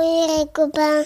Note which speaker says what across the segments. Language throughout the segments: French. Speaker 1: les copains.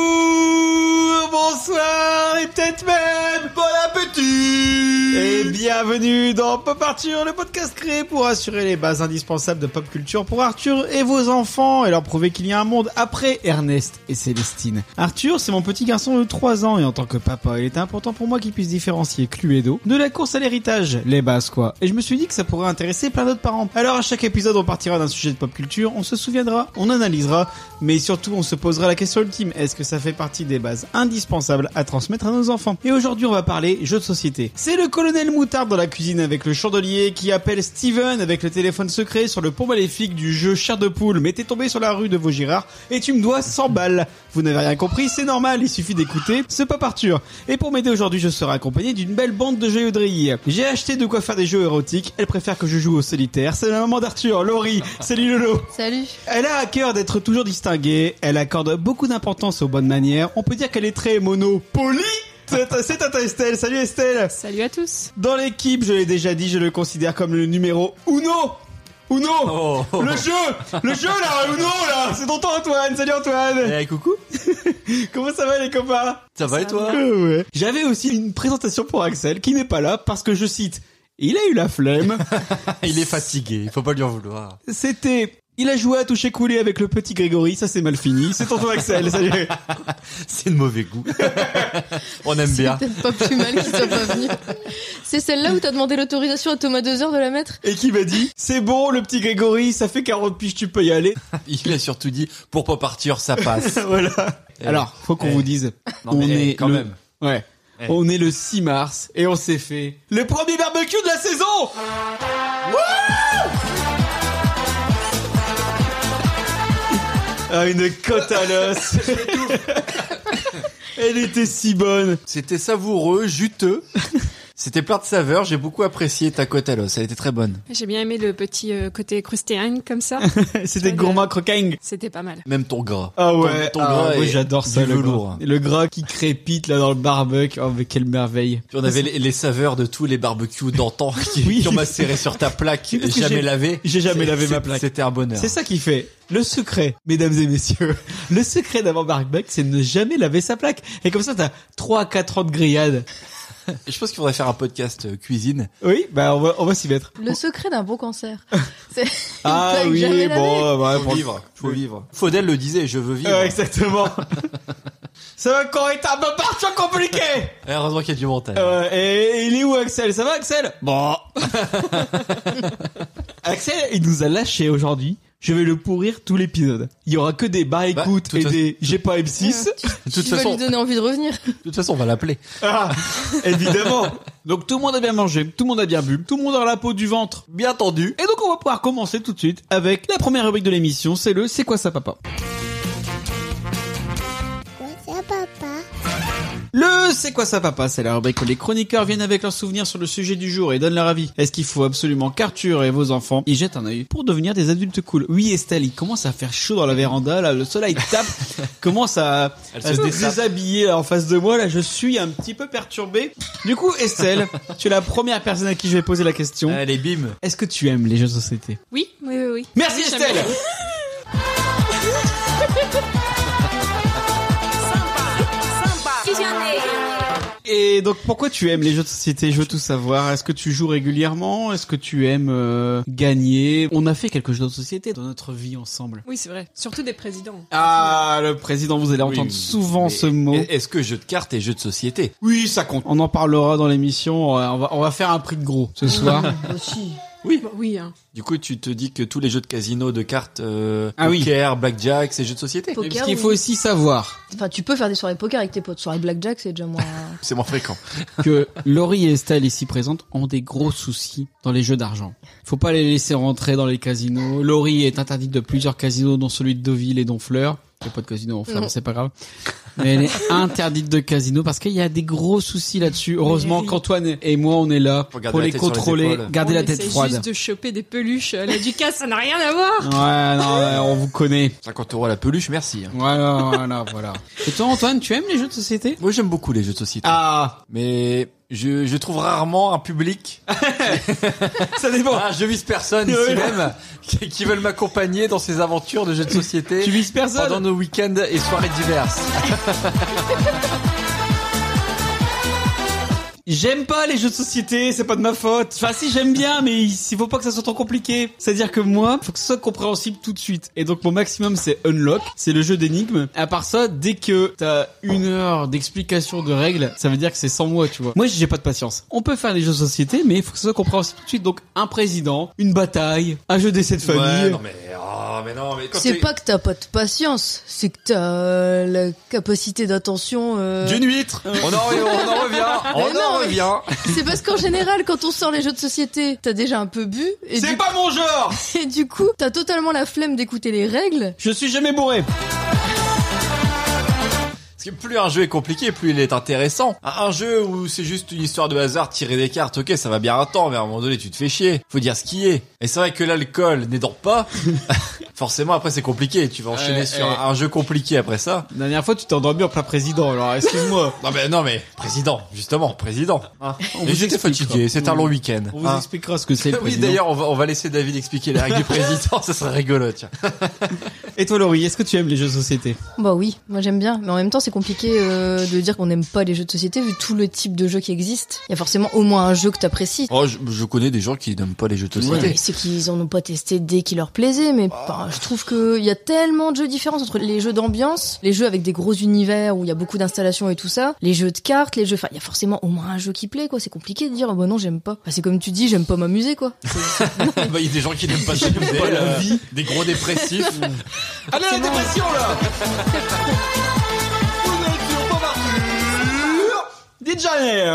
Speaker 2: Bonjour, bonsoir et peut-être même bon appétit Et bienvenue dans Pop Arthur, le podcast créé pour assurer les bases indispensables de pop culture pour Arthur et vos enfants et leur prouver qu'il y a un monde après Ernest et Célestine. Arthur, c'est mon petit garçon de 3 ans et en tant que papa, il était important pour moi qu'il puisse différencier Cluedo de la course à l'héritage, les bases quoi. Et je me suis dit que ça pourrait intéresser plein d'autres parents. Alors à chaque épisode, on partira d'un sujet de pop culture, on se souviendra, on analysera, mais surtout on se posera la question ultime, est-ce que ça fait partie des bases indispensables à transmettre à nos enfants Et aujourd'hui on va parler jeux de société. C'est le colonel Moutarde dans la cuisine avec le chandelier qui appelle Steven avec le téléphone secret sur le pont maléfique du jeu chair de poule, mais t'es tombé sur la rue de Vaugirard et tu me dois 100 balles. Vous n'avez rien compris, c'est normal, il suffit d'écouter, c'est pas parture. Et pour m'aider aujourd'hui je serai accompagné d'une belle bande de joyeux J'ai acheté de quoi faire des jeux érotiques, elle préfère que je joue au solitaire, c'est la maman d'Arthur, Laurie, salut Lolo
Speaker 3: Salut.
Speaker 2: elle a à cœur d'être toujours distinguée, elle accorde beaucoup d'importance aux bonnes manières, on peut dire qu'elle est très monopolie C'est c'est Tata Estelle, salut Estelle
Speaker 3: Salut à tous.
Speaker 2: Dans l'équipe, je l'ai déjà dit, je le considère comme le numéro Uno Uno
Speaker 4: Oh.
Speaker 2: Le jeu Le jeu là, Uno là C'est ton temps Antoine, salut Antoine
Speaker 4: Eh, coucou
Speaker 2: Comment ça va les copains
Speaker 4: Ça va et toi
Speaker 2: Euh, ouais. J'avais aussi une présentation pour Axel qui n'est pas là parce que je cite, il a eu la flemme,
Speaker 4: Il est fatigué, il faut pas lui en vouloir.
Speaker 2: c'était... Il a joué à toucher coulé avec le petit Grégory, ça c'est mal fini. C'est tonton Axel, salut.
Speaker 4: C'est de mauvais goût. On aime bien.
Speaker 3: Peut-être pas plus mal qu'il soit pas venu. C'est celle-là où t'as demandé l'autorisation à Thomas Dozer de la mettre
Speaker 2: et qui m'a dit c'est bon le petit Grégory ça fait 40 piges tu peux y aller
Speaker 4: Il a surtout dit pour pas partir, ça passe.
Speaker 2: voilà
Speaker 4: Eh,
Speaker 2: alors faut qu'on
Speaker 4: eh.
Speaker 2: vous dise
Speaker 4: Non, mais eh, quand
Speaker 2: le-
Speaker 4: même.
Speaker 2: ouais
Speaker 4: Eh.
Speaker 2: on est le 6 mars et on s'est fait le premier barbecue de la saison Wouh ah, une côte à l'os Elle était si bonne
Speaker 4: Eh, C'était savoureux, juteux. C'était plein de saveurs, j'ai beaucoup apprécié ta côte à l'os, elle était très bonne.
Speaker 5: J'ai bien aimé le petit euh, côté crustéen comme ça.
Speaker 2: C'était gourmand croquing
Speaker 5: C'était pas mal.
Speaker 4: Même ton gras.
Speaker 2: Ah ouais,
Speaker 4: Ton- ton
Speaker 2: ah
Speaker 4: gras
Speaker 2: ouais,
Speaker 4: et
Speaker 2: j'adore ça,
Speaker 4: du
Speaker 2: le
Speaker 4: velours.
Speaker 2: gras. Et Le gras qui crépite là dans le barbecue. Oh, mais quelle merveille.
Speaker 4: Puis on avait les, les saveurs de tous les barbecues d'antan qui,
Speaker 2: Oui.
Speaker 4: qui ont macéré sur ta plaque,
Speaker 2: Oui, parce que j'ai-
Speaker 4: jamais lavée.
Speaker 2: j'ai jamais
Speaker 4: C'est-
Speaker 2: lavé ma
Speaker 4: c'est-
Speaker 2: plaque.
Speaker 4: C'était un bonheur.
Speaker 2: C'est ça qui fait le secret, mesdames et messieurs. Le secret d'avoir barbecue, c'est de ne jamais laver sa plaque. Et comme ça, t'as 3 à 4 ans de grillade.
Speaker 4: Je pense qu'il faudrait faire un podcast euh, cuisine.
Speaker 2: Oui, bah, on va, on va s'y mettre.
Speaker 3: Le secret d'un bon cancer. C'est une
Speaker 2: Ah
Speaker 3: blague
Speaker 2: oui,
Speaker 3: jamais lavée.
Speaker 2: bon, bah, ouais,
Speaker 4: Faut
Speaker 2: bon.
Speaker 4: vivre, faut vivre. Faudel le disait, je veux vivre.
Speaker 2: Ouais, exactement. Ça va quand est un peu partout compliqué
Speaker 4: Eh, Heureusement qu'il y a du montage.
Speaker 2: Euh, et, et il est où Axel Ça va Axel Bon. Axel, il nous a lâché aujourd'hui. Je vais le pourrir tout l'épisode. Il y aura que des bah écoute
Speaker 4: toute
Speaker 2: et
Speaker 4: façon-
Speaker 2: des j'ai pas M6.
Speaker 4: De
Speaker 3: Tu
Speaker 4: toute
Speaker 3: vas
Speaker 4: façon,
Speaker 3: lui donner envie de revenir.
Speaker 4: de toute façon, on va l'appeler.
Speaker 2: Ah, évidemment. Donc tout le monde a bien mangé, tout le monde a bien bu, tout le monde a la peau du ventre.
Speaker 4: Bien entendu.
Speaker 2: Et donc on va pouvoir commencer tout de suite avec la première rubrique de l'émission, c'est le C'est quoi ça papa
Speaker 1: Quoi ça, papa
Speaker 2: Le C'est quoi ça papa C'est la rubrique où les chroniqueurs viennent avec leurs souvenirs sur le sujet du jour et donnent leur avis. Est-ce qu'il faut absolument qu'Arthur et vos enfants y jettent un œil pour devenir des adultes cool Oui Estelle, il commence à faire chaud dans la véranda, là le soleil tape, commence à,
Speaker 4: Elle
Speaker 2: à
Speaker 4: se
Speaker 2: se
Speaker 4: dessape.
Speaker 2: déshabiller là, en face de moi, là je suis un petit peu perturbé. Du coup Estelle, tu es la première personne à qui je vais poser la question.
Speaker 4: Allez, bim.
Speaker 2: Est-ce que tu aimes les jeux de société
Speaker 5: Oui, oui, oui, oui.
Speaker 2: Merci
Speaker 5: Oui, j'aime
Speaker 2: Estelle
Speaker 5: bien.
Speaker 2: Et donc pourquoi tu aimes les jeux de société Je veux tout savoir. Est-ce que tu joues régulièrement Est-ce que tu aimes euh, gagner On a fait quelques jeux de société dans notre vie ensemble.
Speaker 5: Oui, c'est vrai. Surtout des présidents.
Speaker 2: Ah, le président, vous allez entendre
Speaker 4: Oui,
Speaker 2: souvent
Speaker 4: mais
Speaker 2: ce mot.
Speaker 4: Est-ce que jeu de cartes et jeu de société
Speaker 2: oui, ça compte. On en parlera dans l'émission. euh, On va, on va faire un prix de gros ce soir.
Speaker 3: Bah,
Speaker 5: Oui. oui, hein.
Speaker 4: Du coup, tu te dis que tous les jeux de casino, de cartes, euh,
Speaker 2: Ah oui.
Speaker 4: poker, blackjack, c'est jeux de société.
Speaker 3: Poker,
Speaker 2: Parce qu'il
Speaker 3: oui.
Speaker 2: faut aussi savoir
Speaker 3: Enfin, tu peux faire des soirées poker avec tes potes. Soirée blackjack, c'est déjà moins.
Speaker 4: Eh, C'est moins fréquent.
Speaker 2: que Laurie et Estelle ici présentes ont des gros soucis dans les jeux d'argent. Faut pas les laisser rentrer dans les casinos. Laurie est interdite de plusieurs casinos, dont celui de Deauville et d'Honfleur. Il y a pas de casino à Honfleur,
Speaker 3: Non.
Speaker 2: c'est pas grave. mais elle est interdite de casino parce qu'il y a des gros soucis là-dessus. Heureusement
Speaker 5: oui.
Speaker 2: qu'Antoine et moi, on est là pour,
Speaker 4: Pour garder la
Speaker 2: les
Speaker 4: tête sur les
Speaker 2: contrôler,
Speaker 4: épaules.
Speaker 2: garder
Speaker 5: On
Speaker 2: la tête
Speaker 5: essaie
Speaker 2: froide.
Speaker 5: juste de choper des peluches. euh, La Ducasse, ça n'a rien à voir.
Speaker 2: Ouais, non, ouais, on vous connaît.
Speaker 4: 50 euros la peluche, merci. hein.
Speaker 2: Voilà, voilà, voilà. Et toi, Antoine, tu aimes les jeux de société
Speaker 4: Moi, j'aime beaucoup les jeux de société.
Speaker 2: Ah,
Speaker 4: Mais je, je trouve rarement un public,
Speaker 2: ça dépend.
Speaker 4: ah, je vise personne ici
Speaker 2: Ah Oui.
Speaker 4: même, qui, qui veulent m'accompagner dans ces aventures de jeux de société.
Speaker 2: Tu vises personne.
Speaker 4: Pendant nos week-ends et soirées diverses.
Speaker 2: J'aime pas les jeux de société, c'est pas de ma faute. Enfin si j'aime bien, mais il il faut pas que ça soit trop compliqué. C'est-à-dire que moi, faut que ce soit compréhensible tout de suite. Et donc mon maximum c'est Unlock, c'est le jeu d'énigmes. À part ça, dès que t'as une heure d'explication de règles, ça veut dire que c'est sans moi, tu vois. Moi j'ai pas de patience. On peut faire les jeux de société, mais il faut que ce soit compréhensible tout de suite. Donc un président, une bataille, un jeu d'essai de famille.
Speaker 4: Ouais, non mais, oh, mais non, mais quand
Speaker 3: C'est
Speaker 4: t'es-
Speaker 3: pas que t'as pas de patience, c'est que t'as euh, la capacité d'attention. euh,
Speaker 4: D'une huître on en, on en revient On
Speaker 3: Mais
Speaker 4: en
Speaker 3: non, mais-
Speaker 4: revient
Speaker 3: C'est parce qu'en général, quand on sort les jeux de société, t'as déjà un peu bu et,
Speaker 2: C'est
Speaker 3: du...
Speaker 2: pas mon genre
Speaker 3: et du coup, t'as totalement la flemme d'écouter les règles.
Speaker 2: Je suis jamais bourré.
Speaker 4: Parce que plus un jeu est compliqué, plus il est intéressant. Un un jeu où c'est juste une histoire de hasard, tirer des cartes, ok, ça va bien un temps, mais à un moment donné, tu te fais chier. Faut dire ce qui est. Et c'est vrai que l'alcool n'aidant pas, forcément, après, c'est compliqué. Tu vas enchaîner
Speaker 2: Ouais,
Speaker 4: sur
Speaker 2: ouais.
Speaker 4: un jeu compliqué après ça.
Speaker 2: La dernière fois tu t'es endormi en plein président, alors excuse-moi.
Speaker 4: Non, mais, non, mais, président, justement, président.
Speaker 2: On
Speaker 4: Et
Speaker 2: vous
Speaker 4: j'étais
Speaker 2: explique,
Speaker 4: fatigué,
Speaker 2: quoi.
Speaker 4: c'est un long week-end.
Speaker 2: On vous
Speaker 4: hein.
Speaker 2: expliquera ce que c'est le
Speaker 4: Oui,
Speaker 2: président.
Speaker 4: d'ailleurs, on va, on va laisser David expliquer les règles du président, ça serait rigolo, tiens.
Speaker 2: Et toi Laurie, est-ce que tu aimes les jeux de société
Speaker 3: Bah oui, moi j'aime bien, mais en même temps, c'est compliqué euh, de dire qu'on n'aime pas les jeux de société vu tout le type de jeux qui existent. Il y a forcément au moins un jeu que t'apprécies.
Speaker 4: Oh, je, je connais des gens qui n'aiment pas les jeux de
Speaker 3: Ouais,
Speaker 4: société.
Speaker 3: mais c'est qu'ils en ont pas testé dès qui leur plaisait, mais
Speaker 2: Ah.
Speaker 3: bah, je trouve qu'il y a tellement de jeux différents entre les jeux d'ambiance, les jeux avec des gros univers où il y a beaucoup d'installations et tout ça, les jeux de cartes, les jeux. Enfin, il y a forcément au moins un jeu qui plaît, quoi. C'est compliqué de dire, oh, bah non, j'aime pas. Enfin, c'est comme tu dis, j'aime pas m'amuser, quoi.
Speaker 4: Bah, Il y a des gens qui n'aiment pas, ça,
Speaker 2: pas la
Speaker 4: euh,
Speaker 2: vie.
Speaker 4: des gros dépressifs.
Speaker 2: Allez, la dépression là Dijaner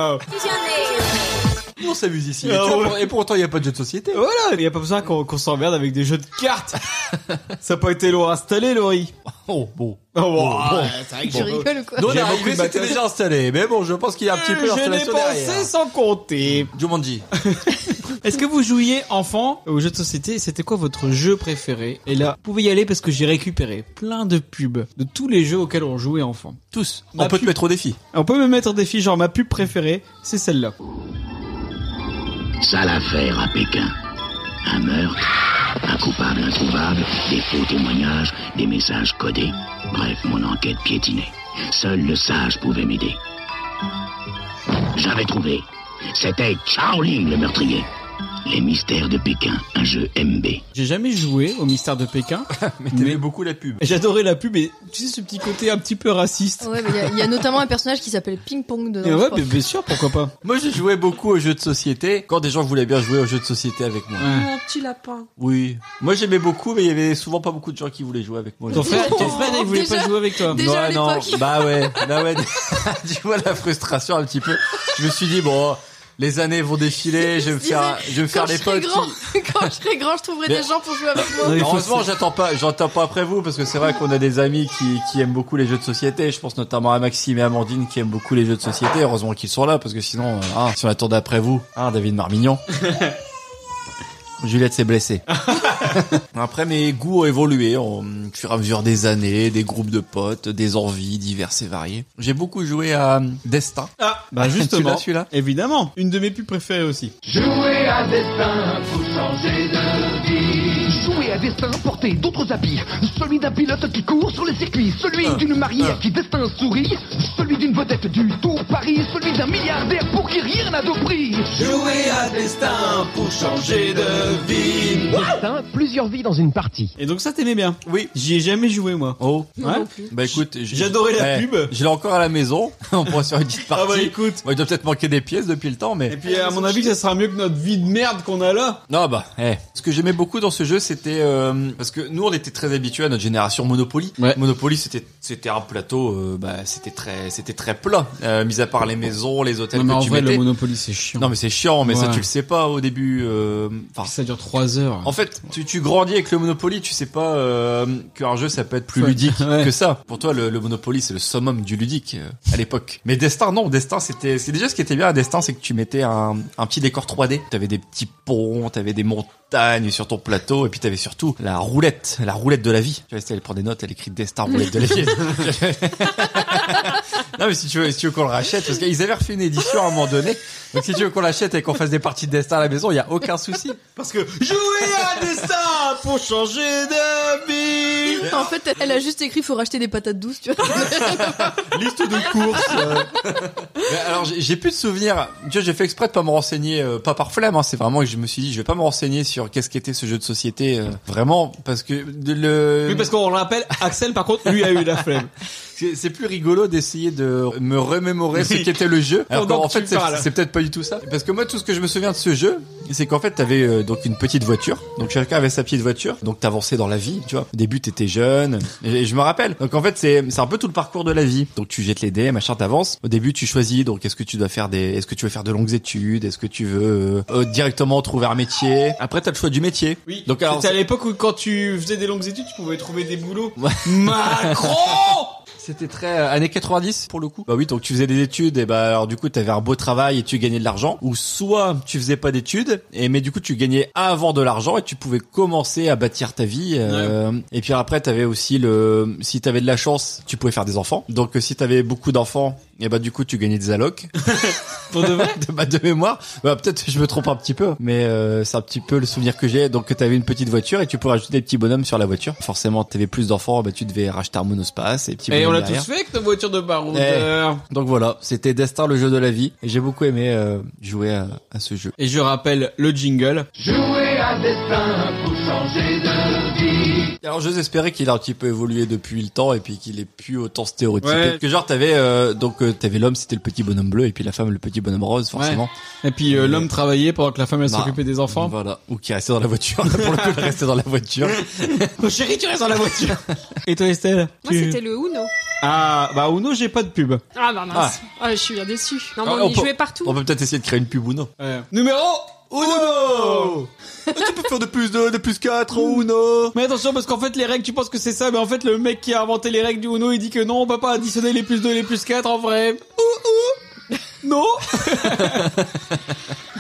Speaker 4: on s'amuse ici.
Speaker 2: Ah
Speaker 4: Et tu vois,
Speaker 2: ouais.
Speaker 4: pour- Et pourtant, il n'y a pas de jeu de société. hein.
Speaker 2: Voilà, il y a pas besoin qu'on qu'on s'emmerde avec des jeux de cartes. Ça n'a pas été lourd installé, Laurie.
Speaker 4: Oh, bon.
Speaker 2: Oh,
Speaker 4: Bon,
Speaker 2: wow.
Speaker 4: bon.
Speaker 2: c'est vrai que
Speaker 3: Tu rigoles ou quoi
Speaker 4: Non,
Speaker 2: J'ai beaucoup de
Speaker 4: la arrivée, c'était
Speaker 2: batailles.
Speaker 4: déjà installé. Mais bon, Euh, je pense qu'il y a un petit peu
Speaker 2: Je l'ai
Speaker 4: d'installation
Speaker 2: pensé
Speaker 4: derrière.
Speaker 2: sans compter.
Speaker 4: Jumanji.
Speaker 2: Est-ce que vous jouiez enfant aux jeux de société C'était quoi votre jeu préféré Et là, vous pouvez y aller parce que j'ai récupéré plein de pubs de tous les jeux auxquels on jouait enfant.
Speaker 4: Tous.
Speaker 2: Ma
Speaker 4: On peut te
Speaker 2: pub.
Speaker 4: mettre au défi.
Speaker 2: On peut me mettre en défi, genre ma pub préférée, c'est celle-là.
Speaker 6: Sale affaire à Pékin. Un meurtre, un coupable introuvable, des faux témoignages, des messages codés. Bref, mon enquête piétinait. Seul le sage pouvait m'aider. J'avais trouvé. C'était Chao Ling le meurtrier. Les mystères de Pékin, un jeu MB.
Speaker 2: J'ai jamais joué au mystère de Pékin.
Speaker 4: Mais t'aimais beaucoup la pub.
Speaker 2: J'adorais la pub et tu sais ce petit côté un petit peu raciste.
Speaker 3: Ouais, mais il y a- il y, a notamment un personnage qui s'appelle Ping Pong dedans.
Speaker 2: Et
Speaker 3: je
Speaker 2: ouais,
Speaker 3: crois.
Speaker 2: mais bien sûr, pourquoi pas.
Speaker 4: Moi, j'ai joué beaucoup aux jeux de société quand des gens voulaient bien jouer aux jeux de société avec moi.
Speaker 5: Mon petit lapin.
Speaker 4: Oui. Moi, j'aimais beaucoup, mais il y avait souvent pas beaucoup de gens qui voulaient jouer avec moi.
Speaker 2: Ton frère, ton
Speaker 3: Oh,
Speaker 2: frère, il voulait pas
Speaker 3: déjà-
Speaker 2: jouer avec toi.
Speaker 3: déjà à
Speaker 4: ouais, non.
Speaker 3: l'époque.
Speaker 4: Bah ouais. Bah ouais. tu vois la frustration un petit peu. Je me suis dit, bon, les années vont défiler, je vais me faire, je vais me faire
Speaker 3: Quand
Speaker 4: les
Speaker 3: je serai
Speaker 4: potes. qui-
Speaker 3: grand, quand je serai grand, je trouverai
Speaker 4: Mais-
Speaker 3: des gens pour jouer avec moi.
Speaker 2: Non, mais faut-
Speaker 4: Heureusement, j'attends pas, j'entends pas après vous parce que c'est vrai qu'on a des amis qui, qui aiment beaucoup les jeux de société. Je pense notamment à Maxime et Amandine qui aiment beaucoup les jeux de société. Heureusement qu'ils sont là parce que sinon, euh, hein, si on attendait après vous, hein, David Marmignon. Juliette s'est blessée. Après, mes goûts ont évolué au fur et à mesure des années, des groupes de potes, des envies diverses et variées. J'ai beaucoup joué à euh, Destin.
Speaker 2: Ah, bah
Speaker 4: Tu
Speaker 2: justement.
Speaker 4: l'as, celui-là
Speaker 2: Évidemment, une de mes pubs préférées aussi.
Speaker 6: Jouer à destin pour changer de vie.
Speaker 7: Jouer à destin porter d'autres habits. Celui d'un pilote qui court sur les circuits. Celui
Speaker 6: Ah,
Speaker 7: d'une mariée à qui destin sourit. Celui d'une vedette du Tour Paris. Celui d'un milliardaire pour qui rien n'a de prix.
Speaker 8: Jouer à destin pour changer de vie.
Speaker 7: Destin, plusieurs vies dans une partie.
Speaker 2: Et donc ça, t'aimais bien.
Speaker 4: Oui.
Speaker 2: J'y ai jamais joué, moi.
Speaker 4: Oh.
Speaker 2: Ouais.
Speaker 4: Bah écoute, j'ai-
Speaker 2: J'adorais la
Speaker 4: Ouais.
Speaker 2: pub.
Speaker 4: Je l'ai encore à la maison. On pourra sur une petite partie.
Speaker 2: Ah bah écoute.
Speaker 4: Bon, il doit peut-être manquer des pièces depuis le temps, mais.
Speaker 2: Et puis, à mon avis, ça sera mieux que notre vie de merde qu'on a là.
Speaker 4: Non bah, eh. ce que j'aimais beaucoup dans ce jeu, c'était euh, parce que nous, on était très habitués à notre génération Monopoly.
Speaker 2: Ouais.
Speaker 4: Monopoly, c'était c'était un plateau, euh, bah, c'était très c'était très plat, euh, mis à part les maisons, les hôtels
Speaker 2: Non, mais
Speaker 4: que
Speaker 2: en
Speaker 4: tu
Speaker 2: vrai, le
Speaker 4: mettais.
Speaker 2: Monopoly, c'est chiant.
Speaker 4: Non, mais c'est chiant, mais ça,
Speaker 2: Ouais.
Speaker 4: tu le sais pas au début. euh, Enfin,
Speaker 2: ça dure 3 heures.
Speaker 4: en fait, tu, tu grandis avec le Monopoly, tu sais pas euh, qu'un jeu ça peut être plus
Speaker 2: Ouais.
Speaker 4: ludique
Speaker 2: Ouais.
Speaker 4: que ça. Pour toi, le, le Monopoly c'est le summum du ludique euh, à l'époque. Mais Destin, non, Destin c'était c'est déjà ce qui était bien à Destin, c'est que tu mettais un, un petit décor 3D. T'avais des petits ponts, t'avais des montagnes sur ton plateau, et puis t'avais surtout la roulette, la roulette de la vie. Tu vois, si elle prend des notes, elle écrit Destin roulette de la vie. non mais si tu veux, si tu veux qu'on le rachète, parce qu'ils avaient refait une édition à un moment donné. Donc si tu veux qu'on l'achète et qu'on fasse des parties de Destin à la maison, il y a aucun souci.
Speaker 8: Parce que jouer à destin pour changer de vie.
Speaker 9: En fait, elle a juste écrit faut racheter des patates douces, tu vois.
Speaker 8: Liste de courses. euh.
Speaker 4: Mais alors j'ai- j'ai plus de souvenirs. Tu vois, j'ai fait exprès de pas me renseigner, euh, pas par flemme. Hein, c'est vraiment que je me suis dit, je vais pas me renseigner sur qu'est-ce qu'était ce jeu de société. euh, vraiment, parce que de le,
Speaker 2: Oui, parce qu'on le rappelle, Axel, par contre, lui a eu la flemme.
Speaker 4: c'est c'est plus rigolo d'essayer de me remémorer ce qu'était le jeu. Alors
Speaker 2: Pendant
Speaker 4: qu'en
Speaker 2: que
Speaker 4: fait,
Speaker 2: tu
Speaker 4: c'est
Speaker 2: parles.
Speaker 4: c'est peut-être pas du tout ça. Parce que moi, tout ce que je me souviens de ce jeu, c'est qu'en fait, t'avais euh, donc une petite voiture. Donc chacun avait sa petite voiture. Donc t'avançais dans la vie, tu vois. Au début, t'étais jeune. Et, et je me rappelle. Donc en fait, c'est c'est un peu tout le parcours de la vie. Donc tu jettes les dés, machin, t'avances. Au début, tu choisis. Donc est-ce que tu dois faire des, est-ce que tu veux faire de longues études, est-ce que tu veux euh, euh, directement trouver un métier. Après, t'as le choix du métier.
Speaker 2: Oui.
Speaker 4: Donc alors,
Speaker 2: C'était à l'époque où quand tu faisais des longues études, tu pouvais trouver des boulots.
Speaker 4: Ouais.
Speaker 2: Macron!
Speaker 4: C'était très euh, années 90 pour le coup. Bah oui, donc tu faisais des études et bah alors du coup t'avais un beau travail et tu gagnais de l'argent ou soit tu faisais pas d'études et mais du coup tu gagnais avant de l'argent et tu pouvais commencer à bâtir ta vie euh, et puis après t'avais aussi le si t'avais de la chance, tu pouvais faire des enfants. Donc euh, si t'avais beaucoup d'enfants et bah du coup tu gagnais des allocs
Speaker 2: Pour de vrai?
Speaker 4: de, bah, de mémoire. Bah, peut-être que je me trompe un petit peu, mais euh, c'est un petit peu le souvenir que j'ai. Donc, tu avais une petite voiture et tu pouvais rajouter des petits bonhommes sur la voiture. Forcément, tu avais plus d'enfants, bah, tu devais racheter un monospace et petits
Speaker 2: Et on l'a
Speaker 4: bonhommes derrière.
Speaker 2: tous fait avec nos voitures de baroudeur.
Speaker 4: Donc voilà, c'était Destin, le jeu de la vie. Et j'ai beaucoup aimé euh, jouer à, à ce jeu.
Speaker 2: Eh. Et je rappelle le jingle.
Speaker 7: Jouer à destin pour changer de vie.
Speaker 4: Alors, j'ose espérer qu'il a un petit peu évolué depuis le temps et puis qu'il est plus autant stéréotypé.
Speaker 2: Ouais.
Speaker 4: Que genre, t'avais euh, donc euh, t'avais l'homme, c'était le petit bonhomme bleu, et puis la femme, le petit bonhomme rose, forcément.
Speaker 2: Et puis euh, l'homme travaillait pendant que la femme elle
Speaker 4: Bah,
Speaker 2: s'occupait des enfants.
Speaker 4: Voilà, ou qui restait dans la voiture. Pour le coup, il restait dans la voiture.
Speaker 2: Oh chérie, tu restes dans la voiture. Et toi Estelle
Speaker 5: Moi,
Speaker 2: tu-
Speaker 5: c'était le Uno.
Speaker 2: Ah bah Uno, j'ai pas de pub.
Speaker 5: Ah bah mince. Ah, je suis bien déçu. Non, mais
Speaker 4: Ah,
Speaker 5: on,
Speaker 4: on
Speaker 5: y
Speaker 4: peut-
Speaker 5: jouait partout.
Speaker 4: On peut peut-être essayer de créer une pub ou non.
Speaker 2: Numéro Uno.
Speaker 4: tu peux faire de plus 2, de plus 4, Uno
Speaker 2: Mais attention parce qu'en fait les règles, tu penses que c'est ça, mais en fait le mec qui a inventé les règles du Uno, il dit que non, on peut pas additionner les plus 2 et les plus 4 en vrai. Ouh ouh. Non.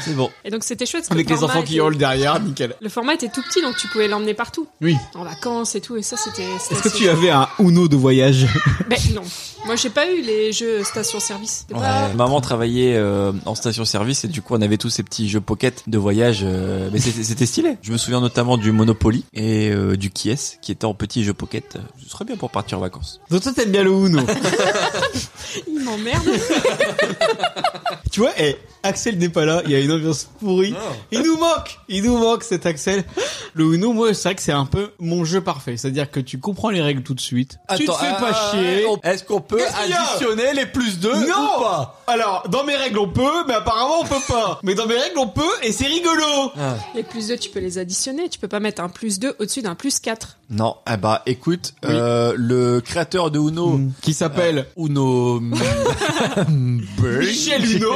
Speaker 4: C'est bon.
Speaker 5: Et donc, c'était chouette. parce que
Speaker 2: Avec
Speaker 5: le
Speaker 2: les
Speaker 5: format
Speaker 2: enfants qui
Speaker 5: était-
Speaker 2: hurlent derrière, nickel.
Speaker 5: Le format était tout petit, donc tu pouvais l'emmener partout.
Speaker 2: Oui.
Speaker 5: En vacances et tout. Et ça, c'était. c'était
Speaker 2: Est-ce que
Speaker 5: assez
Speaker 2: tu avais un Uno de voyage
Speaker 5: Ben non. Moi, j'ai pas eu les jeux station-service. C'est pas-
Speaker 4: Maman travaillait euh, en station-service et du coup on avait tous ces petits jeux pocket de voyage, euh, mais c'était c'était stylé. Je me souviens notamment du Monopoly et euh, du Kies qui était en petit jeu pocket. Ce serait bien pour partir en vacances.
Speaker 2: Donc toi t'aimes bien le Uno.
Speaker 5: Il m'emmerde.
Speaker 2: Tu vois, eh, Axel n'est pas là, il y a une ambiance pourrie. Il nous manque, il nous manque cet Axel. Le Uno, moi, c'est vrai que c'est un peu mon jeu parfait. C'est-à-dire que tu comprends les règles tout de suite. tu te fais pas
Speaker 4: euh,
Speaker 2: chier.
Speaker 4: Est-ce qu'on peut
Speaker 2: euh, Qu'est-ce qu'il y a
Speaker 4: additionner les plus 2
Speaker 2: Non
Speaker 4: ou pas
Speaker 2: Alors, dans mes règles, on peut, mais apparemment, on peut pas. Mais dans mes règles, on peut, et c'est rigolo.
Speaker 5: Les plus 2, tu peux les additionner. Tu peux pas mettre un plus 2 au-dessus d'un plus 4.
Speaker 4: Non, ah bah écoute, euh, le créateur de Uno,
Speaker 2: Qui s'appelle
Speaker 4: Uno... mm.
Speaker 2: Michel Uno.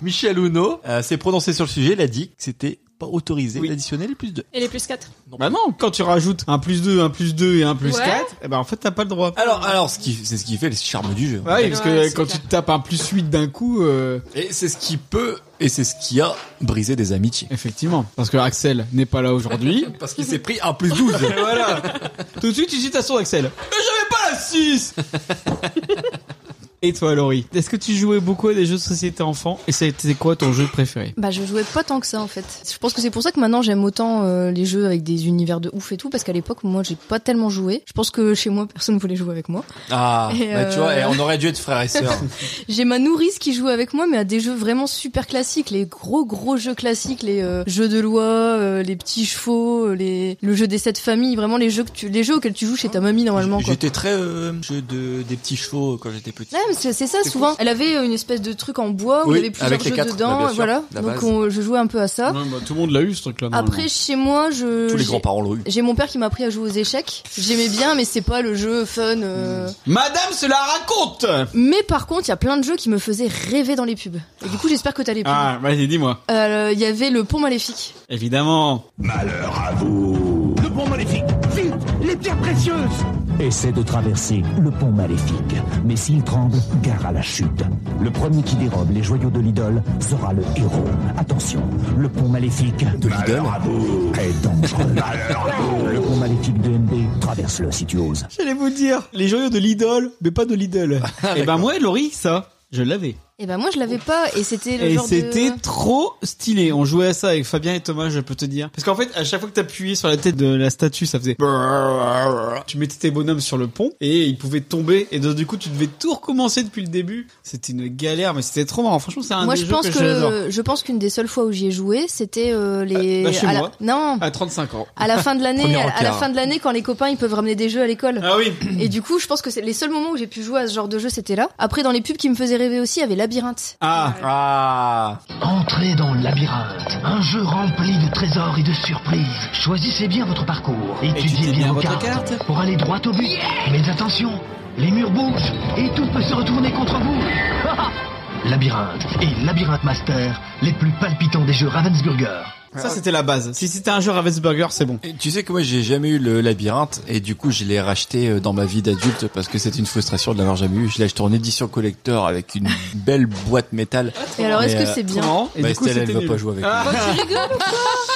Speaker 4: Michel Uno euh, s'est prononcé sur le sujet, il a dit que c'était pas autorisé
Speaker 2: Oui.
Speaker 4: d'additionner les plus 2.
Speaker 5: Et les plus 4.
Speaker 2: bah non, quand tu rajoutes un plus 2, un plus 2 et un plus
Speaker 5: Ouais.
Speaker 2: 4, eh ben, en fait, t'as pas le droit.
Speaker 4: Alors, alors, ce qui, c'est ce qui fait le charme du jeu.
Speaker 2: Ouais, parce que
Speaker 5: Ouais, c'est
Speaker 2: quand
Speaker 5: clair.
Speaker 2: tu tapes un plus 8 d'un coup, euh,
Speaker 4: Et c'est ce qui peut, et c'est ce qui a brisé des amitiés.
Speaker 2: effectivement. Parce que Axel n'est pas là aujourd'hui.
Speaker 4: Parce qu'il s'est pris un plus 12.
Speaker 2: Et voilà. Tout de suite, tu citation d'Axel. Mais j'avais pas la 6 Et toi, Laurie Est-ce que tu jouais beaucoup à des jeux de société enfant Et c'était quoi ton jeu préféré
Speaker 3: Bah je jouais pas tant que ça en fait. Je pense que c'est pour ça que maintenant j'aime autant euh, les jeux avec des univers de ouf et tout parce qu'à l'époque moi j'ai pas tellement joué. Je pense que chez moi personne voulait jouer avec moi.
Speaker 4: Ah,
Speaker 3: Et
Speaker 4: bah, tu vois,
Speaker 3: euh,
Speaker 4: et on aurait dû être frères et sœurs.
Speaker 3: J'ai ma nourrice qui joue avec moi mais à des jeux vraiment super classiques, les gros gros jeux classiques, les euh, jeux de loi, euh, les petits chevaux, euh, les le jeu des sept familles, vraiment les jeux que tu les jeux auxquels tu joues chez ta mamie normalement quoi.
Speaker 4: J'étais très euh, jeu de des petits chevaux quand j'étais petit.
Speaker 3: Ouais, mais c'est c'est ça souvent. Elle avait une espèce de truc en bois où
Speaker 4: Oui,
Speaker 3: il y avait plusieurs
Speaker 4: avec les
Speaker 3: jeux
Speaker 4: quatre, bah,
Speaker 3: dedans.
Speaker 4: bien
Speaker 3: et
Speaker 4: sûr,
Speaker 3: voilà.
Speaker 4: la
Speaker 3: Donc
Speaker 4: base.
Speaker 3: on- je jouais un peu à ça.
Speaker 2: Ouais, bah, tout le monde l'a eu ce truc-là. normalement.
Speaker 3: Hein Après chez moi, je
Speaker 4: Tous les
Speaker 3: j'ai-
Speaker 4: grands-parents l'ont eu.
Speaker 3: j'ai mon père qui m'a appris à jouer aux échecs. J'aimais bien, mais c'est pas le jeu fun.
Speaker 2: Mmh.
Speaker 3: euh.
Speaker 2: Madame, cela raconte
Speaker 3: Mais par contre, il y a plein de jeux qui me faisaient rêver dans les pubs. Et du coup, j'espère que t'as les pubs. Euh,
Speaker 2: Ah, vas-y, dis-moi.
Speaker 3: Il y avait le pont maléfique.
Speaker 2: Évidemment.
Speaker 7: Le pont maléfique Vite Les pierres précieuses
Speaker 10: Essaie de traverser le pont maléfique, mais s'il tremble, gare à la chute. Le premier qui dérobe les joyaux de l'idole sera le héros. Attention, le pont maléfique de l'idole est dangereux. le pont maléfique de MB, traverse-le si tu oses.
Speaker 2: J'allais vous dire, les joyaux de l'idole, mais pas de l'idole. et ben moi, Laurie, ça, je l'avais.
Speaker 3: Et ben moi, je l'avais pas. Et c'était le
Speaker 2: Et
Speaker 3: genre de-
Speaker 2: c'était trop stylé. On jouait à ça avec Fabien et Thomas, je peux te dire. Parce qu'en fait, à chaque fois que t'appuyais sur la tête de la statue, ça faisait... Tu mettais tes bonhommes sur le pont et ils pouvaient tomber. Et donc, du coup, tu devais tout recommencer depuis le début. C'était une galère, mais c'était trop marrant. Franchement, c'est un
Speaker 3: Moi,
Speaker 2: des
Speaker 3: je
Speaker 2: jeux
Speaker 3: pense
Speaker 2: que, j'adore.
Speaker 3: que je pense qu'une des seules fois où j'y ai joué, c'était euh, les.
Speaker 2: Euh, bah, chez
Speaker 3: à la-
Speaker 2: moi.
Speaker 3: Non.
Speaker 2: À 35 ans.
Speaker 3: À la fin de l'année,
Speaker 4: Premier
Speaker 3: à, à la
Speaker 4: encart.
Speaker 3: fin de l'année, quand les copains ils peuvent ramener des jeux à l'école.
Speaker 2: Ah oui
Speaker 3: Et du coup, je pense que c'est les seuls moments où j'ai pu jouer à ce genre de jeu, c'était là. Après, dans les pubs qui me faisaient rêver aussi, il y avait Labyrinthe.
Speaker 2: Ah
Speaker 4: Ah
Speaker 7: Entrez dans le labyrinthe, un jeu rempli de trésors et de surprises. Choisissez bien votre parcours, étudiez
Speaker 2: étudiez
Speaker 7: bien
Speaker 2: bien
Speaker 7: vos
Speaker 2: votre
Speaker 7: cartes pour aller droit au but. Mais attention, les murs bougent et tout peut se retourner contre vous. labyrinthe et Labyrinthe Master, les plus palpitants des jeux Ravensburger.
Speaker 2: Ça, c'était la base. Si c'était un jeu Ravensburger, c'est bon.
Speaker 4: Et Tu sais que moi j'ai jamais eu le labyrinthe et du coup je l'ai racheté euh, dans ma vie d'adulte parce que c'est une frustration de l'avoir jamais eu. Je l'ai acheté en édition collector avec une belle boîte métal.
Speaker 3: Et alors, est-ce
Speaker 4: Mais,
Speaker 3: que
Speaker 4: euh,
Speaker 3: c'est bien
Speaker 2: Marrant. Et
Speaker 4: Bah,
Speaker 2: du coup,
Speaker 4: Estelle, elle
Speaker 2: c'était
Speaker 4: veut
Speaker 2: nul.
Speaker 4: pas jouer avec
Speaker 2: Ah.
Speaker 4: moi.
Speaker 9: Tu rigoles ou quoi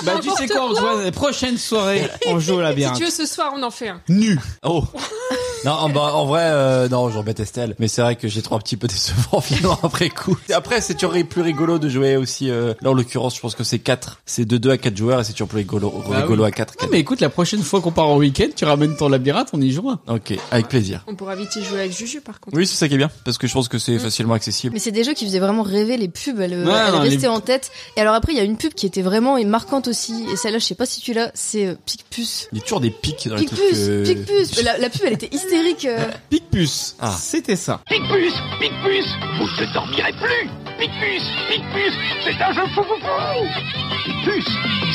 Speaker 2: Bah, tu sais quoi, on se voit la prochaine soirée, on joue au
Speaker 5: Si
Speaker 2: labyrinthe.
Speaker 5: tu veux, ce soir, on en fait un.
Speaker 2: Nu.
Speaker 4: Oh Non, en- bah, en vrai, euh, non, j'embête Estelle. Mais c'est vrai que j'ai trop un petit peu décevant finalement après coup. Après, c'est toujours plus rigolo de jouer aussi. euh, là, en l'occurrence, je pense que c'est 4. C'est de 2 à 4 joueurs et c'est toujours plus rigolo, rigolo à 4.
Speaker 2: Non, mais écoute, la prochaine fois qu'on part en week-end, tu ramènes ton labyrinthe, on y jouera.
Speaker 4: Ok, avec plaisir. Mm.
Speaker 5: On pourra vite y jouer avec Juju, par contre.
Speaker 4: Oui, c'est ça qui est bien parce que je pense que c'est facilement accessible.
Speaker 3: Mais c'est des jeux qui faisaient vraiment rêver les pubs, elles,
Speaker 2: Ouais,
Speaker 3: elles
Speaker 2: non,
Speaker 3: restaient
Speaker 2: les-
Speaker 3: en tête. Et alors après, il y a une pub qui était vraiment et marquante aussi. Et celle-là, je sais pas si tu l'as, c'est euh, Picpus.
Speaker 4: Il y a toujours des pics dans les trucs.
Speaker 3: Picpus,
Speaker 4: euh,
Speaker 3: Picpus. La, la pub, elle était hystérique. euh.
Speaker 2: Picpus.
Speaker 4: Ah.
Speaker 2: C'était ça.
Speaker 7: Picpus, Picpus, vous ne dormirez plus Picpus, Picpus, c'est un jeu fou fou fou Picpus,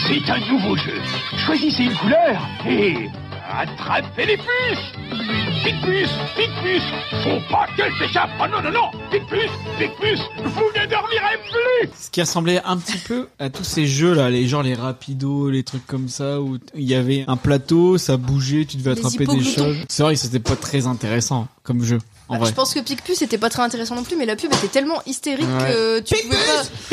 Speaker 7: c'est un nouveau jeu. Choisissez une couleur et attrapez les puces Picpus, Picpus, faut pas qu'elle s'échappe Oh non, non, non Picpus, Picpus, vous ne dormirez plus
Speaker 2: Ce qui ressemblait un petit peu à tous ces jeux-là, les genre les rapidos, les trucs comme ça, où t- il y avait un plateau, ça bougeait, tu devais
Speaker 3: Les
Speaker 2: attraper des
Speaker 3: hypogloutons.
Speaker 2: choses. C'est vrai que c'était pas très intéressant comme jeu, en
Speaker 3: Bah,
Speaker 2: vrai.
Speaker 3: Je pense que Picpus c'était pas très intéressant non plus, mais la pub était tellement hystérique
Speaker 2: Ouais.
Speaker 3: que tu pouvais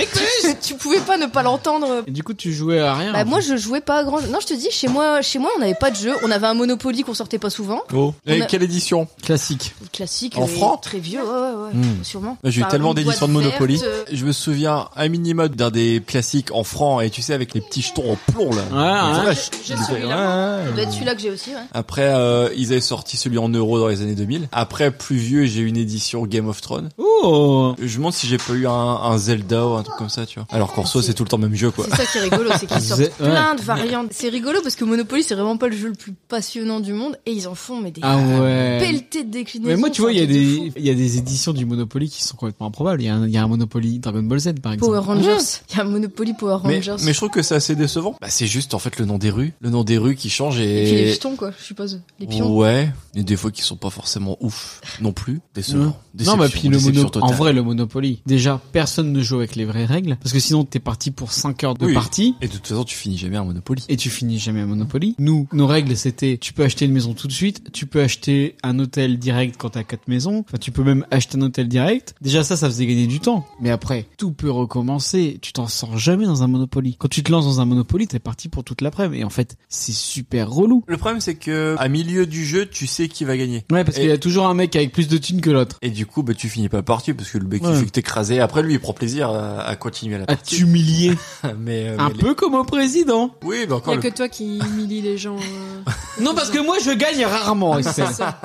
Speaker 3: pas, tu pouvais pas ne pas l'entendre.
Speaker 2: Et du coup, tu jouais à rien.
Speaker 3: Bah moi je jouais pas à grand. Non je te dis chez moi chez moi on n'avait pas de jeu, on avait un Monopoly qu'on sortait pas souvent,
Speaker 4: Oh. Et
Speaker 3: On a-
Speaker 4: quelle édition
Speaker 2: Classique.
Speaker 3: classique,
Speaker 4: En
Speaker 3: mais
Speaker 4: franc
Speaker 3: très vieux, ouais ouais, ouais,
Speaker 4: Hmm.
Speaker 3: sûrement.
Speaker 4: Moi, J'ai eu
Speaker 3: Enfin,
Speaker 4: tellement
Speaker 3: une
Speaker 4: d'éditions de
Speaker 3: boîte
Speaker 4: Monopoly.
Speaker 3: verte, euh,
Speaker 4: Je me souviens un minimum d'un des classiques en franc et tu sais avec les petits jetons en plomb là.
Speaker 2: Ouais, hein.
Speaker 4: Les vaches.
Speaker 5: J'ai
Speaker 3: Ça doit être
Speaker 5: celui-là.
Speaker 3: euh, bah, celui-là que j'ai aussi. Ouais.
Speaker 4: Après euh, ils avaient sorti celui en euros dans les années 2000. Après plus vieux j'ai eu une édition Game of Thrones.
Speaker 2: Oh.
Speaker 4: Je me demande si j'ai pas eu un, un Zelda ou un truc comme ça tu vois. Alors qu'en soi c'est tout le temps le même jeu quoi.
Speaker 3: C'est ça qui est rigolo, c'est qu'ils sortent
Speaker 2: Ouais.
Speaker 3: plein de variantes. C'est rigolo parce que Monopoly c'est vraiment pas le jeu le plus passionnant du monde et ils en font mais des
Speaker 2: Ah ouais.
Speaker 3: pelletées de déclinaisons.
Speaker 2: Mais moi, tu vois,
Speaker 3: c'est
Speaker 2: il y,
Speaker 3: un
Speaker 2: a
Speaker 3: truc de
Speaker 2: des, il y a des éditions du Monopoly qui sont complètement improbables. Il y, a un- il y a un Monopoly Dragon Ball Z, par
Speaker 3: fou.
Speaker 2: exemple.
Speaker 3: Power Rangers, il y a un Monopoly Power
Speaker 4: Mais,
Speaker 3: Rangers.
Speaker 4: mais je trouve que c'est assez décevant. Bah c'est juste en fait le nom des rues, le nom des rues qui change
Speaker 3: Et puis les
Speaker 4: et,
Speaker 3: jetons, quoi, je suppose. Les pions.
Speaker 4: ouais, et des fois qui sont pas forcément ouf non plus. Décevant. Déception,
Speaker 2: non, mais puis le
Speaker 4: déception
Speaker 2: mono... en
Speaker 4: totale.
Speaker 2: vrai, le Monopoly. Déjà, personne ne joue avec les vraies règles. Parce que sinon, t'es parti pour 5 heures de
Speaker 4: Oui.
Speaker 2: partie.
Speaker 4: Et de toute façon tu finis jamais un Monopoly.
Speaker 2: Et tu finis jamais à Monopoly. Nous, nos règles, c'était tu peux acheter une maison tout de suite, tu peux acheter un hôtel direct quand t'as quatre maisons, enfin, tu peux même acheter un hôtel direct. Déjà ça, ça faisait gagner du temps. Mais après, tout peut recommencer. Tu t'en sors jamais dans un Monopoly. Quand tu te lances dans un Monopoly, t'es parti pour toute l'après-midi. Et en fait, c'est super relou.
Speaker 4: Le problème, c'est que à milieu du jeu, tu sais qui va gagner.
Speaker 2: Ouais, parce
Speaker 4: Et-
Speaker 2: qu'il y a toujours un mec avec plus de thunes que l'autre.
Speaker 4: Et du coup, bah, tu finis pas par partir parce que le mec
Speaker 2: Ouais.
Speaker 4: il fait que t'écraser. Après, lui, il prend plaisir à, à continuer la
Speaker 2: À
Speaker 4: partie.
Speaker 2: t'humilier.
Speaker 4: mais, euh,
Speaker 2: un
Speaker 4: mais les-
Speaker 2: peu comme au président.
Speaker 4: Oui, mais
Speaker 5: Il
Speaker 4: encore.
Speaker 5: y a
Speaker 4: Le...
Speaker 5: que toi qui humilie les gens. euh,
Speaker 2: Non, parce que moi, je gagne rarement,
Speaker 5: C'est
Speaker 2: Estelle.
Speaker 5: ça.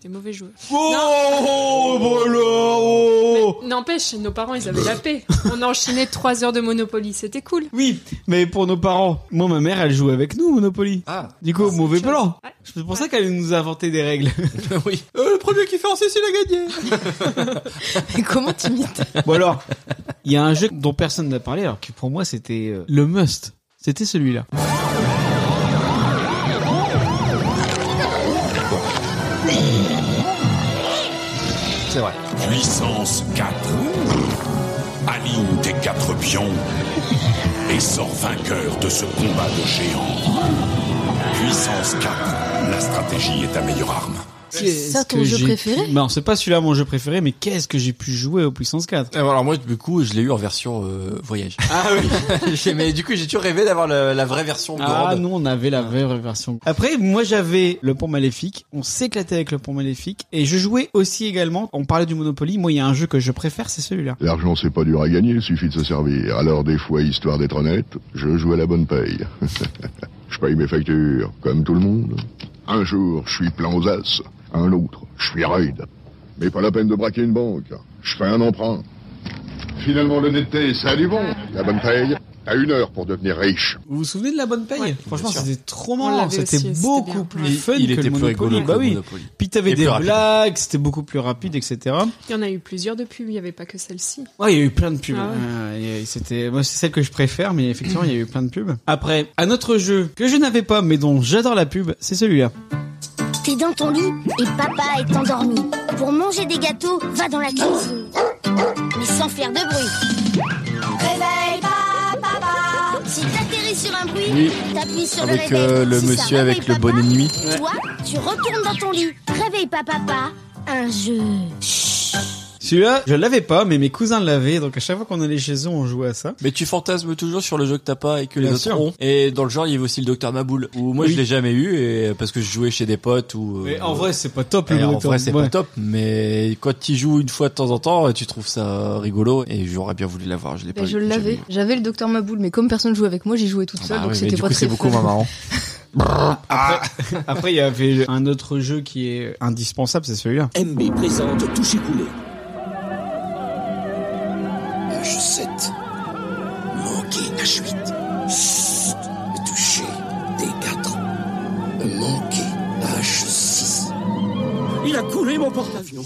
Speaker 5: T'es mauvais joueur.
Speaker 2: Oh, voilà, oh.
Speaker 5: Non, N'empêche, nos parents, ils avaient la paix. On enchaînait trois heures de Monopoly, c'était cool.
Speaker 2: Oui, mais pour nos parents, moi ma mère elle jouait avec nous au Monopoly.
Speaker 4: Ah.
Speaker 2: Du coup, mauvais
Speaker 5: autre chose.
Speaker 2: plan.
Speaker 5: Ouais.
Speaker 2: C'est pour ça qu'elle nous a inventé des règles.
Speaker 4: oui.
Speaker 2: Euh, le premier qui fait en Cécile a gagné.
Speaker 3: Mais comment t'imites
Speaker 2: bon alors, il y a un jeu dont personne n'a parlé alors que pour moi c'était euh, le must. C'était celui-là.
Speaker 4: C'est vrai.
Speaker 11: Puissance 4. Aligne tes quatre pions et sors vainqueur de ce combat de géants. Puissance 4. La stratégie est ta meilleure arme.
Speaker 2: C'est
Speaker 3: ça ton jeu préféré
Speaker 2: Non, c'est pas celui-là mon jeu préféré, mais qu'est-ce que j'ai pu jouer au Puissance 4
Speaker 4: Et Alors Euh, moi du coup je l'ai eu en version euh, voyage. Ah oui. mais du coup j'ai toujours rêvé d'avoir la, la vraie version
Speaker 2: Ah
Speaker 4: grande.
Speaker 2: nous on avait la vraie vraie version. Après moi j'avais le pont maléfique, on s'éclatait avec le pont maléfique et je jouais aussi également, on parlait du Monopoly, moi il y a un jeu que je préfère c'est celui-là.
Speaker 12: L'argent, c'est pas dur à gagner, il suffit de se servir. Alors, des fois, histoire d'être honnête, je joue à la bonne paye. je paye mes factures, comme tout le monde. Un jour, je suis plein aux as. Un autre, je suis raide. Mais pas la peine de braquer une banque. Je fais un emprunt. Finalement, l'honnêteté, ça a du bon. La bonne paye, à une heure pour devenir riche.
Speaker 2: Vous vous souvenez de la bonne paye Franchement
Speaker 4: bien sûr.
Speaker 2: c'était trop
Speaker 5: On
Speaker 2: marrant,
Speaker 5: l'avait aussi,
Speaker 2: c'était
Speaker 5: c'était
Speaker 2: beaucoup
Speaker 5: bien.
Speaker 2: plus
Speaker 4: Il-
Speaker 2: fun
Speaker 4: il
Speaker 2: que
Speaker 4: était
Speaker 2: le
Speaker 4: plus rigolo
Speaker 2: Monopoly.
Speaker 4: que
Speaker 2: Bah
Speaker 4: le
Speaker 2: oui.
Speaker 4: Monopoly.
Speaker 2: Puis t'avais
Speaker 4: Et
Speaker 2: des
Speaker 4: plus rapide.
Speaker 2: blagues, c'était beaucoup plus rapide, etc.
Speaker 5: Il y en a eu plusieurs depuis, il n'y avait pas que celle-ci.
Speaker 2: Ouais, il y a eu plein de pubs.
Speaker 5: Ah ouais.
Speaker 2: Euh, et c'était, moi, c'est celle que je préfère, mais effectivement, il y a eu plein de pubs. Après, un autre jeu que je n'avais pas, mais dont j'adore la pub, c'est celui-là.
Speaker 1: T'es dans ton lit et papa est endormi. Pour manger des gâteaux, va dans la cuisine. Mais sans faire de bruit. Réveille pas, papa. Si t'atterris sur un bruit,
Speaker 4: Oui.
Speaker 1: t'appuies sur
Speaker 4: Avec
Speaker 1: le réveil.
Speaker 4: euh, le
Speaker 1: Si ça
Speaker 4: monsieur avec
Speaker 1: réveille
Speaker 4: le
Speaker 1: papa,
Speaker 4: bonnet de nuit.
Speaker 1: Toi, tu retournes dans ton lit. Réveille pas, papa. Un jeu.
Speaker 2: Celui-là, je l'avais pas, mais mes cousins l'avaient, donc à chaque fois qu'on allait chez eux, on jouait à ça.
Speaker 4: Mais tu fantasmes toujours sur le jeu que t'as pas et que les
Speaker 2: Bien
Speaker 4: autres
Speaker 2: sûr.
Speaker 4: ont. Et dans le genre, il y avait aussi le Docteur Maboule. Où moi,
Speaker 2: Oui.
Speaker 4: je l'ai jamais eu et euh, parce que je jouais chez des potes ou.
Speaker 2: Mais
Speaker 4: euh,
Speaker 2: Eh, en vrai, c'est pas top,
Speaker 4: et
Speaker 2: le
Speaker 4: en
Speaker 2: Docteur
Speaker 4: vrai, c'est
Speaker 2: Maboule.
Speaker 4: pas top, mais quand tu joues une fois de temps en temps, euh, tu trouves ça rigolo et j'aurais bien voulu l'avoir. Je l'ai pas.
Speaker 3: Ben, Je
Speaker 4: eu, jamais
Speaker 3: l'avais.
Speaker 4: eu.
Speaker 3: J'avais le docteur Maboul, mais comme personne jouait avec moi, j'y jouais toute
Speaker 4: Ah
Speaker 3: seule,
Speaker 4: bah
Speaker 3: donc
Speaker 4: oui, mais
Speaker 3: c'était
Speaker 4: du
Speaker 3: pas
Speaker 4: coup,
Speaker 3: très
Speaker 4: c'est beaucoup
Speaker 3: fun.
Speaker 4: moins marrant.
Speaker 2: Après, il y avait un autre jeu qui est indispensable, c'est celui-là.
Speaker 10: MB présente touche écoulé.
Speaker 13: H7. Manquer H8. Chut. Toucher D4. Manquer H6.
Speaker 10: Il a coulé mon porte-avions.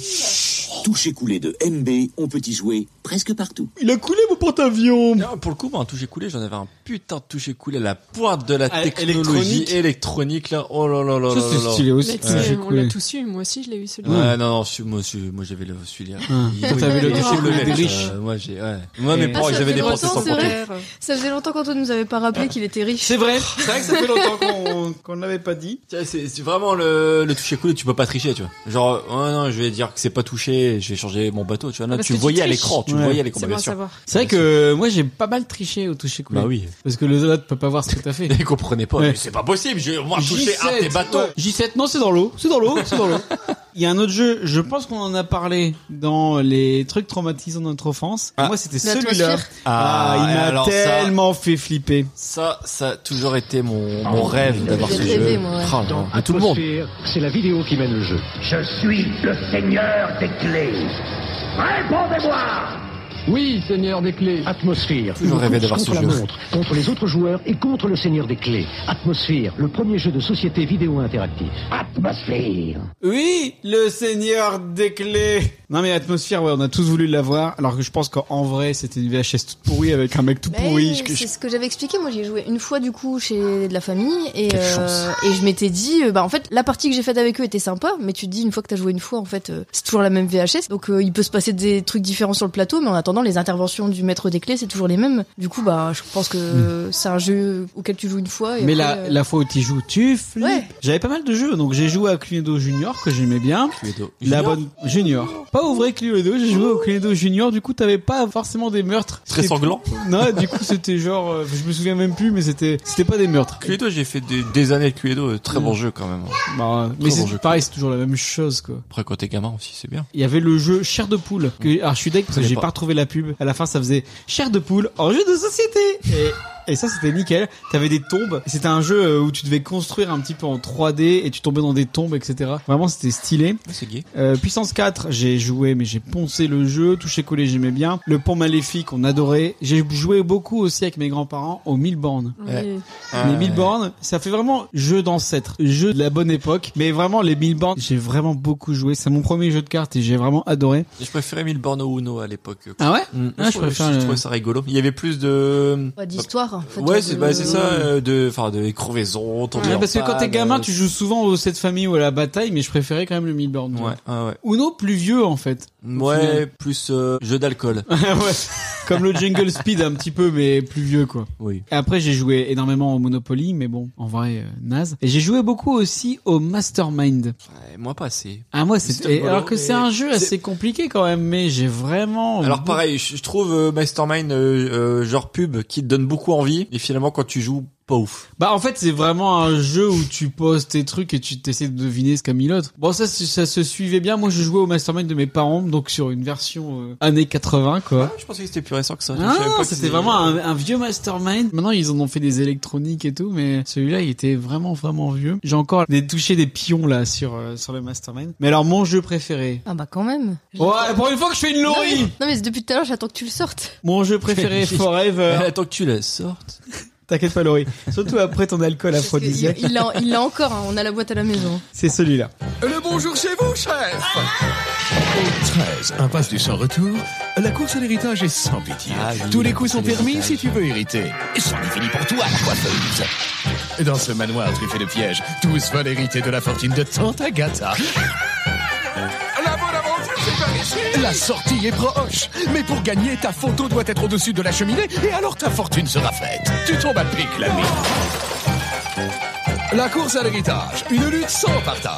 Speaker 13: Touche écoulé de MB, on peut y jouer presque partout.
Speaker 2: Il a coulé mon porte-avions.
Speaker 4: Non, pour le coup, moi, un toucher coulé, j'en avais un putain de toucher coulé à la pointe de la
Speaker 2: Ah,
Speaker 4: technologie
Speaker 2: électronique.
Speaker 4: électronique, là. Oh là là là
Speaker 2: Ça,
Speaker 4: là
Speaker 2: c'est
Speaker 4: là là.
Speaker 2: stylé aussi.
Speaker 5: Mais tu
Speaker 2: tout
Speaker 5: sais,
Speaker 2: j'ai
Speaker 5: euh, on
Speaker 2: coulé.
Speaker 5: l'a tous eu, moi aussi je l'ai eu celui-là.
Speaker 4: Ouais, non, non, je suis- moi, je suis- moi j'avais le celui-là.
Speaker 2: Ah,
Speaker 4: Il-
Speaker 2: toi,
Speaker 4: il-
Speaker 2: t'avais le
Speaker 4: il-
Speaker 2: toucher
Speaker 4: il-
Speaker 2: coulé
Speaker 4: le
Speaker 2: des
Speaker 4: mec,
Speaker 2: riches.
Speaker 4: euh, Moi, j'ai, ouais. Moi, mes
Speaker 2: Et-
Speaker 4: parents,
Speaker 3: Ah,
Speaker 4: ils
Speaker 3: ça
Speaker 4: avaient
Speaker 3: fait
Speaker 4: dépensé
Speaker 3: longtemps,
Speaker 4: sans
Speaker 3: c'est vrai.
Speaker 4: compter.
Speaker 3: Ça faisait longtemps qu'on nous avait pas rappelé qu'il était riche.
Speaker 2: C'est vrai, c'est vrai que ça fait longtemps qu'on qu'on ne l'avait pas dit.
Speaker 4: Tiens, C'est c'est vraiment le, le toucher coulé, tu peux pas tricher, tu vois. Genre, euh, ouais, non, je vais dire que c'est pas touché, je vais changer mon bateau, tu vois. Non,
Speaker 5: Parce
Speaker 4: tu
Speaker 5: que tu
Speaker 4: voyais à
Speaker 5: triches.
Speaker 4: l'écran, tu
Speaker 2: Ouais.
Speaker 4: voyais à l'écran,
Speaker 5: C'est
Speaker 4: bien
Speaker 5: bon à
Speaker 4: sûr.
Speaker 5: savoir.
Speaker 2: C'est vrai que moi j'ai pas mal triché au toucher coulé.
Speaker 4: Bah oui.
Speaker 2: Parce que le autre peut pas voir ce que t'as fait.
Speaker 4: Ils comprenaient pas.
Speaker 2: Ouais.
Speaker 4: mais C'est pas possible, je vais moi, toucher un de tes bateaux.
Speaker 2: ouais. J7, non, c'est dans l'eau, c'est dans l'eau, c'est dans l'eau. Il y a un autre jeu, je pense qu'on en a parlé dans les trucs traumatisants de notre enfance. Moi, c'était celui-là.
Speaker 3: L'atmosphère.
Speaker 4: Ah,
Speaker 2: il m'a
Speaker 4: alors ça-
Speaker 2: tellement fait flipper.
Speaker 4: Ça, ça a toujours été mon, mon rêve d'avoir
Speaker 3: J'ai
Speaker 4: ce
Speaker 3: rêvé,
Speaker 4: jeu.
Speaker 3: moi, ouais.
Speaker 4: Oh là là, de tout le monde.
Speaker 10: C'est la vidéo qui mène le jeu.
Speaker 7: Je suis le seigneur des clés. Répondez-moi
Speaker 10: Oui, Seigneur des clés. Atmosphère.
Speaker 4: Toujours
Speaker 10: Une
Speaker 4: rêvé
Speaker 10: course
Speaker 4: d'avoir ce
Speaker 10: contre
Speaker 4: jeu.
Speaker 10: la montre, contre les autres joueurs et contre le Seigneur des clés. Atmosphère, le premier jeu de société vidéo interactive.
Speaker 13: Atmosphère.
Speaker 2: Oui, le seigneur des clés. Non, mais atmosphère, ouais, on a tous voulu l'avoir. Alors que je pense qu'en vrai, c'était une VHS toute pourrie avec un mec tout
Speaker 3: Mais
Speaker 2: pourri. Je- je-
Speaker 3: c'est ce que j'avais expliqué. Moi, j'ai joué une fois du coup chez de la famille et, euh, et je m'étais dit, euh, bah en fait, la partie que j'ai faite avec eux était sympa, mais tu te dis une fois que t'as joué une fois, en fait, euh, c'est toujours la même VHS. Donc euh, il peut se passer des trucs différents sur le plateau, mais en attendant, les interventions du maître des clés, c'est toujours les mêmes. Du coup, bah je pense que c'est un jeu auquel tu joues une fois. Et
Speaker 2: Mais la,
Speaker 3: après, euh,
Speaker 2: la fois où tu joues, tu flippes.
Speaker 3: Ouais.
Speaker 2: J'avais pas mal de jeux, donc j'ai joué à Cluedo Junior que j'aimais bien.
Speaker 4: Cluedo.
Speaker 2: La bonne Junior. Pas au vrai Cluedo, j'ai joué au Cluedo Junior, du coup t'avais pas forcément des meurtres.
Speaker 4: Très
Speaker 2: C'était-
Speaker 4: sanglant.
Speaker 2: Non, du coup c'était genre, euh, je me souviens même plus, mais c'était c'était pas des meurtres.
Speaker 4: Cluedo, j'ai fait des, des années de Cluedo, euh, très bon jeu quand même.
Speaker 2: Bah, mais
Speaker 4: bon
Speaker 2: c'est
Speaker 4: jeu.
Speaker 2: pareil, c'est toujours la même chose quoi.
Speaker 4: Après, quand t'es gamin aussi, c'est bien.
Speaker 2: Il y avait le jeu Chair de poule. Que, alors je suis deg parce que
Speaker 4: Je
Speaker 2: j'ai pas
Speaker 4: connais pas.
Speaker 2: retrouvé la pub. À la fin ça faisait Chair de poule en jeu de société. Et, et ça c'était nickel. T'avais des tombes. C'était un jeu euh, où tu devais construire un petit peu en 3D et tu tombais dans des tombes, etc. Vraiment c'était stylé.
Speaker 4: Ouais, C'est gay.
Speaker 2: Euh, puissance 4, j'ai joué, mais j'ai poncé le jeu. Touché collé, j'aimais bien. Le pont maléfique, on adorait. J'ai joué beaucoup aussi avec mes grands-parents aux mille bornes.
Speaker 8: Oui. Ouais.
Speaker 2: Les
Speaker 4: Ah
Speaker 8: Ouais.
Speaker 2: mille bornes, ça fait vraiment jeu d'ancêtre, jeu de la bonne époque. Mais vraiment, les mille bornes, j'ai vraiment beaucoup joué. C'est mon premier jeu de cartes et j'ai vraiment adoré.
Speaker 4: Je préférais Mille Bornes au Uno à l'époque.
Speaker 2: Ah ouais
Speaker 4: Mm.
Speaker 2: Ah, je
Speaker 4: je,
Speaker 2: préfère
Speaker 4: je
Speaker 2: le-
Speaker 4: trouvais ça rigolo. Il y avait plus de. bah,
Speaker 3: Pas d'histoire. en fait, hein,
Speaker 4: ouais,
Speaker 3: de-
Speaker 4: c'est bah, c'est ça, euh, de, enfin, de crevaison, tomber
Speaker 2: Ouais,
Speaker 4: en
Speaker 2: parce que quand
Speaker 4: panne,
Speaker 2: t'es gamin,
Speaker 4: euh,
Speaker 2: tu joues souvent au cette famille ou à la bataille, mais je préférais quand même le mille bornes.
Speaker 4: Ouais, ah, ouais,
Speaker 2: Uno plus vieux en fait.
Speaker 4: ouais. Ouais, plus euh, jeu d'alcool.
Speaker 2: ouais. Comme le Jungle Speed un petit peu, mais plus vieux quoi.
Speaker 4: Oui.
Speaker 2: Et après j'ai joué énormément au Monopoly, mais bon, en vrai euh, naze. Et j'ai joué beaucoup aussi au Mastermind.
Speaker 4: Et moi, pas assez.
Speaker 2: Ah moi
Speaker 4: Mr.
Speaker 2: c'est et
Speaker 4: Bolo,
Speaker 2: alors que c'est
Speaker 4: mais
Speaker 2: un jeu
Speaker 4: c'est-
Speaker 2: assez compliqué quand même, mais j'ai vraiment.
Speaker 4: Alors pareil, je je trouve euh, Mastermind euh, euh, genre pub qui te donne beaucoup envie et finalement quand tu joues pas ouf.
Speaker 2: Bah en fait c'est vraiment un jeu où tu poses tes trucs et tu t'essaies de deviner ce qu'a mis l'autre. Bon ça c'est- ça se suivait bien. Moi je jouais au Mastermind de mes parents donc sur une version euh, années 80 quoi.
Speaker 4: Je pensais que c'était plus récent que ça. Je
Speaker 2: Ah,
Speaker 4: savais pas que
Speaker 2: c'était vraiment un, un vieux mastermind. Maintenant, ils en ont fait des électroniques et tout, mais celui-là, il était vraiment, vraiment vieux. J'ai encore des touchés des pions, là, sur, euh, sur le mastermind. Mais alors, mon jeu préféré.
Speaker 3: Ah bah quand même.
Speaker 2: Ouais, pour une fois que je fais une
Speaker 3: Non
Speaker 2: laurie
Speaker 3: mais, non, mais depuis tout à l'heure j'attends que tu le sortes.
Speaker 2: Mon jeu préféré forever.
Speaker 4: Elle attend que tu la sortes.
Speaker 2: T'inquiète pas, Laurie. Surtout après ton alcool
Speaker 3: Il
Speaker 2: aphrodisiaque.
Speaker 3: il l'a il l'a encore, hein, on a la boîte à la maison.
Speaker 2: C'est celui-là.
Speaker 14: Le bonjour chez vous, chef Au 13, impasse du sans-retour, la course à l'héritage est sans pitié. Tous les coups sont permis si tu veux hériter. Et c'en est fini pour toi, la coiffeuse Dans ce manoir truffé de pièges, tous veulent hériter de la fortune de tante Agatha.
Speaker 7: La bonne aventure, c'est par ici
Speaker 14: La sortie est proche, mais pour gagner, ta photo doit être au-dessus de la cheminée, et alors ta fortune sera faite. Tu tombes à pic, l'ami. La course à l'héritage, une lutte sans partage.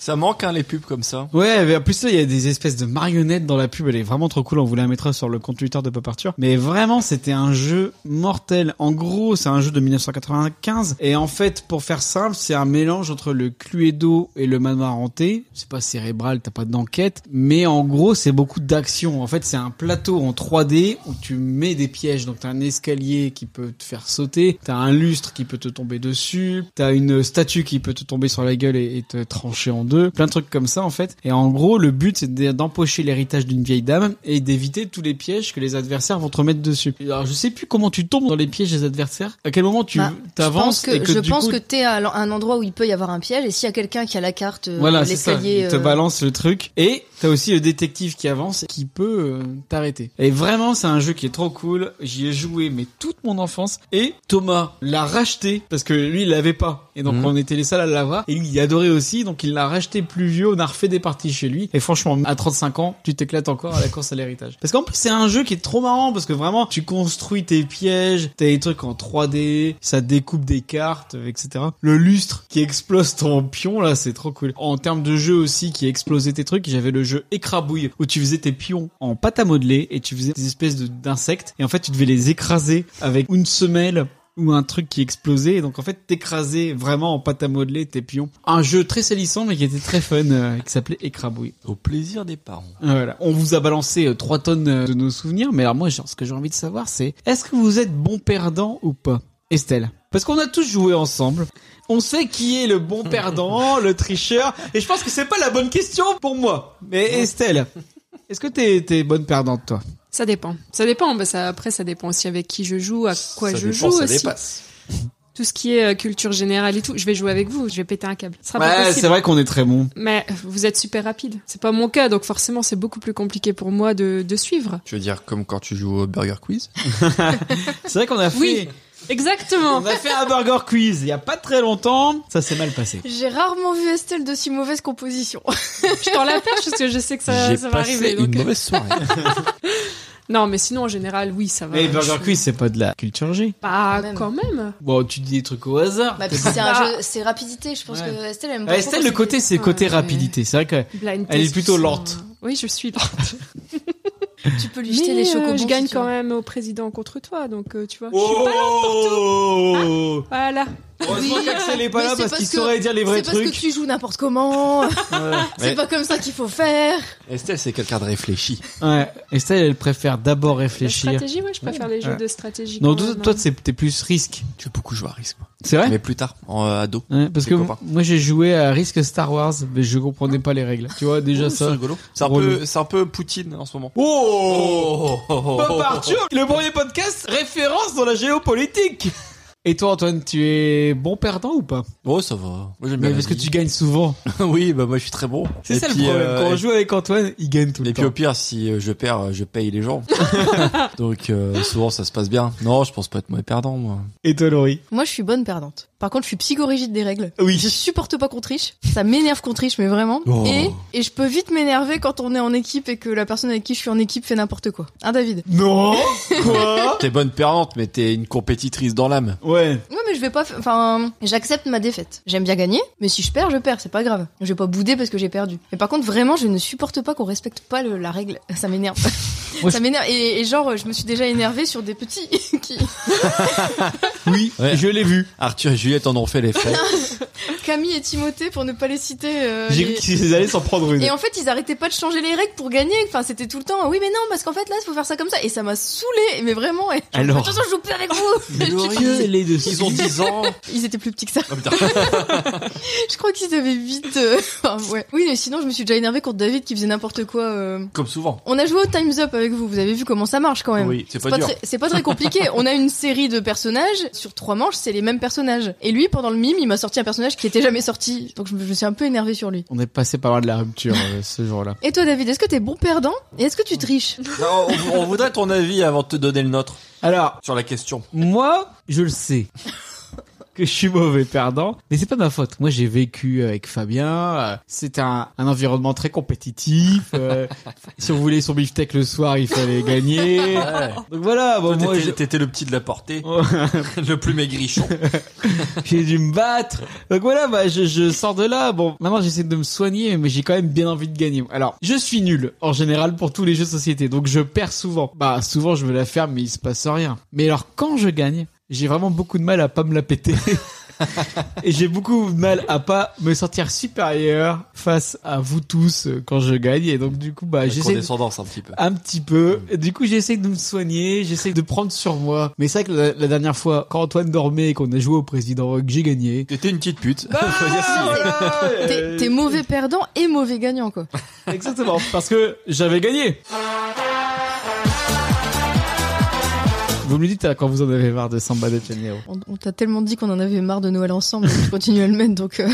Speaker 4: Ça manque hein, les pubs comme ça.
Speaker 2: Ouais, mais en plus, là, il y a des espèces de marionnettes dans la pub. Elle est vraiment trop cool. On vous la mettra sur le compte Twitter de Pop Arthur. Mais vraiment, c'était un jeu mortel. En gros, c'est un jeu de 1995. Et en fait, pour faire simple, c'est un mélange entre le Cluedo et le Manoir Hanté. C'est pas cérébral, t'as pas d'enquête. Mais en gros, c'est beaucoup d'action. En fait, c'est un plateau en 3D où tu mets des pièges. Donc, t'as un escalier qui peut te faire sauter. T'as un lustre qui peut te tomber dessus. T'as une statue qui peut te tomber sur la gueule et, et te trancher en deux. Plein de trucs comme ça, en fait. Et en gros, le but, c'est d'e- d'empocher l'héritage d'une vieille dame et d'éviter tous les pièges que les adversaires vont te remettre dessus. Alors, je sais plus comment tu tombes dans les pièges des adversaires. À quel moment tu
Speaker 3: Bah,
Speaker 2: t'avances
Speaker 3: je pense que,
Speaker 2: et que
Speaker 3: je
Speaker 2: du
Speaker 3: pense
Speaker 2: coup,
Speaker 3: que t'es à l'en- un endroit où il peut y avoir un piège et s'il y a quelqu'un qui a la carte, euh,
Speaker 2: Voilà, c'est ça.
Speaker 3: l'escalier.
Speaker 2: Il te
Speaker 3: euh,
Speaker 2: balance le truc. Et t'as aussi le détective qui avance et qui peut euh, t'arrêter. Et vraiment, c'est un jeu qui est trop cool. J'y ai joué, mais toute mon enfance. Et Thomas l'a racheté parce que lui, il l'avait pas. Et donc,
Speaker 4: Mhm.
Speaker 2: on était les seuls à l'avoir. Et lui, il adorait aussi. Donc, il l'a racheté plus vieux. On a refait des parties chez lui. Et franchement, à 35 ans, tu t'éclates encore à la course à l'héritage. Parce qu'en plus, c'est un jeu qui est trop marrant parce que vraiment, tu construis tes pièges, t'as des trucs en 3D, ça découpe des cartes, euh, etc. Le lustre qui explose ton pion, là, c'est trop cool. En termes de jeu aussi qui explosait tes trucs, j'avais le jeu écrabouille où tu faisais tes pions en pâte à modeler et tu faisais des espèces de- d'insectes et en fait, tu devais les écraser avec une semelle ou un truc qui explosait et donc en fait t'écrasais vraiment en pâte à modeler tes pions un jeu très salissant mais qui était très fun euh, qui s'appelait écrabouille
Speaker 4: Au plaisir des parents.
Speaker 2: voilà. On vous a balancé euh, trois tonnes euh, de nos souvenirs, mais alors moi, genre, ce que j'ai envie de savoir, c'est est-ce que vous êtes bon perdant ou pas, Estelle Parce qu'on a tous joué ensemble. On sait qui est le bon perdant, le tricheur, et je pense que c'est pas la bonne question pour moi. Mais Estelle, est-ce que t'es t'es bonne perdante toi
Speaker 5: Ça dépend. Ça dépend. Bah, ça, après, ça dépend aussi avec qui je joue, à quoi
Speaker 2: Ça
Speaker 5: je
Speaker 2: dépend,
Speaker 5: joue
Speaker 2: ça
Speaker 5: aussi.
Speaker 2: dépasse.
Speaker 5: Tout ce qui est euh, culture générale et tout, je vais jouer avec vous. Je vais péter un câble. Ce sera pas
Speaker 2: Ouais,
Speaker 5: possible.
Speaker 2: c'est vrai qu'on est très bon.
Speaker 5: Mais vous êtes super rapide. C'est pas mon cas, donc forcément, c'est beaucoup plus compliqué pour moi de, de suivre.
Speaker 4: Tu veux dire comme quand tu joues au Burger Quiz
Speaker 2: C'est vrai qu'on a fait.
Speaker 5: Oui, exactement.
Speaker 2: On a fait un burger quiz il y a pas très longtemps. Ça s'est mal passé.
Speaker 3: J'ai rarement vu Estelle de si mauvaise composition.
Speaker 5: je t'en la perche parce que je sais que ça, ça va arriver. donc.
Speaker 4: soirée.
Speaker 5: Non, mais sinon, en général, oui, ça va.
Speaker 2: Mais
Speaker 5: Je
Speaker 2: burger
Speaker 5: suis
Speaker 2: quiz, c'est pas de la culture G.
Speaker 5: Pas quand même.
Speaker 2: Bon, tu dis des trucs au hasard.
Speaker 3: Bah,
Speaker 2: T'es
Speaker 3: puis
Speaker 2: pas-
Speaker 3: c'est un jeu, c'est rapidité. Je pense
Speaker 5: Ouais.
Speaker 3: que Estelle aime
Speaker 2: Ah,
Speaker 3: pas
Speaker 2: Estelle, le côté, c'est côté rapidité. C'est vrai qu'elle
Speaker 5: Blind
Speaker 2: elle est
Speaker 5: test,
Speaker 2: plutôt
Speaker 5: c'est-
Speaker 2: lente.
Speaker 5: Oui, je suis lente.
Speaker 3: tu peux
Speaker 5: Mais
Speaker 3: lui jeter des
Speaker 5: euh,
Speaker 3: chocobons.
Speaker 5: je gagne
Speaker 3: si tu
Speaker 5: quand
Speaker 3: veux.
Speaker 5: même au président contre toi, donc euh, tu vois. Je suis pas lente.
Speaker 2: Oh
Speaker 5: Voilà.
Speaker 8: Heureusement
Speaker 3: Oui.
Speaker 8: qu'Axel est pas
Speaker 3: Mais
Speaker 8: là
Speaker 3: c'est
Speaker 8: parce qu'il
Speaker 3: que-
Speaker 8: saurait dire les vrais
Speaker 3: C'est parce
Speaker 8: trucs.
Speaker 3: que tu joues n'importe comment.
Speaker 4: Mais-
Speaker 3: C'est pas comme ça qu'il faut faire.
Speaker 4: Estelle, c'est quelqu'un de réfléchi.
Speaker 2: Ouais, Estelle, elle préfère d'abord réfléchir.
Speaker 5: Stratégie, ouais, je préfère les jeux
Speaker 2: Ouais.
Speaker 5: de stratégie.
Speaker 2: Non,
Speaker 5: quand
Speaker 2: toi,
Speaker 5: même,
Speaker 2: toi,
Speaker 5: hein.
Speaker 2: c'est- t'es plus risque.
Speaker 4: Tu as beaucoup joué à risque.
Speaker 2: C'est vrai
Speaker 4: Mais plus tard, en euh, ado.
Speaker 2: Ouais, parce
Speaker 4: Des
Speaker 2: que
Speaker 4: copains.
Speaker 2: moi j'ai joué à risque Star Wars, mais je comprenais pas les règles. Tu vois déjà
Speaker 4: Oh,
Speaker 2: ça.
Speaker 4: C'est rigolo. C'est un,
Speaker 2: Relou.
Speaker 4: peu, c'est un peu Poutine en ce moment.
Speaker 8: Oh
Speaker 4: oh, oh,
Speaker 8: Pop
Speaker 4: oh,
Speaker 8: Arthur, le premier podcast référence dans la géopolitique.
Speaker 2: Et toi Antoine, tu es bon perdant ou pas
Speaker 4: Oh, ça va. Moi, j'aime bien
Speaker 2: Mais
Speaker 4: la
Speaker 2: parce que
Speaker 4: vie.
Speaker 2: tu gagnes souvent.
Speaker 4: oui, bah moi je suis très bon.
Speaker 2: C'est
Speaker 4: Et
Speaker 2: ça
Speaker 4: puis,
Speaker 2: le problème.
Speaker 4: euh,
Speaker 2: Quand on
Speaker 4: et-
Speaker 2: joue avec Antoine, il gagne tout le
Speaker 4: Et puis
Speaker 2: temps.
Speaker 4: au pire, si euh, je perds, euh, je paye les gens. Donc euh, souvent ça se passe bien. Non, je pense pas être mauvais perdant moi.
Speaker 2: Et toi Laurie
Speaker 3: Moi, je suis bonne perdante. Par contre, je suis psychorigide des règles.
Speaker 2: Oui.
Speaker 3: Je supporte pas qu'on triche. Ça m'énerve qu'on triche, mais vraiment.
Speaker 4: Oh.
Speaker 3: Et, et je peux vite m'énerver quand on est en équipe et que la personne avec qui je suis en équipe fait n'importe quoi. Hein, David
Speaker 2: Non Quoi
Speaker 4: T'es bonne perdante, mais t'es une compétitrice dans l'âme.
Speaker 2: Ouais.
Speaker 3: Ouais, mais je vais pas. f- Enfin, j'accepte ma défaite. J'aime bien gagner, mais si je perds, je perds. C'est pas grave. Je vais pas bouder parce que j'ai perdu. Mais par contre, vraiment, je ne supporte pas qu'on respecte pas le- la règle. Ça m'énerve.
Speaker 2: Moi,
Speaker 3: Ça m'énerve. Et, et genre, je me suis déjà énervée sur des petits qui.
Speaker 2: Oui,
Speaker 4: je
Speaker 2: l'ai vu.
Speaker 4: Arthur et Juliette en ont fait les frais.
Speaker 3: Camille et Timothée, pour ne pas les citer. euh,
Speaker 4: J'ai
Speaker 3: les-
Speaker 4: vu
Speaker 2: qu'ils allaient s'en prendre
Speaker 3: Et en fait, ils arrêtaient pas de changer les règles pour gagner. Enfin, c'était tout le temps. Oui, mais non, parce qu'en fait, là, il faut faire ça comme ça. Et ça m'a saoulé. Mais vraiment. et-
Speaker 2: Alors.
Speaker 3: De toute façon, je joue plus avec vous.
Speaker 2: les deux. Ils
Speaker 4: ont 10 ans.
Speaker 3: Ils étaient plus petits que ça. je crois qu'ils avaient vite. euh, enfin, ouais. Oui, mais sinon, je me suis déjà énervée contre David qui faisait n'importe quoi. euh.
Speaker 4: Comme souvent.
Speaker 3: On a joué au Time's Up avec vous. Vous avez vu comment ça marche quand même.
Speaker 4: Oui, c'est pas dur.
Speaker 3: très- C'est pas très compliqué. On a une série de personnages sur trois manches. C'est les mêmes personnages. Et lui, pendant le mime, il m'a sorti un personnage qui était jamais sorti. Donc je me je me suis un peu énervée sur lui.
Speaker 2: On est passé par là de la rupture euh, ce jour-là.
Speaker 3: Et toi, David, est-ce que t'es bon perdant et est-ce que tu triches
Speaker 4: Non, on, on voudrait ton avis avant de te donner le nôtre.
Speaker 2: Alors
Speaker 4: sur la question.
Speaker 2: Moi, je le sais. Que je suis mauvais perdant, mais c'est pas ma faute. Moi, j'ai vécu avec Fabien. euh, C'est un, un environnement très compétitif. euh, si on voulait son beefsteak le soir, il fallait gagner.
Speaker 4: Ouais.
Speaker 2: Donc voilà. Bon,
Speaker 4: Toi,
Speaker 2: moi,
Speaker 4: t'étais,
Speaker 2: je- Oh.
Speaker 4: t'étais le petit de la portée, le plus maigrichon.
Speaker 2: j'ai dû me battre. Donc voilà, bah, je, je sors de là. Bon, maintenant j'essaie de me soigner, mais j'ai quand même bien envie de gagner. Alors, je suis nul en général pour tous les jeux de société, donc je perds souvent. Bah, souvent je me la ferme, mais il se passe rien. Mais alors, quand je gagne, j'ai vraiment beaucoup de mal à pas me la péter. Et j'ai beaucoup de mal à pas me sentir supérieur face à vous tous euh, quand je gagne. Et donc du coup, bah,
Speaker 4: La
Speaker 2: j'essaie. de-
Speaker 4: condescendance un petit peu.
Speaker 2: un petit peu. Du coup, j'essaie de me soigner, j'essaie de prendre sur moi. Mais c'est vrai que la, la dernière fois, quand Antoine dormait et qu'on a joué au président, que j'ai gagné.
Speaker 4: T'étais une petite pute.
Speaker 2: Bah,
Speaker 4: Ah,
Speaker 3: T'es t'es mauvais perdant et mauvais gagnant, quoi.
Speaker 2: Exactement, parce que j'avais gagné. Vous me le dites hein, quand vous en avez marre de Samba de Janeiro.
Speaker 3: On, on t'a tellement dit qu'on en avait marre de Noël ensemble, et je continue à le mettre, donc. euh.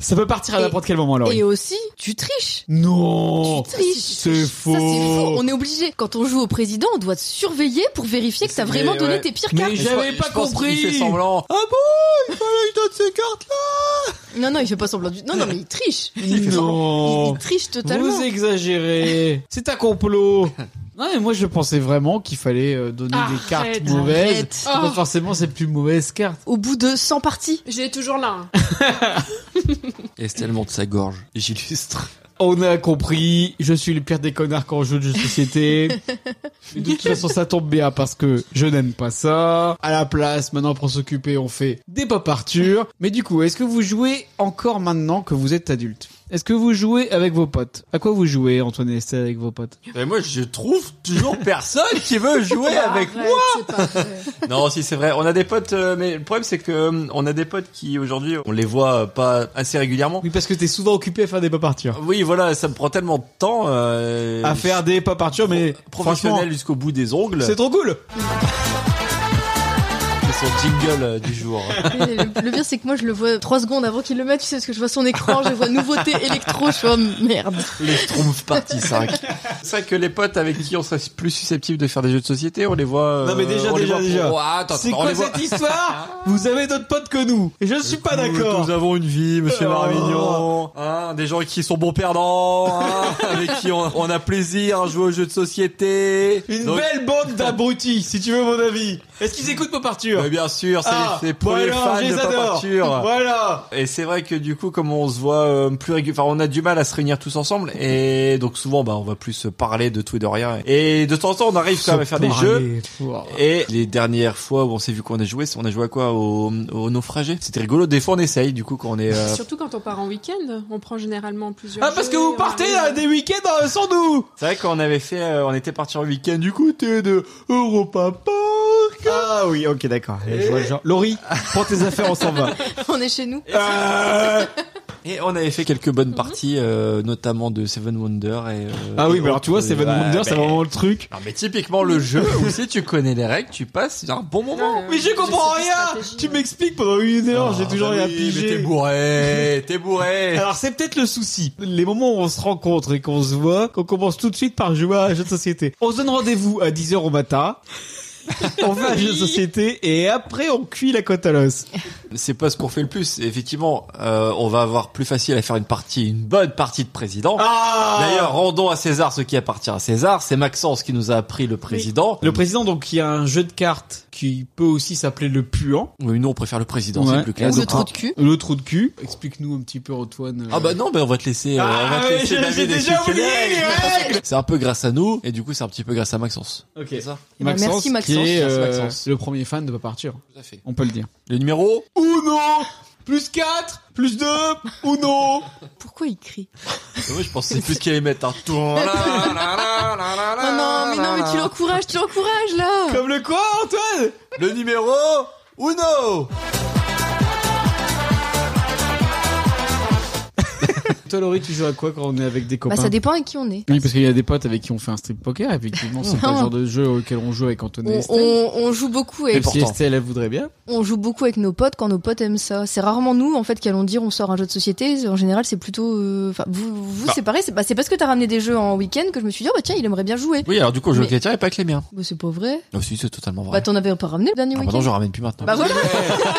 Speaker 2: Ça peut partir à n'importe quel moment alors.
Speaker 3: Et aussi, tu triches.
Speaker 2: Non,
Speaker 3: Tu triches.
Speaker 2: Oh, c'est faux.
Speaker 3: Ça, c'est fou. On est obligé. Quand on joue au président, on doit te surveiller pour vérifier que t'as vraiment donné tes pires cartes.
Speaker 4: Il fait semblant. Ah bon Il fallait que je donne ces cartes-là
Speaker 3: Non, non, il fait pas semblant du. Non, non, mais il triche. Il fait
Speaker 2: Non.
Speaker 3: Il triche totalement.
Speaker 2: Vous exagérez. C'est un complot. Non mais moi je pensais vraiment qu'il fallait euh, donner des cartes
Speaker 5: Arrête.
Speaker 2: mauvaises.
Speaker 5: Arrête.
Speaker 2: Pas
Speaker 5: Oh.
Speaker 2: forcément c'est plus mauvaise carte.
Speaker 3: Au bout de 100 parties.
Speaker 5: J'ai toujours là. hein.
Speaker 4: Estelle monte sa gorge. J'illustre.
Speaker 2: On a compris, je suis le pire des connards quand on joue de jeux de société. Mais de toute façon, ça tombe bien parce que je n'aime pas ça. À la place, maintenant pour s'occuper, on fait des pop Arthur. Mais du coup, est-ce que vous jouez encore maintenant que vous êtes adulte Est-ce que vous jouez avec vos potes À quoi vous jouez, Antoine et Estelle, avec vos potes
Speaker 4: Mais moi, je trouve toujours personne qui veut jouer avec moi. Non, si c'est vrai, on a des potes, euh, mais le problème c'est que euh, on a des potes qui aujourd'hui, on les voit euh, pas assez régulièrement.
Speaker 2: Oui, parce que t'es souvent occupé à faire des pop Arthur.
Speaker 4: Oui, voilà, ça me prend tellement de temps euh,
Speaker 2: À faire des pop Arthur, mais
Speaker 4: professionnel
Speaker 2: franchement,
Speaker 4: jusqu'au bout des ongles.
Speaker 2: c'est trop cool
Speaker 4: C'est son jingle euh, du jour.
Speaker 3: Et Le, le pire, c'est que moi, je le vois 3 secondes avant qu'il le mette, tu sais, parce que je vois son écran, je vois nouveauté électro, je vois oh, merde.
Speaker 4: les Schtroumpfs partie 5. C'est vrai que les potes avec qui on serait plus susceptible de faire des jeux de société, on les voit. euh,
Speaker 8: Non mais déjà,
Speaker 4: on les
Speaker 8: déjà,
Speaker 4: voit pour-
Speaker 8: déjà.
Speaker 4: Oh, attends,
Speaker 8: c'est
Speaker 4: attends, on
Speaker 8: quoi
Speaker 4: les voit-
Speaker 8: cette histoire Vous avez d'autres potes que nous. Et je suis pas d'accord. Oh.
Speaker 4: Nous avons une vie, monsieur Marmignon. Hein, des gens qui sont bons perdants, hein, avec qui on, on a plaisir à jouer aux jeux de société.
Speaker 8: Une
Speaker 4: Donc,
Speaker 8: belle bande d'abrutis, si tu veux mon avis. Est-ce qu'ils écoutent Pop Arthur
Speaker 4: euh, bien sûr, c'est
Speaker 8: Ah,
Speaker 4: les, c'est pour les
Speaker 8: voilà,
Speaker 4: fans
Speaker 8: je les
Speaker 4: de
Speaker 8: adore.
Speaker 4: Paparture.
Speaker 8: Voilà.
Speaker 4: Et c'est vrai que du coup, comme on se voit euh, plus régulièrement, on a du mal à se réunir tous ensemble, et donc souvent, bah, on va plus se parler de tout et de rien. Et de temps en temps, on arrive quand même à faire des jeux. Et les dernières fois où on s'est vu qu'on a joué, on a joué à quoi Au, au naufragé. C'était rigolo. Des fois, on essaye. Du coup, quand on est. euh,
Speaker 5: Surtout quand on part en week-end, on prend généralement plusieurs.
Speaker 8: Ah, parce
Speaker 5: jeux,
Speaker 8: que vous
Speaker 5: on
Speaker 8: partez
Speaker 5: arrive.
Speaker 8: euh, des week-ends euh, sans nous
Speaker 4: C'est vrai qu'on avait fait, euh, on était parti en week-end du côté de Europa Park.
Speaker 8: Ah oui, ok, d'accord. Je vois le genre. Laurie, prends tes affaires, on s'en va.
Speaker 3: On est chez nous.
Speaker 4: Euh, Et on avait fait quelques bonnes parties, euh, notamment de Seven Wonder et. euh,
Speaker 8: Mhm. Ah oui,
Speaker 4: et
Speaker 8: mais alors
Speaker 4: autres,
Speaker 8: tu vois,
Speaker 4: euh,
Speaker 8: Seven
Speaker 4: ouais,
Speaker 8: Wonders, c'est
Speaker 4: ben,
Speaker 8: vraiment le truc.
Speaker 4: Non mais typiquement le jeu où si tu connais les règles, tu passes un bon moment.
Speaker 8: Mais je comprends rien Tu m'expliques pendant une heure,
Speaker 4: Ah,
Speaker 8: j'ai toujours rien pigé.
Speaker 4: bah t'es bourré, t'es bourré.
Speaker 8: Alors c'est peut-être le souci. Les moments où on se rencontre et qu'on se voit, qu'on commence tout de suite par jouer à un jeu de société. On se donne rendez-vous à 10h au matin. on fait un jeu de société et après on cuit la côte à l'os.
Speaker 4: C'est pas ce qu'on fait le plus. Effectivement, euh, on va avoir plus facile à faire une partie, une bonne partie de président.
Speaker 8: Ah
Speaker 4: D'ailleurs, rendons à César ce qui appartient à César. C'est Maxence qui nous a appris le président.
Speaker 8: Le président, donc, il y a un jeu de cartes qui peut aussi s'appeler le puant.
Speaker 4: Oui, nous on préfère le président, c'est plus classe.
Speaker 8: Donc, un- Le trou de cul. Explique-nous un petit peu, Antoine. euh,
Speaker 4: Ah bah non, bah on va te laisser. euh,
Speaker 8: Ah,
Speaker 4: on va te
Speaker 8: mais
Speaker 4: laisser
Speaker 8: j'ai-
Speaker 4: David
Speaker 8: j'ai déjà
Speaker 4: expliquer
Speaker 8: oublié
Speaker 4: les
Speaker 8: les
Speaker 4: règles.
Speaker 8: règles.
Speaker 4: C'est un peu grâce à nous et du coup c'est un petit peu grâce à Maxence.
Speaker 8: Ok.
Speaker 3: Eh ben,
Speaker 8: Maxence,
Speaker 3: merci, Maxence.
Speaker 8: qui est
Speaker 3: Merci,
Speaker 8: euh,
Speaker 3: Maxence.
Speaker 8: le premier fan de pas partir.
Speaker 4: Tout à fait.
Speaker 8: On peut le dire.
Speaker 4: Le numéro
Speaker 8: Uno plus 4 plus 2 Uno.
Speaker 3: Pourquoi il crie
Speaker 4: Moi je pensais plus qu'à les mettre un tour.
Speaker 3: Oh non, mais non, mais tu l'encourages, tu l'encourages là
Speaker 8: Comme le quoi, Antoine
Speaker 4: Le numéro Uno
Speaker 8: Toi, Laurie, tu joues à quoi quand on est avec des copains
Speaker 3: Bah ça dépend avec qui on est.
Speaker 2: Oui, parce qu'il y a des potes avec qui on fait un strip poker, effectivement, c'est pas le
Speaker 3: Non.
Speaker 2: genre de jeu auquel on joue avec Antoine et
Speaker 3: On,
Speaker 2: Estelle.
Speaker 3: on- on joue beaucoup avec
Speaker 2: Même si Estelle, elle voudrait bien.
Speaker 3: on joue beaucoup avec nos potes quand nos potes aiment ça. C'est rarement nous en fait qui allons dire on sort un jeu de société. En général, c'est plutôt euh, enfin vous vous
Speaker 4: Ah.
Speaker 3: c'est pareil, c'est bah, c'est parce que t'as ramené des jeux en week-end que je me suis dit oh, bah tiens, il aimerait bien jouer.
Speaker 4: Oui, alors du coup, je
Speaker 3: Mais-
Speaker 4: jeu avec les tiens et pas avec les miens.
Speaker 3: Bah, c'est pas vrai.
Speaker 4: Ah si, c'est totalement vrai.
Speaker 3: Bah t'en avais pas ramené le dernier
Speaker 4: Ah, bah
Speaker 3: week-end.
Speaker 4: non, je ramène plus maintenant.
Speaker 3: Bah voilà.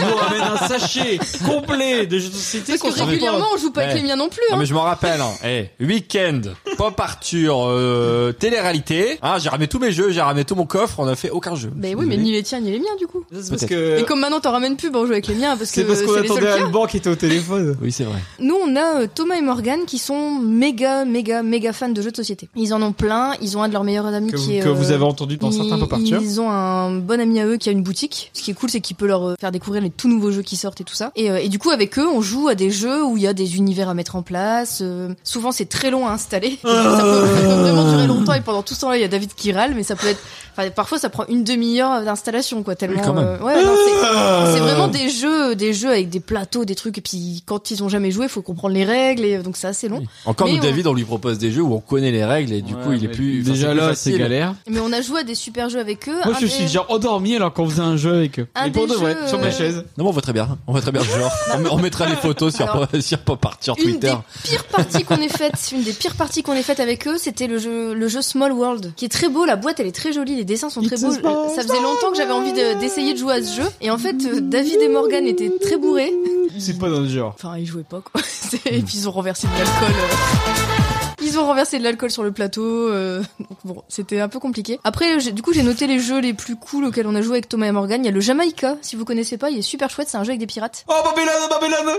Speaker 8: nous ramène un sachet complet de jeux de société.
Speaker 3: Parce que
Speaker 4: qu'on s'en
Speaker 3: régulièrement
Speaker 4: répand.
Speaker 3: on joue pas avec
Speaker 4: Ouais.
Speaker 3: les miens non plus.
Speaker 4: Non
Speaker 3: hein.
Speaker 4: mais je m'en rappelle, hein. Eh, week-end, pop Arthur, euh, télé-réalité, hein, j'ai ramené tous mes jeux, j'ai ramené tout mon coffre, on n'a fait aucun jeu.
Speaker 3: Bah oui, mais ni les tiens ni les miens du coup.
Speaker 8: parce que-
Speaker 4: Euh.
Speaker 3: Et comme maintenant t'en ramènes plus, bah on joue avec les miens parce que
Speaker 8: C'est parce qu'on
Speaker 3: c'est les seuls
Speaker 8: attendait
Speaker 3: qui
Speaker 8: Alban qui était au téléphone.
Speaker 4: Oui, c'est vrai.
Speaker 3: Nous, on a euh, Thomas et Morgan qui sont méga, méga, méga fans de jeux de société. Ils en ont plein. Ils ont un de leurs meilleurs amis
Speaker 8: Que
Speaker 3: qui
Speaker 8: vous-
Speaker 3: est. euh,
Speaker 8: que vous avez entendu dans certains
Speaker 3: ils,
Speaker 8: Pop Arthur.
Speaker 3: Ils ont un bon ami à eux qui a une boutique. Ce qui est cool, c'est qu'il peut leur euh, faire découvrir les tout nouveaux jeux qui sortent et tout ça. Et, euh, et du coup, avec eux, on joue à des jeux où il y a des univers à mettre en place. euh, souvent, c'est très long à installer. ça, peut,
Speaker 2: Ah.
Speaker 3: ça peut vraiment durer longtemps. Et pendant tout ce temps-là, il y a David qui râle, mais ça peut être. Enfin, parfois, ça prend une demi-heure d'installation, quoi. Tellement.
Speaker 4: quand même.
Speaker 3: euh, ouais, non,
Speaker 2: Ah.
Speaker 3: c'est- c'est vraiment des jeux, des jeux avec des plateaux, des trucs. Et puis, quand ils ont jamais joué, faut comprendre les règles. Et euh, donc, c'est assez long.
Speaker 4: Encore
Speaker 3: Mais
Speaker 4: nous,
Speaker 3: on-
Speaker 4: David, on lui propose des jeux où on connaît les règles et du coup, il est
Speaker 2: mais
Speaker 4: plus. enfin,
Speaker 2: déjà
Speaker 4: plus
Speaker 2: là,
Speaker 4: facile.
Speaker 2: c'est galère.
Speaker 3: Mais on a joué à des super jeux avec eux.
Speaker 2: Moi,
Speaker 3: Un
Speaker 2: je
Speaker 3: des-
Speaker 2: suis genre endormi alors qu'on faisait un jeu avec eux.
Speaker 3: Un
Speaker 2: Mais pour
Speaker 3: des
Speaker 2: de vrai,
Speaker 3: jeux,
Speaker 2: sur ma
Speaker 3: euh,
Speaker 2: chaise.
Speaker 4: Non, mais on voit très bien. On voit très bien le genre. On, met- on mettra les photos sur,
Speaker 3: Alors,
Speaker 4: sur Pop Art, sur
Speaker 3: une
Speaker 4: Twitter.
Speaker 3: pire partie qu'on ait faite, une des pires parties qu'on ait faite avec eux, c'était le jeu, le jeu Small World, qui est très beau. La boîte, elle est très jolie, les dessins sont très beaux.
Speaker 1: small
Speaker 3: Ça faisait longtemps que j'avais envie de- d'essayer de jouer à ce jeu. Et en fait, euh, David et Morgan étaient très bourrés.
Speaker 8: C'est pas dans le genre.
Speaker 3: Enfin, ils jouaient pas quoi. C'est- Et puis ils ont renversé de l'alcool. euh. Ils ont renversé de l'alcool sur le plateau. euh. Donc, Bon, c'était un peu compliqué. Après, j'ai- du coup, j'ai noté les jeux les plus cool auxquels on a joué avec Thomas et Morgan. Il y a le Jamaïca, si vous connaissez pas, il est super chouette. C'est un jeu avec des pirates.
Speaker 8: Oh, Babylone, Babylone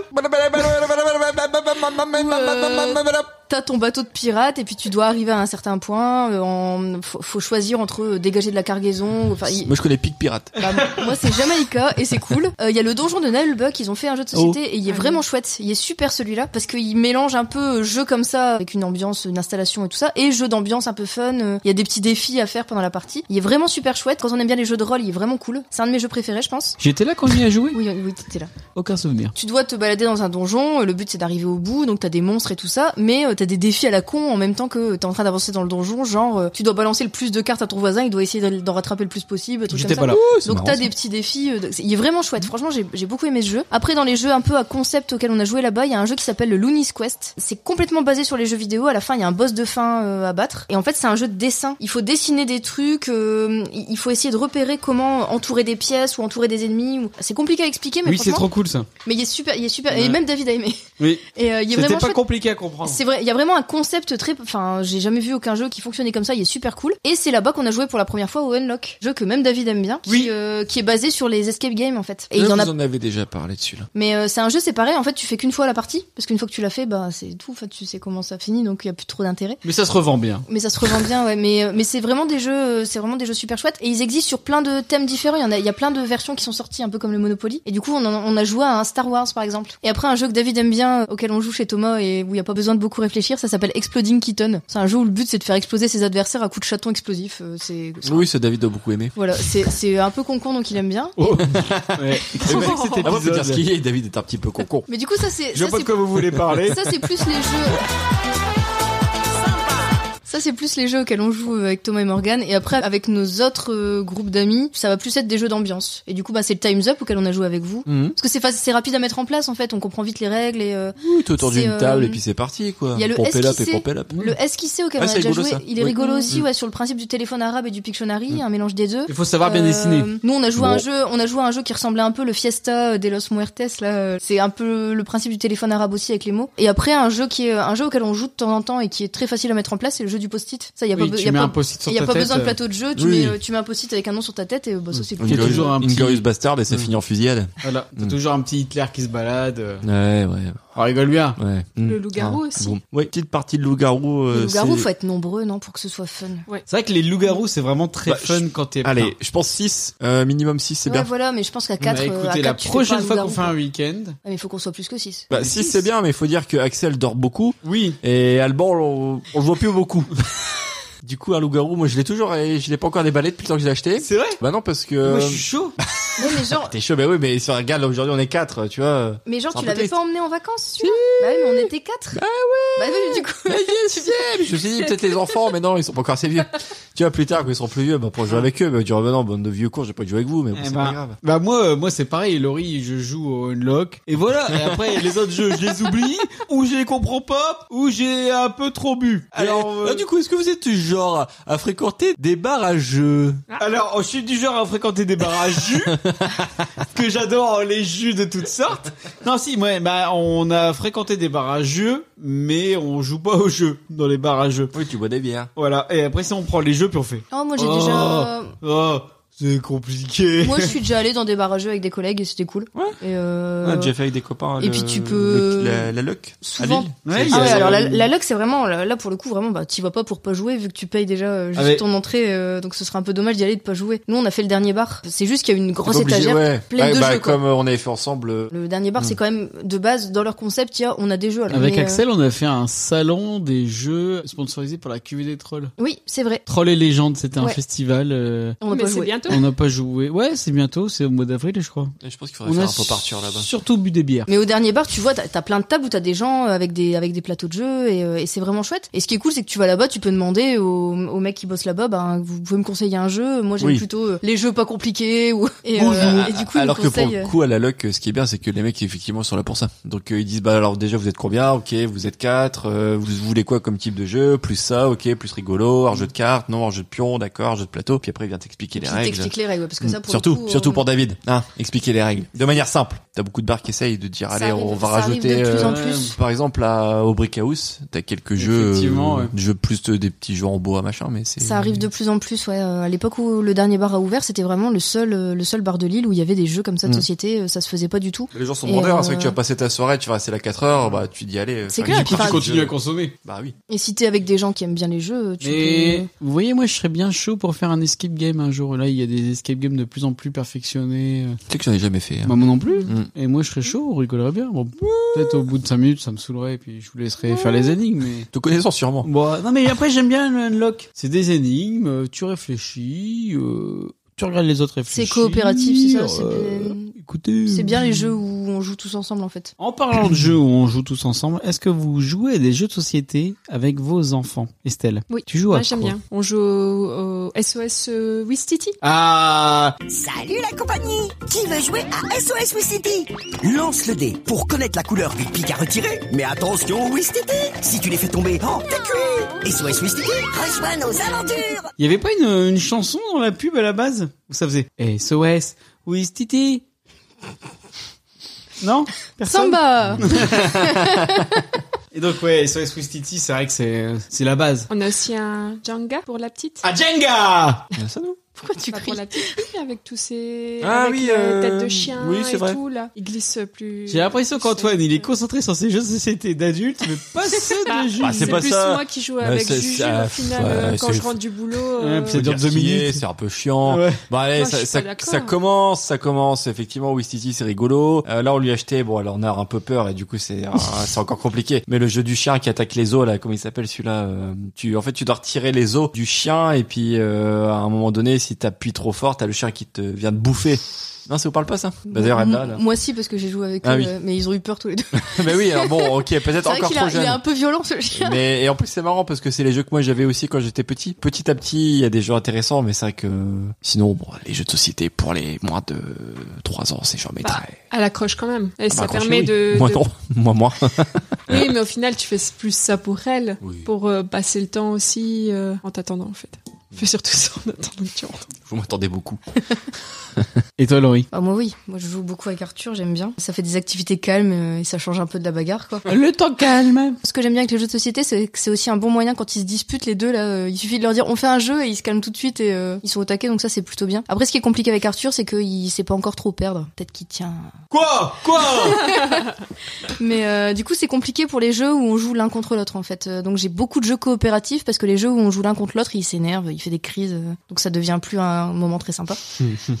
Speaker 3: Euh, T'as ton bateau de pirate et puis tu dois arriver à un certain point. euh, en... faut, faut choisir entre euh, dégager de la cargaison. ou- Enfin, il-
Speaker 4: Moi, je connais Pic Pirate.
Speaker 3: bah, moi, c'est Jamaïca et c'est cool. Euh, Il y a le donjon de Nullbuck, ils ont fait un jeu de société
Speaker 4: Oh.
Speaker 3: et il est vraiment chouette. Il est super celui-là parce qu'il mélange un peu euh, jeu comme ça avec une ambiance, une installation et tout ça et jeu d'ambiance un peu fun. Euh, Il y a des petits défis à faire pendant la partie. Il est vraiment super chouette. Quand on aime bien les jeux de rôle, il est vraiment cool. C'est un de mes jeux préférés, je pense.
Speaker 2: J'étais là quand on y a joué.
Speaker 3: Oui, oui, t'étais là.
Speaker 2: Aucun souvenir.
Speaker 3: Tu dois te balader dans un donjon, euh, le but c'est d'arriver au bout, donc t'as des monstres et tout ça, mais euh, t'as des défis à la con en même temps que t'es en train d'avancer dans le donjon, genre euh, tu dois balancer le plus de cartes à ton voisin, il doit essayer de- d'en rattraper le plus possible, tout
Speaker 2: J'étais pas
Speaker 3: comme ça.
Speaker 2: là. Ouh, c'est
Speaker 3: donc
Speaker 2: marrant,
Speaker 3: t'as
Speaker 2: ça.
Speaker 3: des petits défis, euh, de- c'est- il est vraiment chouette, franchement j'ai j'ai beaucoup aimé ce jeu. Après dans les jeux un peu à concept auxquels on a joué là-bas, il y a un jeu qui s'appelle le Looney's Quest, c'est complètement basé sur les jeux vidéo, à la fin il y a un boss de fin euh, à battre, et en fait c'est un jeu de dessin, il faut dessiner des trucs, euh, il il faut essayer de repérer comment entourer des pièces ou entourer des ennemis, ou... c'est compliqué à expliquer mais
Speaker 2: Oui, c'est
Speaker 3: franchement-
Speaker 2: trop cool ça.
Speaker 3: mais il est super, il est super,
Speaker 2: Ouais.
Speaker 3: et même David a aimé.
Speaker 2: Oui.
Speaker 3: Et euh, il est
Speaker 2: C'était pas
Speaker 3: vraiment
Speaker 2: hein.
Speaker 3: chouette.
Speaker 2: compliqué à comprendre.
Speaker 3: C'est vrai, il y a vraiment un concept très. Enfin, j'ai jamais vu aucun jeu qui fonctionnait comme ça. Il est super cool. Et c'est là-bas qu'on a joué pour la première fois au Unlock, jeu que même David aime bien, qui, euh, qui est basé sur les escape games en fait. Et il y en a.
Speaker 4: Vous en avez déjà parlé dessus là.
Speaker 3: Mais euh, c'est un jeu, c'est pareil. En fait, tu fais qu'une fois la partie parce qu'une fois que tu l'as fait, bah c'est tout. En fait, tu sais comment ça finit, donc il y a plus trop d'intérêt.
Speaker 2: Mais ça se revend bien.
Speaker 3: Mais ça se revend bien, ouais. Mais, euh, mais c'est vraiment des jeux, euh, c'est vraiment des jeux super chouettes. Et ils existent sur plein de thèmes différents. Il y en a, il y a plein de versions qui sont sorties, un peu comme le Monopoly. Et du coup, on, en- on a joué à un Star Wars, par exemple. Et après, un jeu que David aime bien, euh, auquel on joue chez Thomas et où il n'y a pas besoin de beaucoup réfléchir, ça s'appelle Exploding Kitten. C'est un jeu où le but c'est de faire exploser ses adversaires à coups de chaton explosif. Euh, C'est, c'est-
Speaker 4: Oui, ça David a beaucoup aimé.
Speaker 3: voilà, c'est, c'est un peu concon donc il aime bien.
Speaker 4: ouais.
Speaker 2: cet
Speaker 4: Ah, moi, faut
Speaker 2: épisode-
Speaker 4: dire ce qu'il est. David est un petit peu concon.
Speaker 3: Mais du coup, ça c'est.
Speaker 4: Je
Speaker 3: ça,
Speaker 4: vois pas
Speaker 3: c'est-
Speaker 4: de quoi vous voulez parler.
Speaker 3: Ça c'est plus les jeux. Ça c'est plus les jeux auxquels on joue avec Thomas et Morgan et après avec nos autres euh, groupes d'amis, ça va plus être des jeux d'ambiance. Et du coup, bah c'est le Times Up auquel on a joué avec vous.
Speaker 4: Mhm.
Speaker 3: Parce que c'est facile, c'est rapide à mettre en place en fait. On comprend vite les règles et. euh,
Speaker 4: Tout autour
Speaker 3: c'est,
Speaker 4: d'une
Speaker 3: euh,
Speaker 4: table et puis c'est parti quoi.
Speaker 3: il y a le
Speaker 4: Pompel up et
Speaker 3: esquissé,
Speaker 4: pompel up.
Speaker 3: le esquissé auquel
Speaker 4: Ah,
Speaker 3: on a
Speaker 4: c'est
Speaker 3: déjà
Speaker 4: rigolo,
Speaker 3: joué,
Speaker 4: ça.
Speaker 3: il est
Speaker 4: Oui. Mhm.
Speaker 3: rigolo
Speaker 4: Mm.
Speaker 3: aussi,
Speaker 4: Mm.
Speaker 3: ouais, sur le principe du téléphone arabe et du Pictionary, un mélange des deux.
Speaker 2: Il faut savoir bien dessiner.
Speaker 3: Nous, on Euh, a joué à un
Speaker 2: Bon.
Speaker 3: jeu, on a joué à un jeu qui ressemblait un peu le Fiesta de los Muertes, là. euh, C'est un peu le principe du téléphone arabe aussi avec les mots. Et après, un jeu qui est, un jeu auquel on joue de temps en temps et qui est très facile à mettre en place, c'est le jeu du post-it. Ça, il y a
Speaker 2: Oui,
Speaker 3: pas, be-
Speaker 2: tu
Speaker 3: y a
Speaker 2: mets
Speaker 3: pas-
Speaker 2: un post-it sur
Speaker 3: y a
Speaker 2: ta
Speaker 3: pas
Speaker 2: tête,
Speaker 3: besoin de
Speaker 2: euh,
Speaker 3: plateau de jeu, tu,
Speaker 2: oui.
Speaker 3: mets, euh, tu mets un post-it avec un nom sur ta tête et euh, bah, ça, c'est cool.
Speaker 2: Inglourious- toujours un petit- Mm.
Speaker 4: Inglourious Bastard et c'est fini en fusillade.
Speaker 2: Voilà, t'as
Speaker 4: Mm.
Speaker 2: toujours un petit Hitler qui se balade. euh.
Speaker 4: Ouais, ouais.
Speaker 2: On rigole bien.
Speaker 4: Ouais. Hmm. Ah,
Speaker 2: Le
Speaker 3: loup-garou aussi.
Speaker 4: Ouais, petite partie de loup-garou. euh,
Speaker 3: Le loup-garou,
Speaker 4: c'est-
Speaker 3: faut être nombreux, non, pour que ce soit fun. Ouais.
Speaker 2: C'est vrai que les loups-garous, c'est vraiment très
Speaker 4: Bah,
Speaker 2: fun quand t'es.
Speaker 4: Allez,
Speaker 2: plein.
Speaker 4: je pense 6, minimum 6, c'est
Speaker 3: Ouais,
Speaker 4: bien.
Speaker 3: voilà, mais je pense qu'à
Speaker 2: Bah,
Speaker 3: 4,
Speaker 2: écoutez, la prochaine fois qu'on fait un
Speaker 4: week-end.
Speaker 3: Mais il faut qu'on soit plus que 6.
Speaker 4: Bah, 6, c'est bien, mais il faut dire que Axel dort beaucoup. Oui. Et Alban, on, on le voit plus beaucoup. Du coup, un loup-garou, moi je l'ai toujours et je l'ai pas encore déballé depuis le temps que je l'ai acheté. C'est vrai Bah non, parce que.
Speaker 2: Moi, je suis chaud.
Speaker 3: Non, mais genre,
Speaker 4: T'es chaud, bah oui, mais si on regarde, là aujourd'hui on est 4, tu vois.
Speaker 3: Mais genre,
Speaker 4: C'est un
Speaker 3: tu
Speaker 4: peu
Speaker 3: l'avais
Speaker 4: triste.
Speaker 3: pas emmené en vacances, celui-là Bah oui, mais on était quatre. Bah ouais Bah oui, du coup.
Speaker 4: Eh, Je me suis dit peut-être les enfants, mais non, ils sont pas encore assez vieux. tu vois, plus tard, quand ils seront plus vieux, bah, pour jouer avec eux, bah, tu reviens, non, bande de vieux cons, j'ai pas joué avec vous, mais bon,
Speaker 2: Eh
Speaker 4: c'est
Speaker 2: ben,
Speaker 4: pas grave.
Speaker 2: Bah moi, euh, moi c'est pareil. Laurie, je joue au unlock et voilà. Et après les autres jeux, je les oublie ou je les comprends pas ou j'ai un peu trop bu. Alors euh,
Speaker 4: Ah, du coup, est-ce que vous êtes du genre à, à fréquenter des bars à jeux
Speaker 2: Alors, je suis du genre à fréquenter des bars à jus, parce que j'adore les jus de toutes sortes. Non, si, ouais, bah, on a fréquenté des bars à jus, mais on joue pas aux jeux dans les bars à jeux.
Speaker 4: Oui, tu bois des bières.
Speaker 2: Voilà. Et après, si on prend les jeux, puis on fait.
Speaker 3: Oh, moi j'ai déjà.
Speaker 2: Oh, c'est compliqué.
Speaker 3: Moi je suis déjà allé dans des barrages avec des collègues et c'était cool. Et, euh,
Speaker 4: On a déjà fait avec des copains.
Speaker 3: Et
Speaker 4: le-
Speaker 3: puis tu peux-
Speaker 4: le- la, la Luck
Speaker 3: Souvent.
Speaker 4: À Lille.
Speaker 3: Ah ouais, alors la, la luck c'est vraiment là, là, pour le coup vraiment bah t'y vas pas pour pas jouer vu que tu payes déjà euh, juste
Speaker 4: Ah, mais-
Speaker 3: ton entrée euh, donc ce serait un peu dommage d'y aller de pas jouer. Nous on a fait le dernier bar, c'est juste qu'il y a une grosse
Speaker 4: T'es obligé,
Speaker 3: étagère
Speaker 4: ouais.
Speaker 3: pleine
Speaker 4: Ouais,
Speaker 3: de
Speaker 4: bah,
Speaker 3: jeux. quoi.
Speaker 4: Comme euh, on avait fait ensemble. euh,
Speaker 3: Le dernier bar c'est quand même de base dans leur concept il y a on a des jeux. alors,
Speaker 2: Avec
Speaker 3: mais, euh,
Speaker 2: Axel, on a fait un salon des jeux sponsorisé par la QV des trolls.
Speaker 3: Oui c'est vrai.
Speaker 2: Troll et légende, c'était un
Speaker 3: Ouais.
Speaker 2: festival. euh,
Speaker 3: On n'a
Speaker 5: Mais
Speaker 3: pas
Speaker 5: c'est
Speaker 3: joué.
Speaker 5: bientôt.
Speaker 2: On n'a pas joué. Ouais, c'est bientôt, c'est au mois d'avril, je crois.
Speaker 4: Je pense qu'il
Speaker 2: On
Speaker 4: faudrait faire
Speaker 2: a
Speaker 4: un peu partir là-bas.
Speaker 2: Surtout bu des bières.
Speaker 3: Mais au dernier bar, tu vois, t'as as plein de tables où t'as des gens euh, avec des avec des plateaux de jeu et, euh, et c'est vraiment chouette. Et ce qui est cool, c'est que tu vas là-bas, tu peux demander au, au mec qui bosse là-bas, ben vous pouvez me conseiller un jeu. Moi, j'aime
Speaker 4: Oui.
Speaker 3: plutôt euh, les jeux pas compliqués ou et, euh, et du coup, ils me
Speaker 4: alors que pour
Speaker 3: conseillent,
Speaker 4: le
Speaker 3: euh,
Speaker 4: coup à la loc, euh, ce qui est bien, c'est que les mecs effectivement sont là pour ça. Donc euh, ils disent bah alors déjà vous êtes combien Ok, vous êtes quatre. euh, vous voulez quoi comme type de jeu Plus ça, ok, plus rigolo, un jeu de cartes, non, un jeu de pion, d'accord, un jeu de plateau. Puis après il vient t'expliquer les
Speaker 3: qui
Speaker 4: règles. Mm.
Speaker 3: t'expliquent les règles, ouais, parce que ça pour
Speaker 4: surtout,
Speaker 3: le coup,
Speaker 4: surtout
Speaker 3: euh,
Speaker 4: pour David, hein, expliquer les règles de manière simple. T'as beaucoup de bars qui essayent de dire,
Speaker 3: Ça
Speaker 4: allez,
Speaker 3: arrive-
Speaker 4: on va
Speaker 3: ça arrive de
Speaker 4: rajouter. euh,
Speaker 3: plus en plus.
Speaker 4: Par exemple, à, au Brick House, t'as quelques jeux,
Speaker 2: Effectivement,
Speaker 4: euh,
Speaker 2: ouais.
Speaker 4: jeux plus de- des petits jeux en bois machin, mais c'est.
Speaker 3: ça arrive de plus en plus, ouais. Euh, À l'époque où le dernier bar a ouvert, c'était vraiment le seul, euh, le seul bar de Lille où il y avait des jeux comme ça de
Speaker 4: Mm.
Speaker 3: société. euh, Ça se faisait pas du tout.
Speaker 4: Les gens sont
Speaker 3: Et,
Speaker 4: demandeurs, hein, c'est
Speaker 3: euh,
Speaker 4: vrai que tu vas passer ta soirée, tu vas rester là 4 heures, bah tu dis allez.
Speaker 3: C'est clair, enfin,
Speaker 2: Continue à consommer.
Speaker 4: Bah oui.
Speaker 3: Et si t'es avec des gens qui aiment bien les jeux, tu
Speaker 2: Mais
Speaker 3: peux.
Speaker 2: vous voyez, moi je serais bien chaud pour faire un escape game un jour. Là, il y a des escape games de plus en plus perfectionnés. euh.
Speaker 4: Tu sais que j'en ai jamais fait. hein.
Speaker 2: Bah, moi non plus.
Speaker 4: Mm.
Speaker 2: Et moi je serais chaud, on rigolerait bien. Bon, peut-être au bout de 5 minutes ça me saoulerait et puis je vous laisserai faire les énigmes. Mais...
Speaker 4: Te connaissant sûrement.
Speaker 2: Bon, non mais après j'aime bien le unlock. C'est des énigmes, euh, tu réfléchis, euh, tu regardes les autres réfléchir.
Speaker 3: C'est coopératif, c'est ça. c'est-
Speaker 2: euh, Écoutez.
Speaker 3: C'est bien les jeux où on joue tous ensemble en fait.
Speaker 2: En parlant de jeux où on joue tous ensemble, est-ce que vous jouez à des jeux de société avec vos enfants, Estelle
Speaker 5: Oui.
Speaker 2: Tu joues à
Speaker 5: Moi, j'aime
Speaker 2: quoi
Speaker 5: bien. On joue au, au SOS euh, Wistiti.
Speaker 2: Ah
Speaker 15: Salut la compagnie Qui veut jouer à SOS Wistiti
Speaker 16: Lance le dé pour connaître la couleur du pic à retirer. Mais attention, Wistiti Si tu les fais tomber, oh, t'es cuit SOS Wistiti
Speaker 15: Rejoins nos aventures
Speaker 2: Il y avait pas une, une chanson dans la pub à la base où ça faisait SOS, oui Titi. Non Personne
Speaker 3: Samba
Speaker 2: Et
Speaker 8: Et donc, ouais, SOS Wistiti, c'est vrai que c'est, c'est la base.
Speaker 5: On a aussi un Jenga pour la petite.
Speaker 8: Ah, Jenga! Ça, nous.
Speaker 5: Pourquoi tu cries Pour la petite fille, avec tous ces
Speaker 8: Ah
Speaker 5: avec
Speaker 8: oui,
Speaker 5: les
Speaker 8: euh,
Speaker 5: têtes de chien
Speaker 8: oui, c'est
Speaker 5: et
Speaker 8: vrai.
Speaker 5: tout là. Il glisse plus.
Speaker 2: J'ai l'impression qu'Antoine, il est concentré sur ses jeux de société d'adultes, mais pas ceux
Speaker 5: Bah,
Speaker 2: de Jules.
Speaker 4: Bah, c'est pas
Speaker 5: plus
Speaker 4: ça.
Speaker 5: moi qui joue
Speaker 4: Bah,
Speaker 5: avec
Speaker 4: c'est-
Speaker 5: Juju
Speaker 4: ça-
Speaker 5: au final
Speaker 4: ouais,
Speaker 5: euh, quand
Speaker 4: c'est-
Speaker 5: je rentre du boulot.
Speaker 4: Ouais,
Speaker 5: euh,
Speaker 4: puis ça dure deux minutes. C'est un peu chiant.
Speaker 2: Ouais.
Speaker 4: Bon, Bah, allez,
Speaker 5: Moi, je
Speaker 4: ça,
Speaker 5: suis
Speaker 4: ça,
Speaker 5: pas d'accord.
Speaker 4: ça commence, ça commence. Effectivement, Wistiti, c'est rigolo. Euh, là, on lui a acheté. Bon, alors, on a un peu peur et du coup, c'est euh, c'est encore compliqué. Mais le jeu du chien qui attaque les os, là, comment il s'appelle celui-là euh, Tu, en fait, tu dois retirer les os du chien et puis euh, à un moment donné, si t'appuies trop fort, t'as le chien qui te vient de bouffer. Non, ça vous parle pas ça Bah d'ailleurs, elle l'a, là.
Speaker 3: Moi si, parce que j'ai joué avec
Speaker 4: Ah
Speaker 3: eux,
Speaker 4: oui.
Speaker 3: euh, mais ils ont eu peur tous les deux.
Speaker 4: Mais oui, alors bon, ok,
Speaker 3: C'est
Speaker 4: peut-être
Speaker 3: vrai
Speaker 4: encore
Speaker 3: qu'il a-
Speaker 4: trop
Speaker 3: il
Speaker 4: jeune. Euh,
Speaker 3: est un peu violent ce chien.
Speaker 4: Mais et en plus c'est marrant parce que c'est les jeux que moi j'avais aussi quand j'étais petit. Petit à petit, il y a des jeux intéressants, mais c'est vrai que sinon bon, les jeux de société pour les moins de 3 ans, c'est jamais
Speaker 5: Bah,
Speaker 4: très.
Speaker 5: elle accroche quand même. Et
Speaker 4: Ah,
Speaker 5: ça
Speaker 4: bah, accroché,
Speaker 5: permet
Speaker 4: oui.
Speaker 5: de.
Speaker 4: Moi
Speaker 5: de-
Speaker 4: non, moi moi.
Speaker 5: Oui, mais au final, tu fais plus ça pour elle, pour euh, passer le temps aussi euh, en t'attendant en fait. Fais surtout ça en attendant que tu rentres.
Speaker 4: Vous m'attendez beaucoup.
Speaker 2: Et toi, Laurie?
Speaker 3: Ah, moi oui, moi je joue beaucoup avec Arthur, j'aime bien. Ça fait des activités calmes euh, et ça change un peu de la bagarre quoi.
Speaker 2: Le temps calme.
Speaker 3: Ce que j'aime bien avec les jeux de société, c'est que c'est aussi un bon moyen quand ils se disputent les deux là. euh, il suffit de leur dire on fait un jeu et ils se calment tout de suite et euh, ils sont au taquet donc ça c'est plutôt bien. Après ce qui est compliqué avec Arthur, c'est qu'il sait pas encore trop perdre. Peut-être qu'il tient.
Speaker 8: Quoi? Quoi?
Speaker 3: Mais euh, du coup c'est compliqué pour les jeux où on joue l'un contre l'autre en fait. Euh, Donc j'ai beaucoup de jeux coopératifs parce que les jeux où on joue l'un contre l'autre, il s'énerve, il fait des crises, euh, donc ça devient plus un moment très sympa.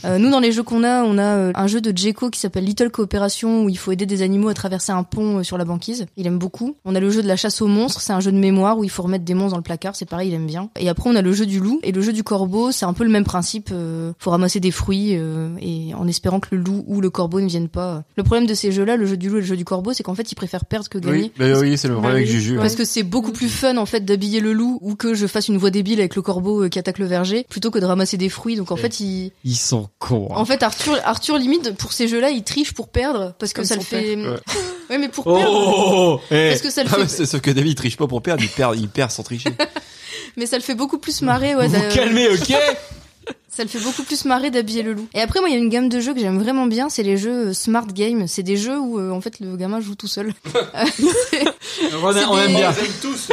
Speaker 3: Euh, nous, dans les jeux qu'on a, on a euh, un jeu de Djeko qui s'appelle Little Coopération où il faut aider des animaux à traverser un pont euh, sur la banquise. Il aime beaucoup. On a le jeu de la chasse aux monstres, c'est un jeu de mémoire où il faut remettre des monstres dans le placard, c'est pareil, il aime bien. Et après, on a le jeu du loup et le jeu du corbeau, c'est un peu le même principe. euh, faut ramasser des fruits euh, et en espérant que le loup ou le corbeau ne viennent pas. Le problème de ces jeux-là, le jeu du loup et le jeu du corbeau, c'est qu'en fait, ils préfèrent perdre que gagner.
Speaker 4: Oui, bah oui, c'est le problème avec Juju.
Speaker 3: Ah, Parce
Speaker 4: hein.
Speaker 3: que c'est beaucoup plus fun en fait d'habiller le loup ou que je fasse une voix débile avec le corbeau euh, qui attaque le verger plutôt que de ramasser des fruits. Donc en fait, il,
Speaker 2: Ils sont cons. hein.
Speaker 3: en fait, Arthur, Arthur limite pour ces jeux-là, il triche pour perdre parce que
Speaker 5: Comme
Speaker 3: ça le
Speaker 5: son
Speaker 3: fait.
Speaker 4: père. Ouais.
Speaker 3: Ouais, mais
Speaker 2: Oh,
Speaker 3: pour perdre. parce que ça le
Speaker 4: Oh. Ah,
Speaker 3: fait.
Speaker 4: mais c'est- Sauf que David il triche pas pour perdre, il perd, il perd sans tricher.
Speaker 3: Mais ça le fait beaucoup plus marrer.
Speaker 2: Eh,
Speaker 3: Ouais,
Speaker 4: euh,
Speaker 3: d'a-
Speaker 4: ok
Speaker 3: Ça le fait beaucoup plus marrer d'habiller le loup. Et après, moi, il y a une gamme de jeux que j'aime vraiment bien, c'est les jeux euh, smart game. C'est des jeux où euh, en fait le gamin joue tout seul.
Speaker 2: On, a- on aime bien.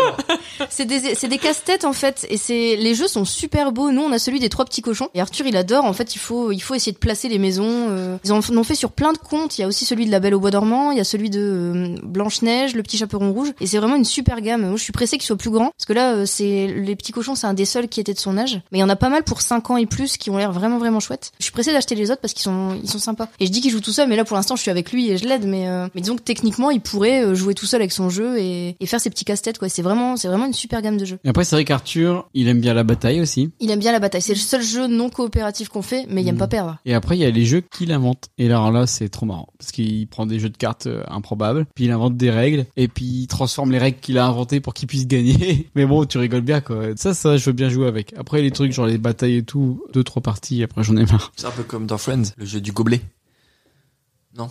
Speaker 3: c'est des, c'est des casse-têtes en fait, et c'est les jeux sont super beaux. Nous, on a celui des trois petits cochons. Et Arthur, il adore. En fait, il faut, il faut essayer de placer les maisons. euh. Ils en f- en ont fait sur plein de comptes. Il y a aussi celui de La Belle au Bois Dormant. Il y a celui de euh, Blanche Neige, Le Petit Chaperon Rouge. Et c'est vraiment une super gamme. Moi, je suis pressée qu'il soit plus grand parce que là, euh, c'est les petits cochons, c'est un des seuls qui était de son âge. Mais il y en a pas mal pour 5 ans et plus qui ont l'air vraiment vraiment chouettes. Je suis pressée d'acheter les autres parce qu'ils sont, ils sont sympas. Et je dis qu'il joue tout seul, mais là pour l'instant, je suis avec lui et je l'aide. Mais, euh, mais disons que techniquement, il pourrait euh, jouer tout seul avec son jeu et, et faire ses petits casse-têtes. Quoi, c'est vraiment, c'est vraiment une super gamme de jeux.
Speaker 2: Et après, c'est vrai qu'Arthur, il aime bien la bataille aussi.
Speaker 3: Il aime bien la bataille. C'est le seul jeu non coopératif qu'on fait, mais il
Speaker 2: Mm.
Speaker 3: aime pas perdre.
Speaker 2: Et après, il y a les jeux qu'il invente. Et là, alors là, c'est trop marrant. Parce qu'il prend des jeux de cartes euh, improbables, puis il invente des règles, et puis il transforme les règles qu'il a inventées pour qu'il puisse gagner. Mais bon, tu rigoles bien, quoi. Ça, ça, je veux bien jouer avec. Après, les trucs, genre les batailles et tout, deux, trois parties, après, j'en ai marre.
Speaker 4: C'est un peu comme dans Friends, le jeu du gobelet. Non.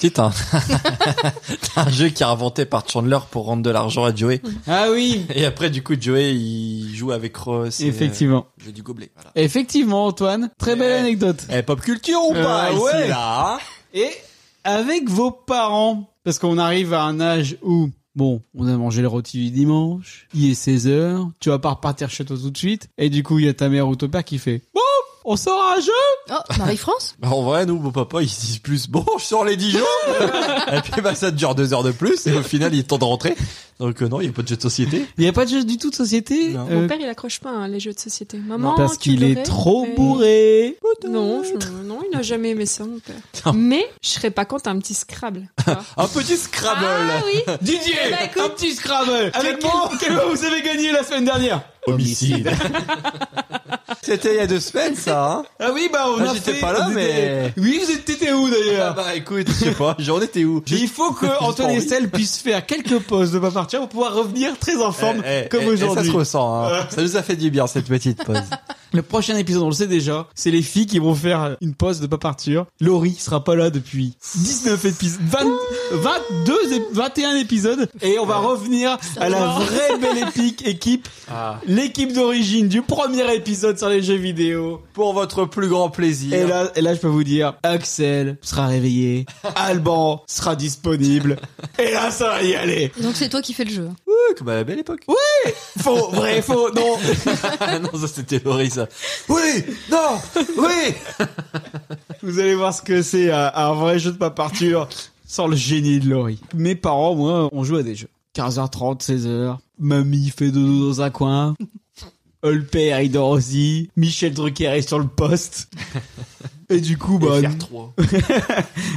Speaker 4: Si t'as un... t'as un jeu qui est inventé par Chandler pour rendre de l'argent à Joey.
Speaker 2: Ah oui.
Speaker 4: Et après du coup Joey il joue avec Ross. et, euh,
Speaker 2: Effectivement.
Speaker 4: le jeu du gobelet. Voilà.
Speaker 2: Effectivement, Antoine, très belle anecdote.
Speaker 4: Eh, pop culture ou pas, ici, là hein
Speaker 2: Et avec vos parents, parce qu'on arrive à un âge où bon, on a mangé le rôti du dimanche, il est 16 h tu vas pas repartir chez toi tout de suite, et du coup il y a ta mère ou ton père qui fait bon, on sort à un jeu.
Speaker 3: Oh, Marie-France.
Speaker 4: Bah, en vrai, nous, mon papa, ils se disent plus, bon, je sors les Dijon! et puis, bah, ça dure deux heures de plus, et au final, il est temps de rentrer. Donc, euh, non, il n'y a pas de jeu de société.
Speaker 2: Il y a pas de jeu du tout de société.
Speaker 5: Mon
Speaker 2: Euh,
Speaker 5: père, il accroche pas hein, les jeux de société. Maman,
Speaker 2: parce
Speaker 5: tu
Speaker 2: qu'il
Speaker 5: devrais,
Speaker 2: est trop
Speaker 5: mais-
Speaker 2: bourré.
Speaker 5: Non, je- non, il n'a jamais aimé ça, mon père. Mais je serais pas contre un petit Scrabble. tu vois.
Speaker 4: Un petit Scrabble.
Speaker 5: Ah oui.
Speaker 2: Didier,
Speaker 5: Eh ben, écoute.
Speaker 2: un petit Scrabble. Avec
Speaker 5: quel-
Speaker 2: moi, quel mot vous avez gagné la semaine dernière
Speaker 4: Homicide. C'était il y a deux semaines, ça, hein.
Speaker 2: Ah oui, bah on
Speaker 4: Ah,
Speaker 2: a
Speaker 4: j'étais
Speaker 2: fait-
Speaker 4: pas là,
Speaker 2: on
Speaker 4: mais-
Speaker 2: était- Oui, vous étiez où d'ailleurs
Speaker 4: Bah, écoute, je sais pas, j'en étais où?
Speaker 2: Mais il faut que
Speaker 4: J'ai
Speaker 2: Antoine
Speaker 4: pas envie.
Speaker 2: Estelle puisse faire quelques pauses de pas partir pour pouvoir revenir très en forme
Speaker 4: Eh, eh,
Speaker 2: comme
Speaker 4: eh, eh,
Speaker 2: aujourd'hui.
Speaker 4: Ça se ressent, hein. Ça nous a fait du bien, cette petite pause.
Speaker 2: Le prochain épisode, on le sait déjà, c'est les filles qui vont faire une pause de pas partir. Laurie sera pas là depuis 19 épisodes, 20 22, ép- 21 épisodes, et on va revenir à la
Speaker 8: va.
Speaker 2: vraie belle épique équipe,
Speaker 4: Ah.
Speaker 2: l'équipe d'origine du premier épisode sur les jeux vidéo.
Speaker 4: Pour votre plus grand plaisir.
Speaker 2: Et là, et là, je peux vous dire, Axel sera réveillé, Alban sera disponible, et là, ça va y aller.
Speaker 3: Donc c'est toi qui fais le jeu.
Speaker 4: Ouais, comme à bah, la belle époque.
Speaker 2: Ouais Faux, vrai, faux, non
Speaker 4: Non, ça c'était Laurie, ça.
Speaker 2: Oui Non Oui Vous allez voir ce que c'est un, un vrai jeu de paparture sans le génie de Laurie. Mes parents, moi, on jouait à des jeux. 15h30, 16h. Mamie fait dodo dans un coin. Holper, il dort aussi. Michel Drucker est sur le poste. Et du coup, bah. nous-
Speaker 4: trois.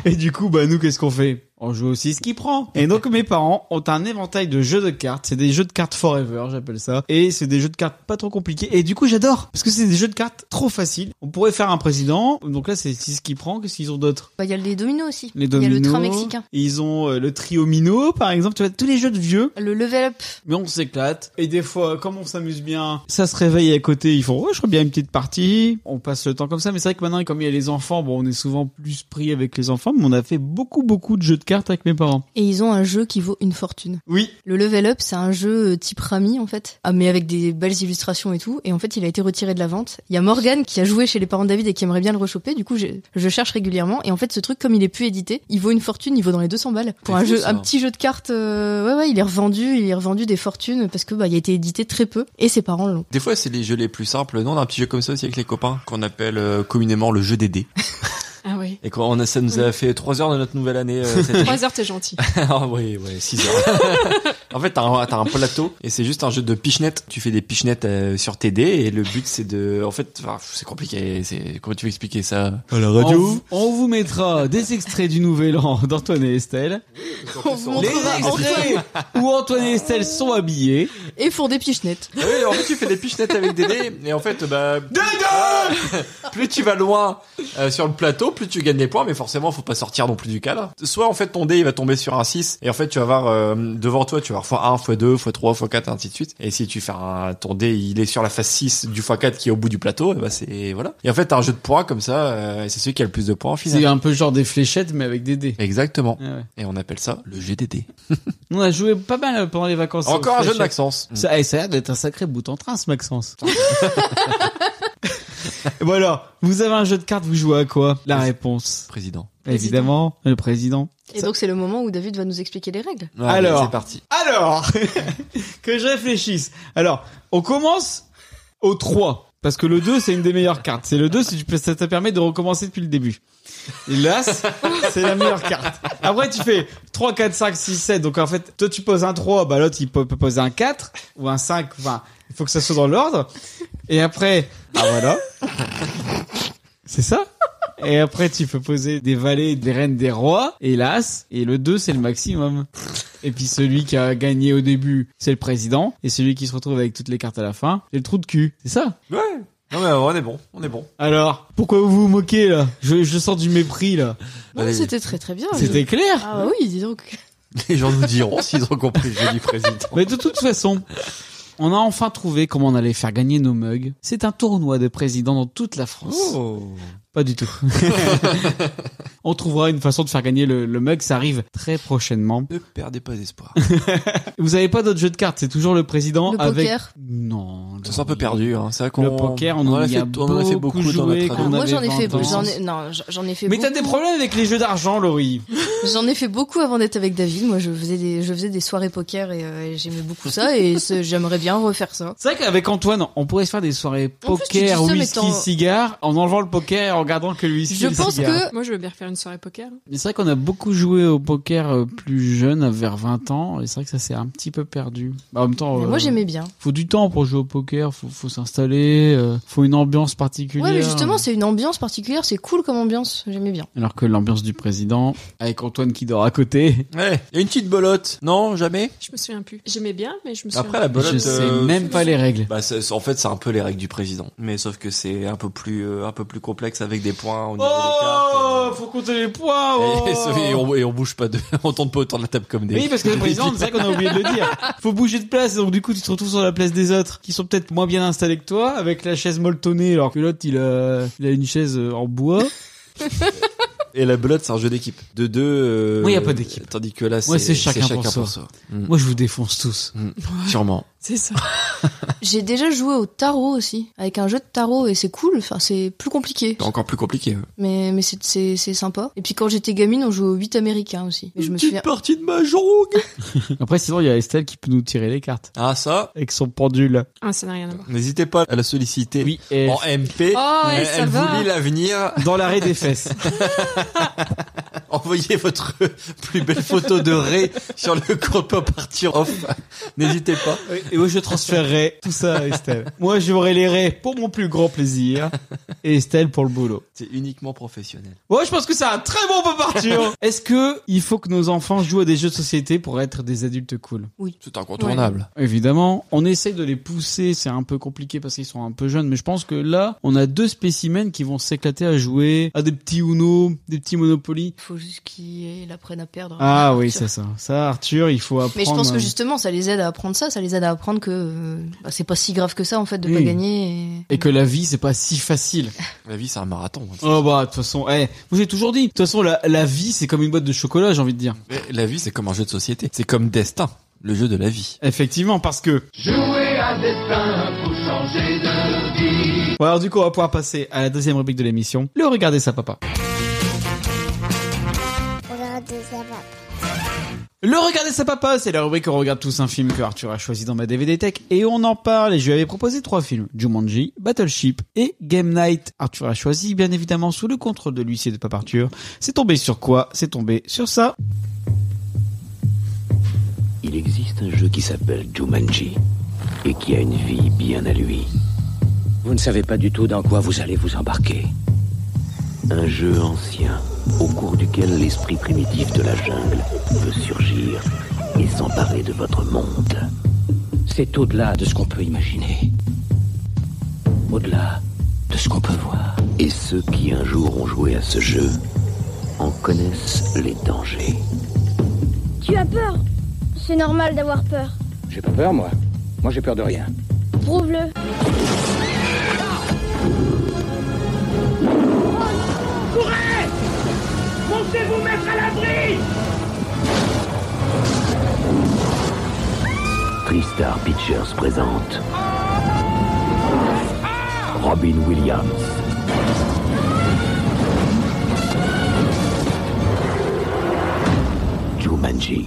Speaker 2: et du coup, bah nous, qu'est-ce qu'on fait On joue aussi ce qui prend. Et donc mes parents ont un éventail de jeux de cartes. C'est des jeux de cartes forever, j'appelle ça. Et c'est des jeux de cartes pas trop compliqués. Et du coup, j'adore parce que c'est des jeux de cartes trop faciles. On pourrait faire un président. Donc là, c'est c'est ce qui prend. Qu'est-ce qu'ils ont d'autre
Speaker 3: Bah, il y a les dominos aussi.
Speaker 2: Les
Speaker 3: Il y a
Speaker 2: dominos.
Speaker 3: le train mexicain.
Speaker 2: Ils ont euh, le trio Mino, par exemple. Tu vois tous les jeux de vieux.
Speaker 3: Le level up.
Speaker 2: Mais on s'éclate. Et des fois, comme on s'amuse bien, ça se réveille à côté. Ils font, ouais, je ferais bien une petite partie. On passe le temps comme ça. Mais c'est vrai que maintenant, comme il y a les enfants, bon, on est souvent plus pris avec les enfants. Mais on a fait beaucoup, beaucoup de jeux de cartes avec mes parents.
Speaker 3: Et ils ont un jeu qui vaut une fortune.
Speaker 2: Oui.
Speaker 3: Le level up, c'est un jeu euh, type Rami en fait. Ah, mais avec des belles illustrations et tout. Et en fait, il a été retiré de la vente. Il y a Morgan qui a joué chez les parents de David et qui aimerait bien le rechoper. Du coup, je, je cherche régulièrement. Et en fait, ce truc, comme il est plus édité, il vaut une fortune. Il vaut dans les 200 balles pour
Speaker 9: C'est
Speaker 3: un
Speaker 9: fou,
Speaker 3: jeu,
Speaker 9: ça.
Speaker 3: un petit jeu de cartes. euh, ouais, ouais, il est revendu. Il est revendu des fortunes parce que bah, il a été édité très peu et ses parents l'ont.
Speaker 4: Des fois, c'est les jeux les plus simples. Non, on a un petit jeu comme ça aussi avec les copains qu'on appelle euh, communément le jeu des dés.
Speaker 5: Ah oui.
Speaker 4: Et quand on a, ça nous a fait trois heures de notre nouvelle année. euh, cette année.
Speaker 5: 3 heures, t'es gentil.
Speaker 4: ah oui, ouais, 6 heures. en fait, t'as un, t'as un plateau et c'est juste un jeu de pichenette. Tu fais des pichenettes euh, sur tes dés et le but c'est de. En fait, enfin, c'est compliqué. C'est comment tu veux expliquer ça
Speaker 2: À la
Speaker 4: radio.
Speaker 2: On, vous- on vous mettra des extraits du Nouvel An d'Antoine et Estelle.
Speaker 3: On vous
Speaker 2: Les
Speaker 3: montrera
Speaker 2: extraits
Speaker 3: Antoine
Speaker 2: où Antoine et Estelle sont habillés.
Speaker 3: et font des pichenettes.
Speaker 4: Oui, en fait, tu fais des pichenettes avec des dés, et en fait, bah. plus tu vas loin euh, sur le plateau, plus tu gagnes des points, mais forcément, faut pas sortir non plus du cas là. Soit, en fait, ton dé, il va tomber sur un 6, et en fait, tu vas avoir, euh, devant toi, tu vas avoir x1, x2, x3, x4, ainsi de suite. Et si tu fais un, ton dé, il est sur la face 6 du x4 qui est au bout du plateau, et bah, c'est, voilà. Et en fait, t'as un jeu de points comme ça, euh, et c'est celui qui a le plus de points,
Speaker 2: C'est
Speaker 4: finalement.
Speaker 2: un peu genre des fléchettes mais avec des dés. Ah
Speaker 4: Exactement.
Speaker 2: ouais.
Speaker 4: Et on appelle ça le GDD.
Speaker 2: On a joué pas mal pendant les vacances.
Speaker 4: Encore un jeu de
Speaker 2: Fléchettes.
Speaker 4: Maxence.
Speaker 2: Ça, eh, ça a l'air d'être un sacré bout en train, ce Maxence. bon alors, vous avez un jeu de cartes, vous jouez à quoi La réponse.
Speaker 4: Président.
Speaker 2: Évidemment, le président.
Speaker 3: Et donc, c'est le moment où David va nous expliquer les règles.
Speaker 2: alors,
Speaker 4: parti.
Speaker 2: Alors, que je réfléchisse. Alors, on commence au 3. Parce que le 2, c'est une des meilleures cartes. C'est le 2, si tu peux- ça te permet de recommencer depuis le début. Et l'as, c'est la meilleure carte. Après, tu fais 3, 4, 5, 6, 7. Donc, en fait, toi, tu poses un 3, bah, l'autre, il peut peut poser un 4 ou un 5. Enfin, il faut que ça soit dans l'ordre. Et après, ah voilà. C'est ça Et après, tu peux poser des valets, des reines, des rois, et l'as, et le 2, c'est le maximum. Et puis celui qui a gagné au début, c'est le président, et celui qui se retrouve avec toutes les cartes à la fin, c'est le trou de cul. C'est ça
Speaker 4: Ouais. Non, mais on est bon, on est bon.
Speaker 2: Alors, pourquoi vous vous moquez là je, je sens du mépris là.
Speaker 3: Non, c'était très très bien.
Speaker 2: C'était clair
Speaker 3: Ah bah oui, dis donc.
Speaker 4: Les gens nous diront s'ils ont compris le jeu du président.
Speaker 2: Mais de toute façon, on a enfin trouvé comment on allait faire gagner nos mugs. C'est un tournoi de présidents dans toute la France. Oh. Pas du tout. on trouvera une façon de faire gagner le, le mug, ça arrive très prochainement.
Speaker 4: Ne perdez pas espoir.
Speaker 2: Vous avez pas d'autres jeux de cartes, c'est toujours le président
Speaker 3: Le
Speaker 2: avec...
Speaker 3: poker.
Speaker 2: Non.
Speaker 4: Ça s'est un peu perdu, hein. C'est vrai qu'on
Speaker 2: Le poker, on,
Speaker 4: en a
Speaker 2: y
Speaker 4: fait,
Speaker 2: a
Speaker 4: on en a fait beaucoup dans
Speaker 2: joué
Speaker 4: notre
Speaker 2: quand
Speaker 4: ado.
Speaker 2: on
Speaker 3: Ah, Moi, j'en
Speaker 2: avait
Speaker 3: ai fait,
Speaker 2: 20 ans.
Speaker 3: j'en ai, non, j'en ai fait
Speaker 2: Mais
Speaker 3: beaucoup.
Speaker 2: t'as des problèmes avec les jeux d'argent, Laurie.
Speaker 3: J'en ai fait beaucoup avant d'être avec David. Moi, je faisais des, je faisais des soirées poker et, euh, et j'aimais beaucoup ça. Et ce- j'aimerais bien refaire ça.
Speaker 2: C'est vrai qu'avec Antoine, on pourrait se faire des soirées
Speaker 3: En plus, tu dis ça,
Speaker 2: poker,
Speaker 3: mais
Speaker 2: whisky,
Speaker 3: t'en-
Speaker 2: cigare, en enlevant le poker et en regardant que le whisky et le cigare.
Speaker 5: Moi, je veux bien faire une soirée poker.
Speaker 2: Mais c'est vrai qu'on a beaucoup joué au poker euh, plus jeune, vers 20 ans, et c'est vrai que ça s'est un petit peu perdu. Bah, en même temps,
Speaker 3: Mais moi,
Speaker 2: euh,
Speaker 3: j'aimais bien.
Speaker 2: Faut du temps pour jouer au poker, faut, faut s'installer, euh, faut une ambiance particulière.
Speaker 3: Ouais, mais justement, c'est une ambiance particulière. C'est cool comme ambiance. J'aimais bien.
Speaker 2: Alors que l'ambiance du président, avec Antoine qui dort à côté.
Speaker 4: Ouais, il y a une petite belote. Non, jamais.
Speaker 5: Je me souviens plus. J'aimais bien, mais je me souviens
Speaker 4: Après la belote,
Speaker 2: Je sais
Speaker 4: euh,
Speaker 2: même pas les règles.
Speaker 4: Bah, c'est- c'est- en fait, c'est un peu les règles du président, mais sauf que c'est un peu plus, euh, un peu plus complexe avec des points. Au niveau des cartes.
Speaker 2: Oh, faut compter les points. oh.
Speaker 4: Et, sauver- et on, et on bouge pas de, on tourne pas autant de la table comme des.
Speaker 2: Oui, parce que le président, c'est ça qu'on a oublié de le dire. Faut bouger de place, donc du coup, tu te retrouves sur la place des autres, qui sont peut-être moins bien installés que toi, avec la chaise molletonnée, alors que l'autre, il a, il a une chaise euh, en bois.
Speaker 4: Et la belote, c'est un jeu d'équipe. De deux. euh,
Speaker 2: Oui, y a pas d'équipe.
Speaker 4: Tandis que là, c'est
Speaker 2: Moi, c'est chacun, pour soi.
Speaker 4: Mm.
Speaker 2: Moi, je vous défonce tous.
Speaker 4: Sûrement.
Speaker 3: C'est ça. J'ai déjà joué au tarot aussi, avec un jeu de tarot, et c'est cool, enfin, c'est plus compliqué.
Speaker 4: C'est encore plus compliqué.
Speaker 3: Mais, mais c'est- c'est c'est sympa. Et puis quand j'étais gamine, on jouait aux 8 américains aussi. Et je me souviens.
Speaker 4: partie de ma jongue
Speaker 2: Après, sinon, il y a Estelle qui peut nous tirer les cartes.
Speaker 4: Ah, ça
Speaker 2: Avec son pendule.
Speaker 5: Ah, ça n'a rien à voir.
Speaker 4: N'hésitez pas à la solliciter en MP.
Speaker 5: Oh, ouais,
Speaker 4: elle
Speaker 5: ça
Speaker 4: elle vous
Speaker 5: va.
Speaker 4: lit l'avenir.
Speaker 2: Dans l'arrêt des fesses.
Speaker 4: Envoyez votre plus belle photo de Ray sur le groupe Partir Off. N'hésitez pas.
Speaker 2: Et moi, je transférerai tout ça à Estelle. Moi, j'aurai les raies pour mon plus grand plaisir, et Estelle pour le boulot.
Speaker 4: C'est uniquement professionnel.
Speaker 2: Ouais, je pense que c'est un très bon peu Arthur. Est-ce que il faut que nos enfants jouent à des jeux de société pour être des adultes cool
Speaker 3: Oui.
Speaker 4: C'est incontournable.
Speaker 2: Évidemment, on essaye de les pousser, c'est un peu compliqué parce qu'ils sont un peu jeunes, mais je pense que là, on a deux spécimens qui vont s'éclater à jouer à des petits Uno, des petits Monopoly.
Speaker 3: Faut juste qu'ils apprennent à perdre.
Speaker 2: Ah oui, c'est ça. Ça, Arthur, il faut apprendre.
Speaker 3: Mais je pense
Speaker 2: euh,
Speaker 3: que justement, ça les aide à apprendre ça, ça les aide à apprendre que euh, bah, c'est pas si grave que ça en fait de pas
Speaker 2: Oui.
Speaker 3: gagner. et-
Speaker 2: Et que la vie, c'est pas si facile.
Speaker 4: La vie, c'est un marathon. hein.
Speaker 2: Oh bah, de toute façon, eh, moi j'ai toujours dit, de toute façon, la, la vie, c'est comme une boîte de chocolat, j'ai envie de dire.
Speaker 4: Mais La vie, c'est comme un jeu de société. C'est comme Destin, le jeu de la vie.
Speaker 2: Effectivement, parce que...
Speaker 7: Jouer à destin pour changer de vie.
Speaker 2: Bon, alors du coup, on va pouvoir passer à la deuxième rubrique de l'émission, le Regardez ça papa.
Speaker 1: Regardez ça, papa.
Speaker 2: Le Regardez ça papa, c'est la rubrique où on regarde tous un film que Arthur a choisi dans ma DVD Tech et on en parle et je lui avais proposé trois films, Jumanji, Battleship et Game Night. Arthur a choisi bien évidemment sous le contrôle de l'huissier de Papa Arthur. C'est tombé sur quoi C'est tombé sur ça.
Speaker 13: Il existe un jeu qui s'appelle Jumanji et qui a une vie bien à lui. Vous ne savez pas du tout dans quoi vous allez vous embarquer. Un jeu ancien au cours duquel l'esprit primitif de la jungle peut surgir et s'emparer de votre monde. C'est au-delà de ce qu'on peut imaginer. Au-delà de ce qu'on peut voir. Et ceux qui un jour ont joué à ce jeu en connaissent les dangers.
Speaker 15: Tu as peur C'est normal d'avoir peur.
Speaker 13: J'ai pas peur, moi. Moi, j'ai peur de rien.
Speaker 15: Prouve-le.
Speaker 1: Ah,
Speaker 7: Courez Pensez vous mettre à l'abri
Speaker 13: Tristar Pictures présente Robin Williams. Jumanji.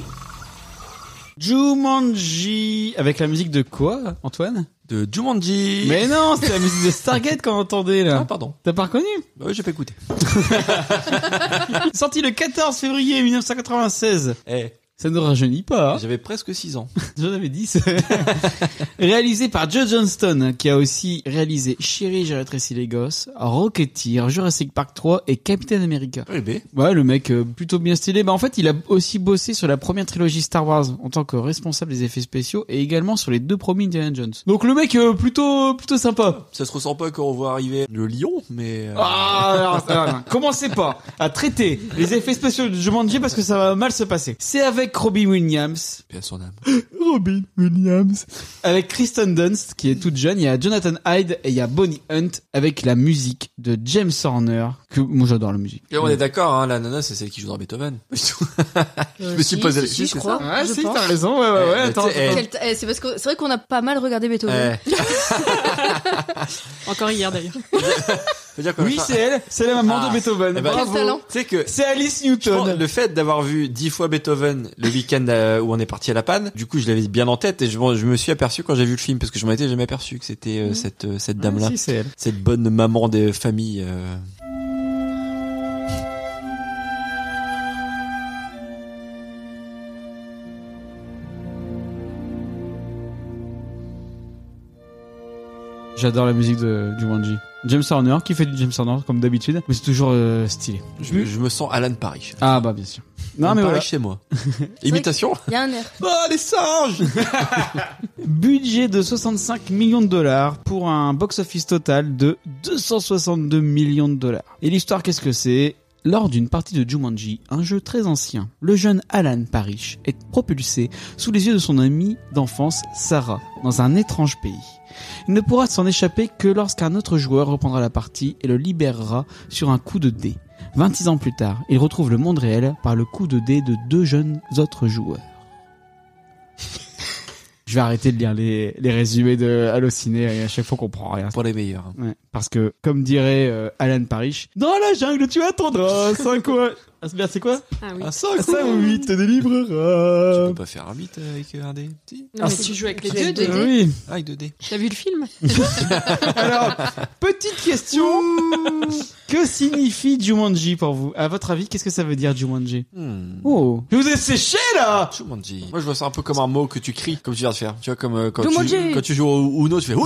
Speaker 2: Jumanji avec la musique de quoi, Antoine
Speaker 4: De Jumanji.
Speaker 2: Mais non, c'est la musique de Stargate qu'on entendait là.
Speaker 4: Ah, pardon.
Speaker 2: T'as pas reconnu
Speaker 4: Bah oui, j'ai pas écouté.
Speaker 2: Sorti le 14 février 1996.
Speaker 4: Eh.
Speaker 2: Ça ne rajeunit pas. hein.
Speaker 4: J'avais presque 6 ans.
Speaker 2: J'en avais 10. réalisé par Joe Johnston, qui a aussi réalisé Chérie, j'ai rétréci les gosses, Rocketeer, Jurassic Park 3 et Captain America.
Speaker 4: Eh ben.
Speaker 2: Ouais, le mec euh, plutôt bien stylé. Bah en fait, il a aussi bossé sur la première trilogie Star Wars en tant que responsable des effets spéciaux et également sur les deux premiers Indiana Jones. Donc le mec euh, plutôt plutôt sympa.
Speaker 4: Ça se ressent pas quand on voit arriver le lion, mais. euh,
Speaker 2: Ah, alors, alors, alors, commencez pas à traiter les effets spéciaux de Jumanji parce que ça va mal se passer. C'est avec Robbie Williams,
Speaker 4: Paix à son âme.
Speaker 2: Robin Williams. Avec Kristen Dunst, qui est toute jeune, il y a Jonathan Hyde et il y a Bonnie Hunt avec la musique de James Horner, que moi j'adore la musique.
Speaker 4: Et on est d'accord, hein, la nana, c'est celle qui joue dans Beethoven. je me suis
Speaker 3: Euh, si,
Speaker 4: posé
Speaker 3: si,
Speaker 4: la
Speaker 3: si, je
Speaker 4: c'est
Speaker 3: crois.
Speaker 4: ça
Speaker 2: Ah,
Speaker 3: Ouais, Je Ah, si, pense. t'as
Speaker 2: raison, ouais,
Speaker 4: ouais, attends,
Speaker 3: Quel t- eh, c'est parce que c'est vrai qu'on a pas mal regardé Beethoven.
Speaker 4: Eh.
Speaker 5: Encore hier d'ailleurs.
Speaker 4: Faut dire qu'on va
Speaker 2: Oui,
Speaker 4: faire-
Speaker 2: c'est elle, c'est la maman
Speaker 4: Ah.
Speaker 2: de Beethoven.
Speaker 4: Eh ben,
Speaker 2: Bravo.
Speaker 4: Tu sais que
Speaker 2: C'est Alice
Speaker 4: je pense,
Speaker 2: Newton.
Speaker 4: le fait d'avoir vu dix fois Beethoven le week-end euh, où on est parti à la panne, du coup je l'avais bien en tête et je, m'en- je me suis aperçu quand j'ai vu le film parce que je m'en étais jamais aperçu que c'était euh, cette euh, cette dame là,
Speaker 2: Ah, si, c'est elle.
Speaker 4: cette bonne maman des familles. euh.
Speaker 2: J'adore la musique de Jumanji. James Horner, qui fait du James Horner comme d'habitude, mais c'est toujours euh, stylé.
Speaker 4: Je, me- je me sens Alan Parrish.
Speaker 2: Ah bah bien sûr. Non
Speaker 4: Alan
Speaker 2: mais
Speaker 4: Parrish
Speaker 2: voilà.
Speaker 4: chez moi. Imitation.
Speaker 3: Il y a un air.
Speaker 4: Oh les singes
Speaker 2: Budget de 65 millions de dollars pour un box-office total de 262 millions de dollars. Et l'histoire, qu'est-ce que c'est Lors d'une partie de Jumanji, un jeu très ancien, le jeune Alan Parrish est propulsé sous les yeux de son amie d'enfance Sarah dans un étrange pays. Il ne pourra s'en échapper que lorsqu'un autre joueur reprendra la partie et le libérera sur un coup de dé. 26 ans plus tard, il retrouve le monde réel par le coup de dé de deux jeunes autres joueurs. Je vais arrêter de lire les, les résumés de Allociné hein, et à chaque fois qu'on prend rien.
Speaker 4: Pour les meilleurs.
Speaker 2: Ouais, parce que, comme dirait euh, Alan Parrish, dans la jungle tu attendras 5 mois. Ah, c'est bien, c'est quoi
Speaker 5: Ah oui.
Speaker 2: Un 5 ou 8 te délivrera.
Speaker 4: Tu peux pas faire un beat avec euh, un dé
Speaker 5: Non, mais tu joues avec les
Speaker 2: Ah,
Speaker 5: deux dés.
Speaker 2: Oui.
Speaker 4: Ah, avec deux dés.
Speaker 5: T'as vu le film
Speaker 2: Alors, petite question. que signifie Jumanji pour vous À votre avis, qu'est-ce que ça veut dire Jumanji Oh, je vous ai séché là
Speaker 4: Hmm. Jumanji. Moi je vois ça un peu comme un mot que tu cries, comme tu viens de faire. Tu vois, comme euh, quand, tu,
Speaker 2: Jumanji.
Speaker 4: quand tu joues au Uno, tu fais Uno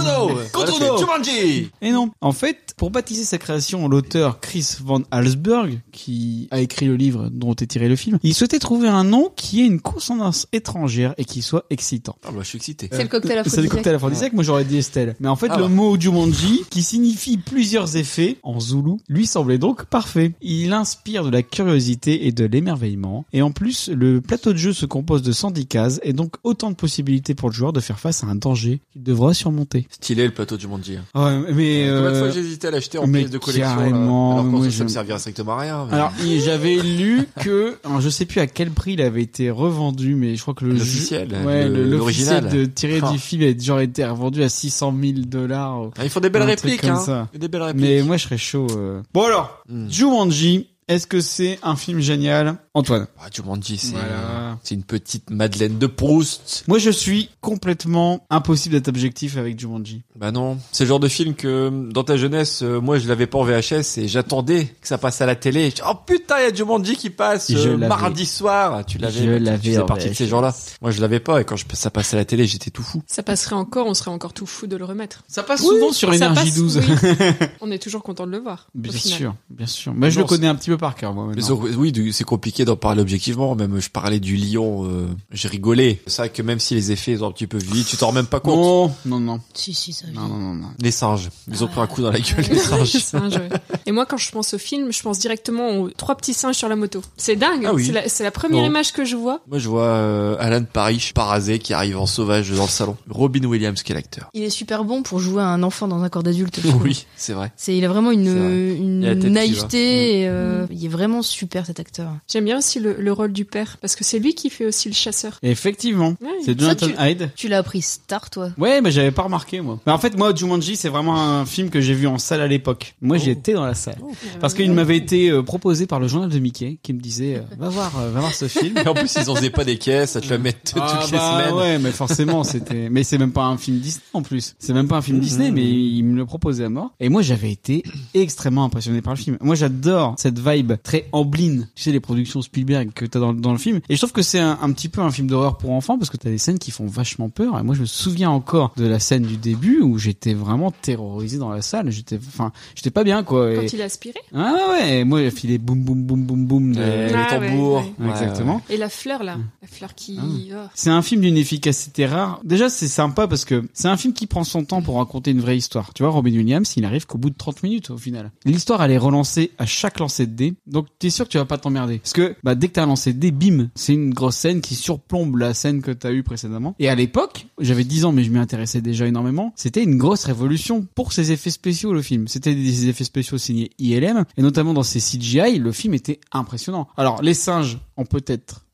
Speaker 2: Contre
Speaker 4: Voilà,
Speaker 2: Uno.
Speaker 4: tu fais Jumanji
Speaker 2: Et Eh non. En fait, pour baptiser sa création, l'auteur Chris Van Allsburg, qui a écrit le livre dont est tiré le film, il souhaitait trouver un nom qui ait une consonance étrangère et qui soit excitant.
Speaker 4: Ah bah je suis excité.
Speaker 9: C'est le cocktail
Speaker 2: Euh, C'est le
Speaker 9: aphrodisiaque.
Speaker 2: cocktail aphrodisiaque, moi j'aurais dit Estelle. Mais en fait,
Speaker 4: Ah
Speaker 2: le
Speaker 4: bah.
Speaker 2: mot Jumanji, qui signifie plusieurs effets en zoulou, lui semblait donc parfait. Il inspire de la curiosité et de l'émerveillement. Et en plus, le plateau de jeu se compose de 110 cases et donc autant de possibilités pour le joueur de faire face à un danger qu'il devra surmonter.
Speaker 4: Stylé le plateau Jumanji.
Speaker 2: Ouais, mais
Speaker 4: Combien de fois
Speaker 2: euh,
Speaker 4: j'ai hésité à l'acheter en
Speaker 2: mais
Speaker 4: pièce de collection là,
Speaker 2: carrément,
Speaker 4: Alors qu'en
Speaker 2: moi,
Speaker 4: soi, ça me
Speaker 2: je-
Speaker 4: servirait strictement à rien. mais-
Speaker 2: Alors, il- j'avais lu que, alors, je sais plus à quel prix il avait été revendu, mais je crois que le jeu-
Speaker 4: L'officiel,
Speaker 2: ouais,
Speaker 4: hein, le-
Speaker 2: le- l'officiel
Speaker 4: l'original.
Speaker 2: de tiré
Speaker 4: Ah.
Speaker 2: du film a genre été revendu à 600 000 dollars. euh,
Speaker 4: Ah, ils font des belles
Speaker 2: Un truc
Speaker 4: répliques,
Speaker 2: comme
Speaker 4: hein.
Speaker 2: ça.
Speaker 4: Des belles répliques.
Speaker 2: Mais moi, je serais chaud. euh. Bon alors, Jumanji, est-ce que c'est un film génial, Antoine
Speaker 4: Ah, Jumanji, c'est
Speaker 2: Voilà.
Speaker 4: c'est une petite Madeleine de Proust.
Speaker 2: Moi, je suis complètement impossible d'être objectif avec Jumanji.
Speaker 4: Bah non, c'est le genre de film que dans ta jeunesse, euh, moi je l'avais pas en VHS et j'attendais que ça passe à la télé. Je- Oh putain, il y a Jumanji qui passe
Speaker 2: Et je
Speaker 4: euh,
Speaker 2: l'avais.
Speaker 4: mardi soir. Tu l'avais,
Speaker 2: Je
Speaker 4: bah, tu-
Speaker 2: l'avais
Speaker 4: tu faisais
Speaker 2: en
Speaker 4: partie de ces
Speaker 2: VHS.
Speaker 4: gens-là. Moi je l'avais pas et quand je- ça passait à la télé, j'étais tout fou.
Speaker 5: Ça passerait encore, on serait encore tout fou de le remettre.
Speaker 2: Ça passe souvent sur Énergie 12.
Speaker 5: On est toujours content de le voir. au
Speaker 2: Bien
Speaker 5: final.
Speaker 2: sûr, bien sûr. Moi, je
Speaker 4: Non,
Speaker 2: le connais
Speaker 4: c'est-
Speaker 2: un petit peu par cœur, moi.
Speaker 4: Mais
Speaker 2: maintenant.
Speaker 4: donc, oui, du- c'est compliqué d'en parler objectivement. Même je parlais du lion, euh, j'ai rigolé. C'est vrai que même si les effets sont un petit peu vite, tu t'en rends même pas compte.
Speaker 2: Non, non, non.
Speaker 3: Si, si, ça
Speaker 2: Non, non, non, non.
Speaker 4: Les singes, ils ont pris un coup dans la gueule. Les singes.
Speaker 5: Singe, ouais. Et moi, quand je pense au film, je pense directement aux trois petits singes sur la moto. C'est dingue.
Speaker 4: Ah oui.
Speaker 5: C'est la, c'est la première
Speaker 4: Non.
Speaker 5: image que je vois.
Speaker 4: Moi je vois euh, Alan Parrish parasé qui arrive en sauvage dans le salon. Robin Williams qui est l'acteur.
Speaker 3: Il est super bon pour jouer à un enfant dans un corps d'adulte. je trouve.
Speaker 4: Oui, c'est vrai.
Speaker 3: C'est, il a vraiment une,
Speaker 4: vrai.
Speaker 3: une
Speaker 4: Il a la tête qui
Speaker 3: naïveté. et, euh,
Speaker 5: Mm.
Speaker 3: Il est vraiment super cet acteur.
Speaker 5: J'aime bien aussi le, le rôle du père, parce que c'est lui qui fait aussi le chasseur.
Speaker 2: Effectivement,
Speaker 5: Ouais.
Speaker 2: c'est Jonathan
Speaker 5: Ça, tu-
Speaker 2: Hyde.
Speaker 3: Tu l'as appris star, toi.
Speaker 2: Ouais, mais j'avais pas remarqué moi. Mais en fait, moi, Jumanji, c'est vraiment un film que j'ai vu en salle à l'époque. Moi, j'y étais dans la salle parce qu'il m'avait été euh, proposé par le journal de Mickey qui me disait euh, va voir, euh, va voir ce film.
Speaker 4: Et en plus, ils en faisaient pas des caisses, à te le mettre
Speaker 2: Ah
Speaker 4: toutes
Speaker 2: bah
Speaker 4: les semaines.
Speaker 2: ouais, mais forcément, c'était. Mais c'est même pas un film Disney en plus. C'est même pas un
Speaker 4: Mm-hmm.
Speaker 2: film Disney, mais il me le proposait à mort. Et moi, j'avais été extrêmement impressionné par le film. Moi, j'adore cette vibe très ambline. Tu sais, les productions Spielberg que t'as dans, dans le film. Et je trouve que c'est un, un petit peu un film d'horreur pour enfants parce que t'as des scènes qui font vachement peur. Et moi, je me souviens encore de la scène du début où j'étais vraiment terrorisé dans la salle. J'étais, enfin, j'étais pas bien quoi. Et-
Speaker 5: Quand il a aspiré.
Speaker 2: Ah ouais, moi, il filait boum boum boum boum boum de...
Speaker 4: Ouais,
Speaker 5: Ah ouais, ouais.
Speaker 2: Exactement.
Speaker 5: Et la fleur, là.
Speaker 2: Hmm.
Speaker 5: La fleur qui. oh.
Speaker 2: C'est un film d'une efficacité rare. Déjà, c'est sympa parce que c'est un film qui prend son temps pour raconter une vraie histoire. Tu vois, Robin Williams, il arrive qu'au bout de 30 minutes au final. L'histoire, elle est relancée à chaque lancer de dés. Donc, t'es sûr que tu vas pas t'emmerder. Parce que, bah, dès que t'as un lancé de dés, bim, c'est une grosse scène qui surplombe la scène que t'as eue précédemment. Et à l'époque, j'avais 10 ans, mais je m'y intéressais déjà énormément. C'était une grosse révolution pour ses effets spéciaux, le film. C'était des effets spéciaux signés ILM. Et notamment dans ses CGI, le film était impressionnant. Alors, les singes ont peut-être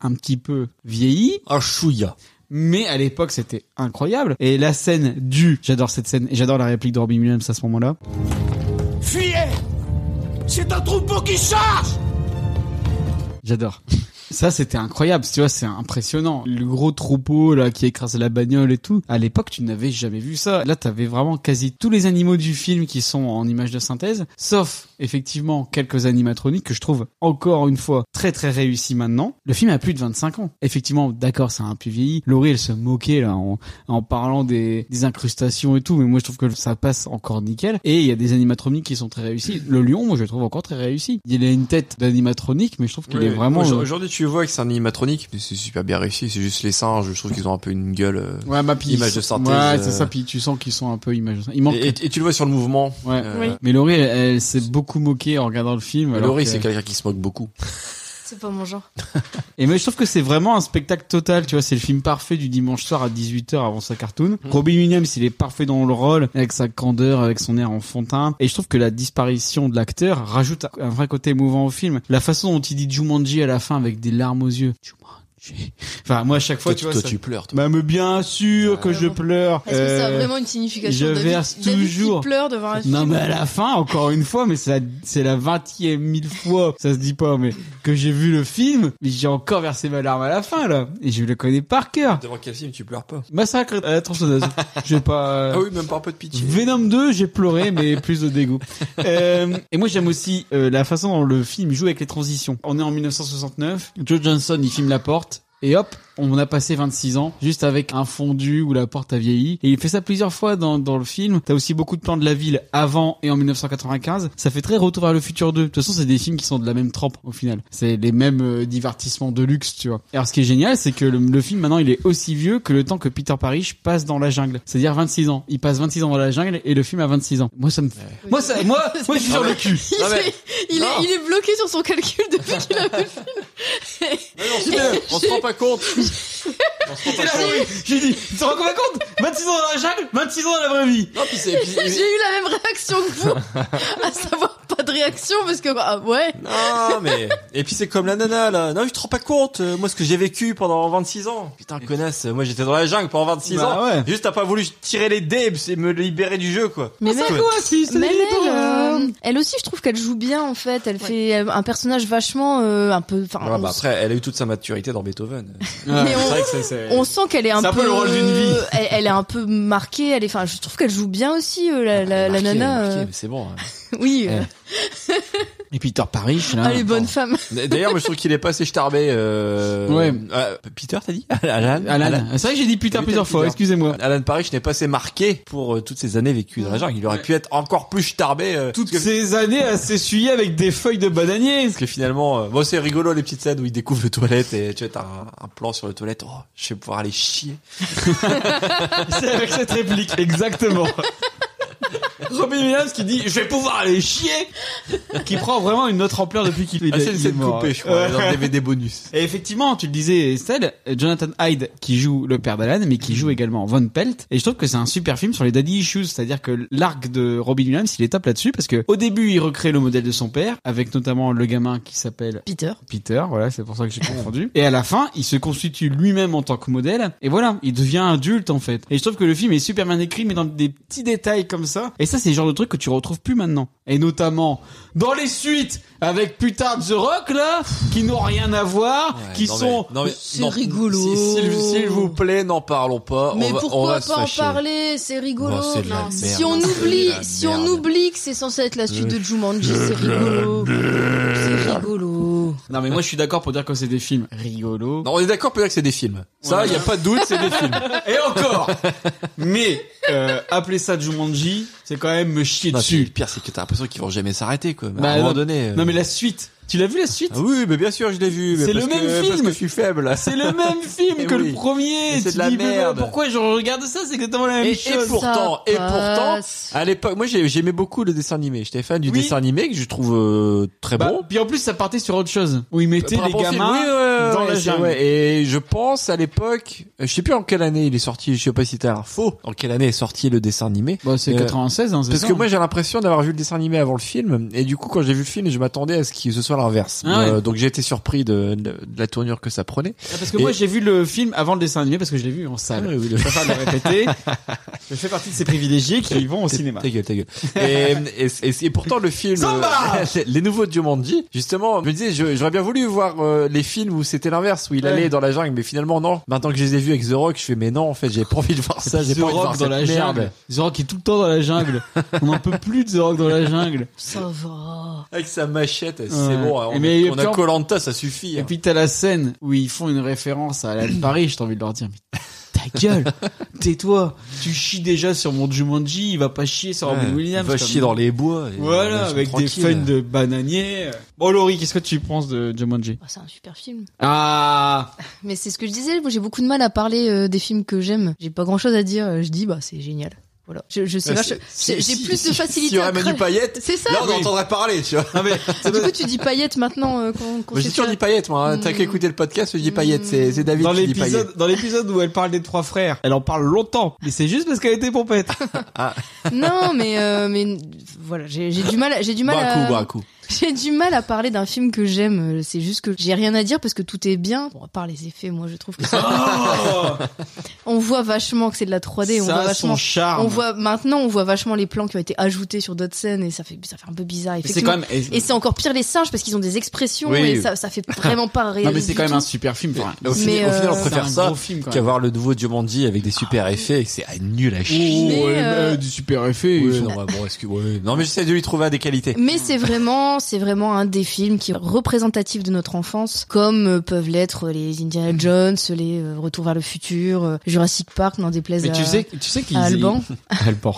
Speaker 2: un petit peu vieilli.
Speaker 4: Un chouïa.
Speaker 2: Mais à l'époque, c'était incroyable. Et la scène du, j'adore cette scène, et j'adore la réplique de Robin Williams à ce moment-là.
Speaker 7: Fuyez C'est un troupeau qui charge
Speaker 2: J'adore. Ça, c'était incroyable. Tu vois, c'est impressionnant. Le gros troupeau, là, qui écrase la bagnole et tout. À l'époque, tu n'avais jamais vu ça. Là, t'avais vraiment quasi tous les animaux du film qui sont en images de synthèse. Sauf, effectivement, quelques animatroniques que je trouve encore une fois très très réussis maintenant. Le film a plus de 25 ans. Effectivement, d'accord, ça a un peu vieilli. Laurie, elle se moquait, là, en, en parlant des, des incrustations et tout. Mais moi, je trouve que ça passe encore nickel. Et il y a des animatroniques qui sont très réussis. Le lion, moi, je le trouve encore très réussi. Il a une tête d'animatronique, mais je trouve qu'il
Speaker 4: Ouais,
Speaker 2: est
Speaker 4: ouais.
Speaker 2: vraiment. euh,
Speaker 4: Aujourd'hui, aujourd'hui, tu vois que c'est un animatronique, mais c'est super bien réussi. C'est juste les singes, je trouve qu'ils ont un peu une gueule. euh,
Speaker 2: Ouais, ma piste.
Speaker 4: Image de synthèse.
Speaker 2: Ouais,
Speaker 4: euh,
Speaker 2: c'est ça. Puis tu sens qu'ils sont un peu images. de synthèse. Il manque.
Speaker 4: Et, et- et tu le vois sur le mouvement.
Speaker 2: Ouais.
Speaker 4: Euh,
Speaker 2: Mais Laurie, elle, elle s'est beaucoup moqué en regardant le film. alors
Speaker 4: Laurie,
Speaker 2: que-
Speaker 4: c'est quelqu'un qui se moque beaucoup.
Speaker 3: C'est pas mon genre.
Speaker 2: Et mais je trouve que c'est vraiment un spectacle total, tu vois, c'est le film parfait du dimanche soir à 18h avant sa cartoon.
Speaker 4: Mm.
Speaker 2: Robin Williams, il est parfait dans le rôle, avec sa candeur, avec son air enfantin. Et je trouve que la disparition de l'acteur rajoute un vrai côté émouvant au film. La façon dont il dit Jumanji à la fin avec des larmes aux yeux. Jumanji. Enfin, moi, à chaque fois,
Speaker 4: Toi,
Speaker 2: tu vois.
Speaker 4: toi,
Speaker 2: ça-
Speaker 4: tu pleures,
Speaker 2: Bah, mais bien sûr que je pleure.
Speaker 5: Est-ce que ça a
Speaker 2: Euh,
Speaker 5: vraiment une signification
Speaker 2: Je
Speaker 5: David-
Speaker 2: verse
Speaker 5: David qui
Speaker 2: toujours.
Speaker 5: pleure devant
Speaker 4: Ah,
Speaker 5: un
Speaker 2: Non,
Speaker 5: film.
Speaker 2: mais à la fin, encore une fois, mais c'est la, c'est la vingtième mille fois, ça se dit pas, mais que j'ai vu le film, mais j'ai encore versé ma larme à la fin, là. Et je le connais par cœur.
Speaker 4: Devant quel film tu pleures pas
Speaker 2: Massacre à la tronçonneuse. J'ai pas.
Speaker 4: Ah oui, même pas un peu de pitié.
Speaker 2: Venom 2, j'ai pleuré, mais plus de dégoût. Euh, et moi, j'aime aussi euh, la façon dont le film joue avec les transitions. On est en 1969, Joe Johnson, il filme la porte. Et hop, on a passé 26 ans juste avec un fondu où la porte a vieilli. Et il fait ça plusieurs fois dans, dans le film. T'as aussi beaucoup de plans de la ville avant et en 1995. Ça fait très Retour vers le futur 2. De toute façon, c'est des films qui sont de la même trempe au final. C'est les mêmes euh, divertissements de luxe, tu vois. Et alors, ce qui est génial, c'est que le, le film maintenant, il est aussi vieux que le temps que Peter Parrish passe dans la jungle. C'est-à-dire 26 ans. Il passe 26 ans dans la jungle et le film a 26 ans. Moi, ça me. Moi, ça, moi, moi, je suis sur le cul.
Speaker 5: Il, est, il, est, il est bloqué sur son calcul depuis qu'il a vu le film.
Speaker 4: Dis-le, on se rend pas compte.
Speaker 2: T'es là, oui. J'ai dit, tu te rends compte 26 ans dans la jungle, 26 ans dans la vraie vie.
Speaker 4: Non, puis
Speaker 5: J'ai eu la même réaction que vous, à savoir pas de réaction parce que ah, ouais.
Speaker 4: Non, mais. Et puis c'est comme la nana, là. Non, je te rends pas compte. euh, Moi, ce que j'ai vécu pendant 26 ans. Putain, connasse. euh, Moi, j'étais dans la jungle pendant 26
Speaker 2: Bah
Speaker 4: ans.
Speaker 2: ouais.
Speaker 4: Juste, t'as pas voulu tirer les dés et me- me libérer du jeu, quoi.
Speaker 2: Ah,
Speaker 3: Mais
Speaker 4: C'est
Speaker 3: même-
Speaker 4: quoi
Speaker 3: même elle, euh, elle aussi, je trouve qu'elle joue bien en fait. Elle fait euh, un personnage vachement euh, un peu. enfin,
Speaker 4: Ouais,
Speaker 3: on
Speaker 4: bah
Speaker 3: s-
Speaker 4: après, elle a eu toute sa maturité dans Beethoven.
Speaker 2: Ah,
Speaker 3: Mais on-
Speaker 4: c'est- c'est-
Speaker 3: on sent qu'elle est un
Speaker 4: C'est
Speaker 3: peu,
Speaker 4: un peu le rôle d'une vie.
Speaker 3: Elle, elle est un peu marquée. Elle est, enfin, je trouve qu'elle joue bien aussi euh, la, la, la
Speaker 4: Marqué,
Speaker 3: nana.
Speaker 4: marqué,
Speaker 3: euh,
Speaker 4: mais C'est bon. hein.
Speaker 3: Oui, euh, ah,
Speaker 2: Et Peter Parrish, là.
Speaker 3: elle
Speaker 4: Ah,
Speaker 3: est bonne femme.
Speaker 4: D'ailleurs, moi, je trouve qu'il est pas assez starbé. Euh...
Speaker 2: Ouais.
Speaker 4: euh, Peter, t'as dit Alan.
Speaker 2: Alan. Ah, C'est vrai que j'ai dit Peter plusieurs fois, excusez-moi.
Speaker 4: Alan Parrish n'est pas assez marqué pour euh, toutes ces années vécues dans la jungle. Il aurait pu être encore plus starbé. euh,
Speaker 2: Toutes ces années à s'essuyer avec des feuilles de bananier.
Speaker 4: Parce que finalement, euh, bon, c'est rigolo les petites scènes où il découvre le toilette et tu vois, t'as un, un plan sur le toilette. Oh, je vais pouvoir aller chier.
Speaker 2: C'est avec cette réplique, exactement. Robin Williams qui dit je vais pouvoir aller chier, qui prend vraiment une autre ampleur depuis qu'il
Speaker 4: Ah, c'est une
Speaker 2: il
Speaker 4: scène
Speaker 2: mort.
Speaker 4: coupée, je crois, dans le DVD bonus.
Speaker 2: Et effectivement, tu le disais, Estelle, Jonathan Hyde qui joue le père d'Alan, mais qui joue également Von Pelt. Et je trouve que c'est un super film sur les daddy issues, c'est-à-dire que l'arc de Robin Williams, il est top là-dessus parce que au début, il recrée le modèle de son père, avec notamment le gamin qui s'appelle
Speaker 3: Peter.
Speaker 2: Peter, voilà, c'est pour ça que j'ai confondu. Et à la fin, il se constitue lui-même en tant que modèle. Et voilà, il devient adulte en fait. Et je trouve que le film est super bien écrit, mais dans des petits détails comme ça. Et ça, c'est le genre de truc que tu retrouves plus maintenant. Et notamment dans les suites avec putain de The Rock là, qui n'ont rien à voir, qui
Speaker 4: non, mais-
Speaker 2: sont.
Speaker 4: non, mais- non, si- S'il s'il vous plaît, n'en parlons pas.
Speaker 9: Mais
Speaker 4: on va, on
Speaker 9: pourquoi
Speaker 4: va se
Speaker 9: pas en
Speaker 4: fâcher.
Speaker 9: parler C'est rigolo.
Speaker 4: Bon, c'est de la
Speaker 9: Non,
Speaker 4: merde,
Speaker 9: si on
Speaker 4: c'est de
Speaker 9: oublie,
Speaker 4: la
Speaker 9: si
Speaker 4: merde.
Speaker 9: on oublie que c'est censé être la suite de Jumanji, c'est rigolo. C'est rigolo.
Speaker 2: Non mais moi je suis d'accord pour dire que c'est des films rigolos.
Speaker 4: Non, on est d'accord pour dire que c'est des films. Ça, il y a pas de doute, c'est des films.
Speaker 2: Et encore Mais euh, appeler ça Jumanji, c'est quand même me chier
Speaker 4: Non, puis
Speaker 2: dessus.
Speaker 4: le pire, c'est que t'as l'impression qu'ils vont jamais s'arrêter, quoi. Mais à
Speaker 2: Bah,
Speaker 4: un moment
Speaker 2: non.
Speaker 4: donné. euh,
Speaker 2: Non mais la suite, tu l'as vu la suite
Speaker 4: Ah oui, mais bien sûr, je l'ai vu. mais
Speaker 2: C'est
Speaker 4: parce
Speaker 2: le même
Speaker 4: que-
Speaker 2: film.
Speaker 4: Parce que je suis faible.
Speaker 2: C'est le même film
Speaker 4: Eh
Speaker 2: que
Speaker 4: oui.
Speaker 2: le premier.
Speaker 4: Mais c'est
Speaker 2: Tu
Speaker 4: de la
Speaker 2: dis, mais
Speaker 4: merde.
Speaker 2: Pourquoi je regarde ça C'est exactement la même
Speaker 4: Et, et
Speaker 2: chose.
Speaker 4: pourtant, et pourtant, à l'époque, moi j'ai- j'aimais beaucoup le dessin animé. J'étais fan du dessin animé que je trouve euh, très
Speaker 2: Bah,
Speaker 4: bon.
Speaker 2: Puis en plus, ça partait sur autre chose. Où ils mettaient
Speaker 4: Par
Speaker 2: les
Speaker 4: rapport au film,
Speaker 2: gamins
Speaker 4: oui, ouais, ouais,
Speaker 2: dans
Speaker 4: ouais,
Speaker 2: la
Speaker 4: c'est-
Speaker 2: jungle.
Speaker 4: ouais. Et je pense à l'époque, euh, je sais plus en quelle année il est sorti. Je sais pas si t'as l'info. En quelle année est sorti le dessin animé
Speaker 2: Bah, c'est
Speaker 4: Euh,
Speaker 2: 96, hein, c'est
Speaker 4: Parce
Speaker 2: ça,
Speaker 4: que
Speaker 2: hein.
Speaker 4: moi j'ai l'impression d'avoir vu le dessin animé avant le film. Et du coup, quand j'ai vu le film, je m'attendais à ce que ce soit l'inverse.
Speaker 2: Ah ouais.
Speaker 4: Euh, donc j'ai été surpris de, de la tournure que ça prenait.
Speaker 2: Ah, Parce que
Speaker 4: Et- Ah
Speaker 2: moi, j'ai vu le film avant le dessin animé parce que je l'ai vu en salle.
Speaker 4: oui,
Speaker 2: Je préfère Ah le répéter. Je fais partie de ces privilégiés qui vont au
Speaker 4: Ta-
Speaker 2: cinéma.
Speaker 4: Ta gueule, ta gueule. Et, et, et- et pourtant le film,
Speaker 2: Samba
Speaker 4: euh, les, les nouveaux Diomandi, justement, je me disais, je- j'aurais bien voulu voir euh, les films où c'était l'inverse, où il
Speaker 2: Ouais.
Speaker 4: allait dans la jungle, mais finalement non. Maintenant que je les ai vus avec The Rock, je fais mais non, en fait, j'ai pas envie de voir ça, j'ai
Speaker 2: The
Speaker 4: pas envie de
Speaker 2: Rock
Speaker 4: voir
Speaker 2: dans la
Speaker 4: cette merde.
Speaker 2: jungle. The Rock est tout le temps dans la jungle. On n'en peut plus de The Rock dans la jungle.
Speaker 3: Ça va.
Speaker 4: Avec sa machette, c'est
Speaker 2: Ouais.
Speaker 4: bon. hein,
Speaker 2: Et
Speaker 4: On,
Speaker 2: mais-
Speaker 4: on
Speaker 2: puis
Speaker 4: a
Speaker 2: en-
Speaker 4: Colanta, ça suffit.
Speaker 2: Et
Speaker 4: hein.
Speaker 2: puis t'as la scène où ils font une référence à Alan Paris, j'ai envie de leur dire, mais ta gueule, tais-toi, tu chies déjà sur mon Jumanji, il va pas chier sur Robin
Speaker 4: Ouais,
Speaker 2: Williams.
Speaker 4: va
Speaker 2: comme-
Speaker 4: chier dans les bois. et-
Speaker 2: Voilà,
Speaker 4: ils sont
Speaker 2: avec des
Speaker 4: tranquilles.
Speaker 2: feuilles de bananier. Bon, Laurie, qu'est-ce que tu penses de Jumanji
Speaker 3: C'est un super film.
Speaker 2: Ah
Speaker 3: Mais c'est ce que je disais, moi j'ai beaucoup de mal à parler euh, des films que j'aime. J'ai pas grand chose à dire, euh, je dis bah c'est génial. Voilà. Je, je sais
Speaker 4: Ah,
Speaker 3: pas,
Speaker 4: c'est-
Speaker 3: je-
Speaker 4: si-
Speaker 3: j'ai
Speaker 4: si-
Speaker 3: plus de
Speaker 4: si-
Speaker 3: facilité.
Speaker 4: S'il y aurait
Speaker 3: à
Speaker 4: Manu
Speaker 3: cre-
Speaker 4: Payette,
Speaker 3: C'est
Speaker 2: Ah
Speaker 3: ça.
Speaker 4: là on
Speaker 3: oui.
Speaker 4: entendrait parler, tu vois.
Speaker 3: Du coup, tu dis paillettes maintenant euh, qu'on qu'on
Speaker 4: Moi,
Speaker 3: sait
Speaker 4: j'ai toujours
Speaker 3: ça.
Speaker 4: dit paillettes, moi. hein. T'as qu'à écouter le podcast, je dis paillettes. C'est c'est David
Speaker 2: Mm. Dans
Speaker 4: qui dit
Speaker 2: l'épisode,
Speaker 4: paillettes.
Speaker 2: dans l'épisode où elle parle des trois frères, elle en parle longtemps, mais c'est juste parce qu'elle était pompette.
Speaker 3: Non, mais euh, mais voilà, j'ai j'ai du mal, à- j'ai du mal
Speaker 4: Bah,
Speaker 2: Bois un
Speaker 3: à
Speaker 2: coup, bois un coup.
Speaker 3: j'ai du mal à parler d'un film que j'aime. euh, C'est juste que j'ai rien à dire parce que tout est bien. Bon, à part les effets, moi je trouve que
Speaker 4: Oh
Speaker 3: on voit vachement que c'est de la 3D. on
Speaker 2: Ça
Speaker 3: voit
Speaker 2: a son
Speaker 3: vachement,
Speaker 2: charme.
Speaker 3: On voit maintenant, on voit vachement les plans qui ont été ajoutés sur d'autres scènes et ça fait ça fait un peu bizarre.
Speaker 2: c'est quand même-
Speaker 3: effectivement. et c'est encore pire les singes parce qu'ils ont des expressions
Speaker 4: Oui.
Speaker 3: et ça ça fait vraiment pas réel.
Speaker 2: Non mais c'est
Speaker 3: du
Speaker 2: quand même
Speaker 3: tout.
Speaker 2: un super film. enfin,
Speaker 4: Au, final-
Speaker 3: Mais,
Speaker 4: au final,
Speaker 3: euh,
Speaker 4: on préfère
Speaker 2: c'est un
Speaker 4: ça
Speaker 2: gros film, quand même.
Speaker 4: qu'avoir le nouveau Diomandi avec des super effets. C'est ah, nul à
Speaker 2: Oh,
Speaker 4: chier.
Speaker 3: Mais, ouais, euh, mais, euh,
Speaker 2: du super effet.
Speaker 4: non, bah, bon, excuse- ouais. Non, mais j'essaie de lui trouver des qualités.
Speaker 3: Mais c'est vraiment, c'est vraiment un des films qui est représentatif de notre enfance, comme euh, peuvent l'être les
Speaker 4: Mhm.
Speaker 3: Indiana Jones, les euh, Retour vers le futur, euh, Jurassic Park, n'en déplaise
Speaker 2: Mais
Speaker 3: à,
Speaker 2: tu sais, tu sais qu'il
Speaker 3: euh, à Alban.
Speaker 2: Alban.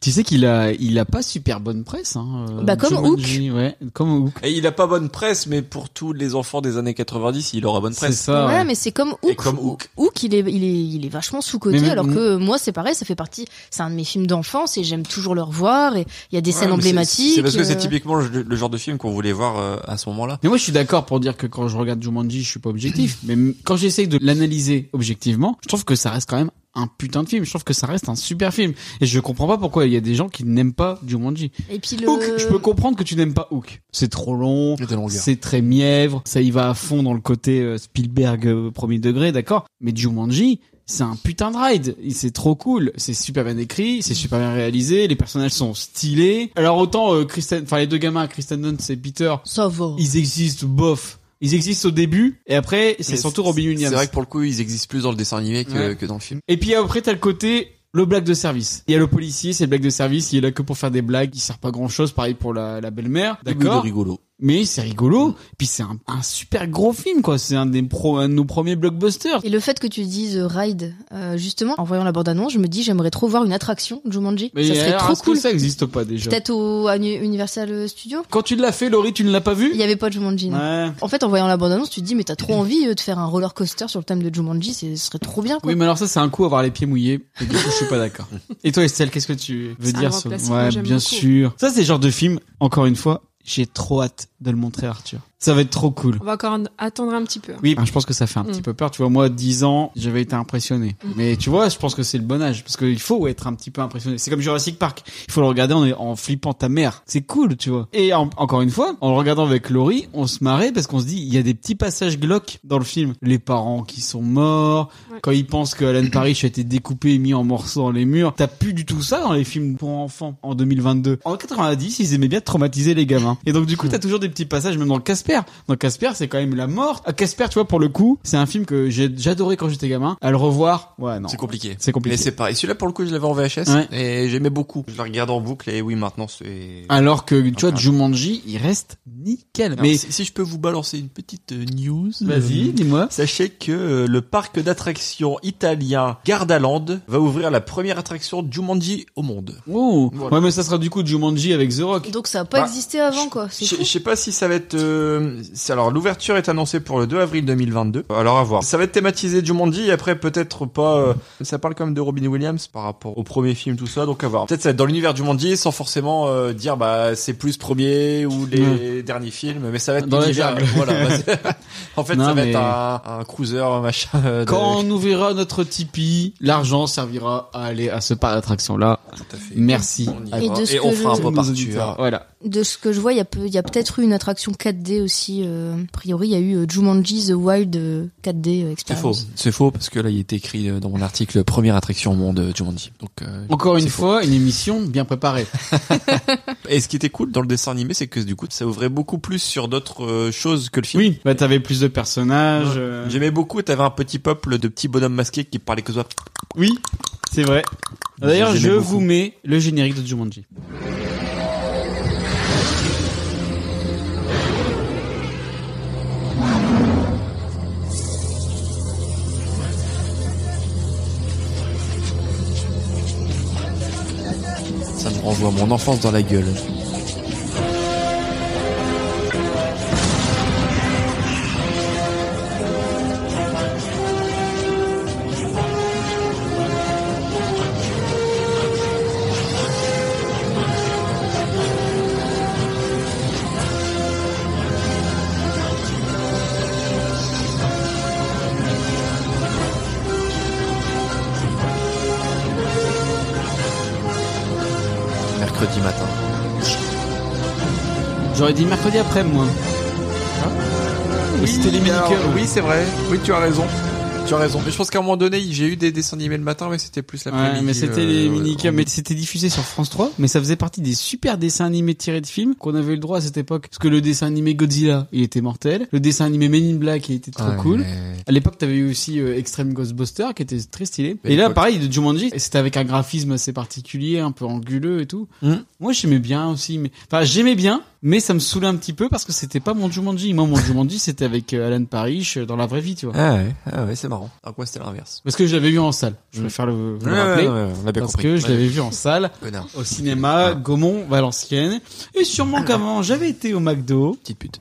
Speaker 2: Tu sais qu'il a, il a pas super bonne presse. Hein, euh,
Speaker 3: Bah, comme
Speaker 2: Jumanji, Ouais, comme Hook.
Speaker 4: Et il a pas bonne presse, mais pour tous les enfants des années 90, il aura bonne presse.
Speaker 2: C'est ça,
Speaker 3: ouais, mais c'est comme Hook.
Speaker 4: hein. Et comme Hook.
Speaker 3: Hook, il est, il est, il est vachement sous-coté,
Speaker 4: Mais- mais-
Speaker 3: alors que moi, c'est pareil, ça fait partie, c'est un de mes films d'enfance et j'aime toujours le revoir et il y a des
Speaker 4: Ouais,
Speaker 3: scènes
Speaker 4: mais c'est-
Speaker 3: emblématiques.
Speaker 4: C'est parce que c'est
Speaker 3: euh,
Speaker 4: typiquement le, le genre de film qu'on voulait voir euh, à ce moment-là.
Speaker 2: Mais moi, je suis d'accord pour dire que quand je regarde Jumanji, je suis pas objectif. mais m- quand j'essaye de l'analyser objectivement, je trouve que ça reste quand même un putain de film. Je trouve que ça reste un super film. Et je comprends pas pourquoi il y a des gens qui n'aiment pas Jumanji.
Speaker 3: Et puis le.
Speaker 2: Hook, je peux comprendre que tu n'aimes pas Hook. C'est trop long, c'est très mièvre, ça y va à fond dans le côté euh, Spielberg euh, premier degré, d'accord Mais Jumanji, c'est un putain de ride, Il- c'est trop cool, c'est super bien écrit, c'est super bien réalisé, les personnages sont stylés. Alors autant euh, Kristen, enfin les deux gamins, Kristen Dunst et Peter, ils existent bof. Ils existent au début et après c'est
Speaker 4: Mais
Speaker 2: surtout Robin Williams.
Speaker 4: C'est vrai que pour le coup, ils existent plus dans le dessin animé que,
Speaker 2: Ouais.
Speaker 4: que dans le film.
Speaker 2: Et puis après, t'as le côté le blague de service. Il y a le policier, c'est le blague de service, il est là que pour faire des blagues, il sert pas grand chose, pareil pour la, la belle-mère, d'accord
Speaker 4: Il est rigolo.
Speaker 2: Mais c'est rigolo, puis c'est un, un super gros film, quoi, c'est un, des pro, un de nos premiers blockbusters.
Speaker 3: Et le fait que tu dises euh, ride, euh, justement, en voyant la bande-annonce, je me dis j'aimerais trop voir une attraction Jumanji.
Speaker 2: Mais
Speaker 3: ça serait
Speaker 2: alors,
Speaker 3: trop
Speaker 2: est-ce que
Speaker 3: cool.
Speaker 2: ça existe pas déjà.
Speaker 3: Peut-être au à Uni- Universal Studio.
Speaker 2: Quand tu l'as fait, Laurie, tu ne l'as pas vu
Speaker 3: Il y avait pas de Jumanji. non.
Speaker 2: Ouais.
Speaker 3: En fait, en voyant la bande-annonce, tu te dis mais t'as trop envie euh, de faire un roller coaster sur le thème de Jumanji, c'est- ce serait trop bien. Quoi.
Speaker 2: Oui, mais alors ça, c'est un coup avoir les pieds mouillés. Et du coup, je suis pas d'accord. Et toi, Estelle, qu'est-ce que tu veux
Speaker 3: C'est un
Speaker 2: dire
Speaker 3: grand
Speaker 2: sur-
Speaker 3: classique, moi,
Speaker 2: Ouais,
Speaker 3: j'aime
Speaker 2: bien
Speaker 3: beaucoup.
Speaker 2: sûr. Ça, c'est le genre de film, encore une fois, j'ai trop hâte de le montrer à Arthur. Ça va être trop cool.
Speaker 5: On va encore un- attendre un petit peu.
Speaker 2: Oui, je pense que ça fait un
Speaker 5: Mm.
Speaker 2: petit peu peur. Tu vois, moi, 10 ans, j'avais été impressionné.
Speaker 5: Mm.
Speaker 2: Mais tu vois, je pense que c'est le bon âge. Parce qu'il faut être un petit peu impressionné. C'est comme Jurassic Park. Il faut le regarder en, en flippant ta mère. C'est cool, tu vois. Et en- encore une fois, en le regardant avec Laurie, on se marrait parce qu'on se dit, il y a des petits passages glauques dans le film. Les parents qui sont morts.
Speaker 5: Ouais.
Speaker 2: Quand ils pensent que Alan Parrish a été découpé et mis en morceaux dans les murs. T'as plus du tout ça dans les films pour enfants en 2022. En 90, ils aimaient bien traumatiser les gamins. Et donc, du coup, t'as toujours des petits passages, même dans Casper. Dans Casper, c'est quand même la mort. À Casper, tu vois, pour le coup, c'est un film que j'ai- j'adorais quand j'étais gamin. À le revoir, ouais, non.
Speaker 4: C'est compliqué.
Speaker 2: C'est compliqué.
Speaker 4: Mais c'est pareil. Celui-là, pour le coup, je l'avais en VHS
Speaker 2: Ouais.
Speaker 4: et j'aimais beaucoup. Je la regardais en boucle et oui, maintenant c'est.
Speaker 2: Alors que, tu vois, Jumanji, il reste nickel.
Speaker 4: Alors,
Speaker 2: Mais
Speaker 4: si, si je peux vous balancer une petite euh, news.
Speaker 2: Vas-y,
Speaker 4: euh,
Speaker 2: dis-moi.
Speaker 4: Sachez que euh, le parc d'attractions italien Gardaland va ouvrir la première attraction Jumanji au monde.
Speaker 2: Oh.
Speaker 4: Voilà.
Speaker 2: Ouais, mais ça sera du coup Jumanji avec The Rock.
Speaker 3: Donc ça a pas
Speaker 4: Bah,
Speaker 3: existé avant quoi. C'est
Speaker 4: Je
Speaker 3: fou.
Speaker 4: je sais pas si ça va être. euh, c'est- Alors l'ouverture est annoncée pour le 2 avril 2022. Alors à voir. Ça va être thématisé Jumanji et après peut-être pas. euh, Ça parle quand même de Robin Williams par rapport au premier film tout ça. Donc à voir. Peut-être ça va être dans l'univers Jumanji sans forcément euh, dire bah c'est plus premier ou les derniers films. Mais ça va être
Speaker 2: Dans la
Speaker 4: l'univers,
Speaker 2: jungle.
Speaker 4: Voilà. bah, c'est- en fait
Speaker 2: Non,
Speaker 4: ça va
Speaker 2: mais-
Speaker 4: être un, un cruiser un machin. euh, de-
Speaker 2: Quand on ouvrira notre Tipeee, l'argent servira à aller à ce parc d'attractions-là. Merci.
Speaker 4: y
Speaker 3: Et va. de ce
Speaker 2: Et
Speaker 3: que
Speaker 2: on fera un
Speaker 3: je-
Speaker 2: pop
Speaker 3: nos
Speaker 4: auditeurs.
Speaker 2: Voilà.
Speaker 3: De ce que je vois, il y a peu- il y a peut-être eu une attraction 4D aussi. euh, a priori, il y a eu euh, Jumanji The Wild euh, 4D euh,
Speaker 4: C'est faux.
Speaker 3: expérience.
Speaker 4: C'est faux parce que là il était écrit euh, dans mon article première attraction au monde euh, Jumanji. Donc euh,
Speaker 2: Encore une
Speaker 4: c'est faux.
Speaker 2: fois, une émission bien préparée.
Speaker 4: Et ce qui était cool dans le dessin animé, c'est que du coup, ça ouvrait beaucoup plus sur d'autres euh, choses que le film.
Speaker 2: Oui, bah t'avais plus de personnages. euh,
Speaker 4: J'aimais beaucoup, t'avais un petit peuple de petits bonhommes masqués qui parlaient que ça.
Speaker 2: Oui, c'est vrai. D'ailleurs,
Speaker 4: J'aimais
Speaker 2: je
Speaker 4: beaucoup.
Speaker 2: vous mets le générique de Jumanji.
Speaker 4: Ça me renvoie à mon enfance dans la gueule. mercredi matin.
Speaker 2: J'aurais dit mercredi après, moi.
Speaker 4: Oui,
Speaker 2: c'était les
Speaker 4: alors,
Speaker 2: minicœurs.
Speaker 4: Oui, c'est vrai. Oui, tu as raison. Tu as raison. Mais je pense qu'à un moment donné, j'ai eu des dessins animés le matin, mais c'était plus
Speaker 2: Ouais,
Speaker 4: l'après-midi.
Speaker 2: mais c'était
Speaker 4: euh,
Speaker 2: les
Speaker 4: ouais.
Speaker 2: minicums, mais c'était diffusé sur France 3, mais ça faisait partie des super dessins animés tirés de films qu'on avait eu le droit à cette époque. Parce que le dessin animé Godzilla, il était mortel. Le dessin animé Men in Black, il était trop
Speaker 4: Ouais,
Speaker 2: cool.
Speaker 4: mais-
Speaker 2: À l'époque, t'avais eu aussi euh, Extreme Ghostbuster, qui était très stylé.
Speaker 4: Belle
Speaker 2: et là,
Speaker 4: époque.
Speaker 2: pareil, de Jumanji, et c'était avec un graphisme assez particulier, un peu anguleux et tout.
Speaker 4: Hmm.
Speaker 2: Moi, j'aimais bien aussi, mais enfin, j'aimais bien, mais ça me saoulait un petit peu parce que c'était pas mon Jumanji. Moi, mon Jumanji, c'était avec euh, Alan Parrish euh, dans la vraie vie, tu vois.
Speaker 4: Ah ouais, ah ouais, c'est marrant. Alors quoi, c'était l'inverse.
Speaker 2: Parce que je l'avais vu en salle. Je
Speaker 4: Mm.
Speaker 2: préfère le, le
Speaker 4: Ouais, ouais,
Speaker 2: rappeler.
Speaker 4: ouais, ouais, on a bien
Speaker 2: parce
Speaker 4: compris.
Speaker 2: que je
Speaker 4: Ouais.
Speaker 2: l'avais vu en salle,
Speaker 4: Connard.
Speaker 2: au cinéma, Gaumont, Valenciennes. Et sûrement qu'avant, j'avais été au McDo.
Speaker 4: Petite pute.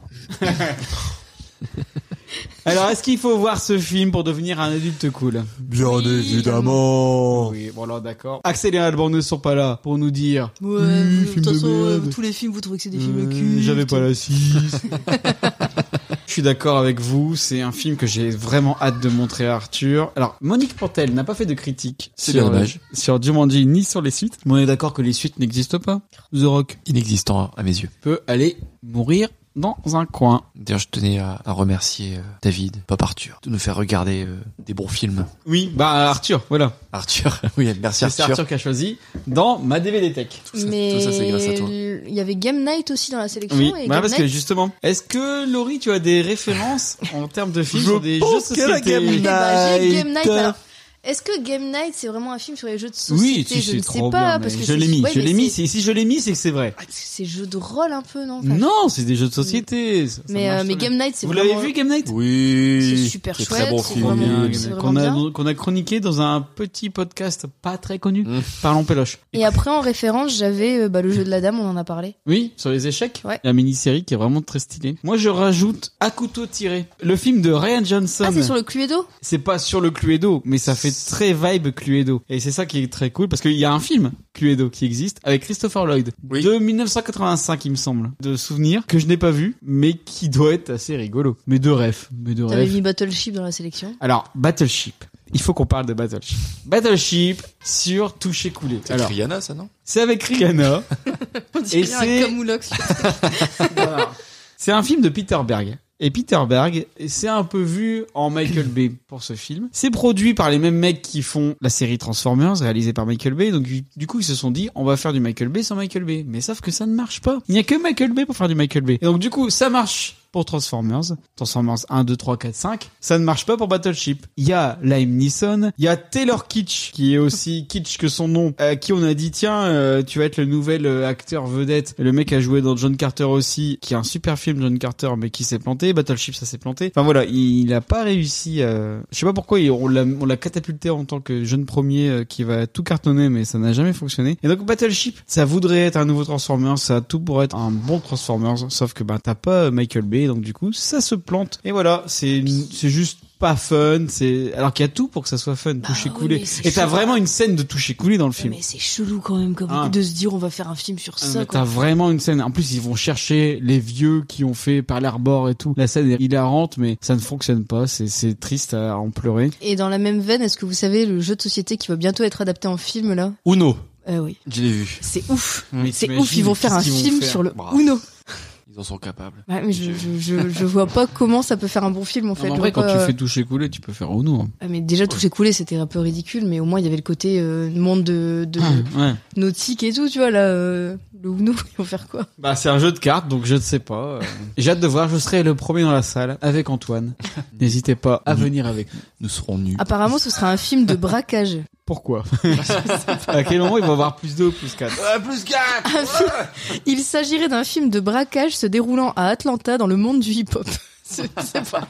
Speaker 2: Alors, est-ce qu'il faut voir ce film pour devenir un adulte cool
Speaker 4: Bien évidemment.
Speaker 2: Oui, bon alors d'accord. Axel et Alban ne sont pas là pour nous dire.
Speaker 17: Ouais,
Speaker 2: Oui,
Speaker 17: de toute
Speaker 2: film de
Speaker 17: façon, euh,
Speaker 2: merde.
Speaker 17: tous les films, vous trouvez que c'est des
Speaker 2: Euh,
Speaker 17: films cultes.
Speaker 2: J'avais pas la 6. Je suis d'accord avec vous, c'est un film que j'ai vraiment hâte de montrer à Arthur. Alors, Monique Pantel n'a pas fait de critique
Speaker 4: C'est
Speaker 2: sur,
Speaker 4: bien dommage.
Speaker 2: euh, sur Jumanji ni sur les suites, mais on est d'accord que les suites n'existent pas. The Rock
Speaker 4: Inexistant à mes yeux.
Speaker 2: peut aller mourir dans un coin.
Speaker 4: D'ailleurs, je tenais à, à remercier euh, David, Pop Arthur, de nous faire regarder euh, des bons films.
Speaker 2: Oui, bah Arthur, voilà.
Speaker 4: Arthur, oui, merci
Speaker 2: C'est Arthur
Speaker 4: Arthur.
Speaker 2: qui a choisi dans ma DVD Tech.
Speaker 3: Mais
Speaker 4: tout ça, c'est grâce à toi.
Speaker 3: il y avait Game Night aussi dans la sélection.
Speaker 2: Oui,
Speaker 3: et
Speaker 2: bah,
Speaker 3: Game
Speaker 2: parce que
Speaker 3: Night-
Speaker 2: justement, est-ce que Laurie, tu as des références en termes de films sur des jeux
Speaker 4: pense
Speaker 2: société
Speaker 4: qu'elle a Game
Speaker 3: Eh ben, j'ai Game Night.
Speaker 2: Night.
Speaker 3: alors. Est-ce que Game Night c'est vraiment un film sur les jeux de société
Speaker 2: Oui, tu
Speaker 3: Je
Speaker 2: sais
Speaker 3: ne sais
Speaker 2: trop
Speaker 3: pas
Speaker 2: bien,
Speaker 3: parce
Speaker 2: mais
Speaker 3: que
Speaker 2: je
Speaker 3: c'est-
Speaker 2: l'ai mis,
Speaker 3: ouais,
Speaker 2: je
Speaker 3: mais
Speaker 2: l'ai mis.
Speaker 3: c'est-
Speaker 2: c'est- Si je l'ai mis, c'est que c'est vrai.
Speaker 3: C'est jeu de rôle un peu, non Enfin,
Speaker 2: Non, c'est des jeux de société. ça
Speaker 3: Mais,
Speaker 2: marche
Speaker 3: euh,
Speaker 2: très
Speaker 3: mais
Speaker 2: bien.
Speaker 3: Game Night, c'est
Speaker 2: Vous
Speaker 3: vraiment-
Speaker 2: l'avez vu Game Night
Speaker 4: Oui.
Speaker 3: C'est super c'est très chouette, bon c'est film. vraiment- c'est
Speaker 2: Qu'on a,
Speaker 3: vraiment
Speaker 2: qu'on a chroniqué dans un petit podcast pas très connu.
Speaker 4: Mmh.
Speaker 2: Parlons Péloche.
Speaker 3: Et après en référence, j'avais euh, bah, le jeu de la dame, on en a parlé.
Speaker 2: Oui, sur les échecs.
Speaker 3: Ouais.
Speaker 2: La mini-série qui est vraiment très stylée. Moi, je rajoute À couteau tiré. Le film de Ryan Johnson.
Speaker 3: Ah, c'est sur le Cluedo
Speaker 2: C'est pas sur le Cluedo, mais ça fait très vibe Cluedo. Et c'est ça qui est très cool, parce qu'il y a un film Cluedo qui existe avec Christopher Lloyd de 1985, il me semble, de souvenirs que je n'ai pas vu, mais qui doit être assez rigolo. Mais de rêve, mais de
Speaker 3: T'avais
Speaker 2: rêve.
Speaker 3: mis Battleship dans la sélection.
Speaker 2: Alors Battleship, il faut qu'on parle de Battleship. Battleship sur toucher coulé.
Speaker 4: C'est avec Rihanna, ça, non
Speaker 2: C'est avec Rihanna.
Speaker 9: On
Speaker 2: Et
Speaker 9: dirait un
Speaker 2: c'est
Speaker 9: camoulox.
Speaker 2: c'est un film de Peter Berg. Et Peter Berg, c'est un peu vu en Michael Bay pour ce film. C'est produit par les mêmes mecs qui font la série Transformers, réalisée par Michael Bay. Donc, du coup, ils se sont dit, on va faire du Michael Bay sans Michael Bay. Mais sauf que ça ne marche pas. Il n'y a que Michael Bay pour faire du Michael Bay. Et donc, du coup, ça marche pour Transformers. Transformers 1, 2, 3, 4, 5. Ça ne marche pas pour Battleship. Il y a Lime Neeson. Il y a Taylor Kitsch, qui est aussi Kitsch que son nom, à qui on a dit, tiens, euh, tu vas être le nouvel euh, acteur vedette. Et le mec a joué dans John Carter aussi, qui est un super film, John Carter, mais qui s'est planté. Battleship, ça s'est planté. Enfin voilà, il a pas réussi. euh, Je sais pas pourquoi, il- on l'a on l'a catapulté en tant que jeune premier euh, qui va tout cartonner, mais ça n'a jamais fonctionné. Et donc Battleship, ça voudrait être un nouveau Transformers, ça a tout pour être un bon Transformers, sauf que bah t'as pas euh, Michael Bay, donc du coup ça se plante. Et voilà, c'est une- c'est juste pas fun, c'est alors qu'il y a tout pour que ça soit fun, toucher coulé.
Speaker 17: mais Bah c'est
Speaker 2: Et t'as
Speaker 17: chaud.
Speaker 2: vraiment une scène de toucher coulé dans le film.
Speaker 17: Mais c'est chelou quand même comme
Speaker 2: Ah.
Speaker 17: de se dire on va faire un film sur
Speaker 2: Ah,
Speaker 17: ça.
Speaker 2: mais
Speaker 17: quoi.
Speaker 2: T'as vraiment une scène. En plus, ils vont chercher les vieux qui ont fait par l'arbor et tout. La scène est hilarante, mais ça ne fonctionne pas. C'est- C'est triste à en pleurer.
Speaker 3: Et dans la même veine, est-ce que vous savez le jeu de société qui va bientôt être adapté en film là
Speaker 4: Uno.
Speaker 3: Euh, oui.
Speaker 4: Je l'ai vu.
Speaker 3: C'est ouf.
Speaker 2: Mm.
Speaker 4: Mais
Speaker 3: C'est
Speaker 4: t'imagines,
Speaker 3: ouf, ils vont faire un
Speaker 4: qu'est-ce qu'ils vont
Speaker 3: film
Speaker 4: faire
Speaker 3: sur le
Speaker 4: Bravo.
Speaker 3: Uno.
Speaker 4: Ils en sont capables.
Speaker 3: Ouais, mais je, je, je, je vois pas comment ça peut faire un bon film en fait. Je vois pas- euh,
Speaker 2: toucher couler, tu peux faire hein. Uno.
Speaker 3: Ah, mais déjà toucher coulé c'était un peu ridicule mais au moins il y avait le côté euh, monde de, de
Speaker 4: Ah.
Speaker 2: Ouais.
Speaker 3: nautique et tout tu vois là euh, le Uno ils vont faire quoi
Speaker 2: Bah, c'est un jeu de cartes, donc je ne sais pas. euh. J'ai hâte de voir. Je serai le premier dans la salle avec Antoine. N'hésitez pas à venir avec nous.
Speaker 4: Nous serons nus.
Speaker 3: apparemment ce sera un film de braquage
Speaker 2: Pourquoi À quel moment il va avoir plus 2 ou plus 4
Speaker 3: Ah,
Speaker 4: plus 4
Speaker 3: Un film- il s'agirait d'un film de braquage se déroulant à Atlanta dans le monde du hip hop c'est c'est pas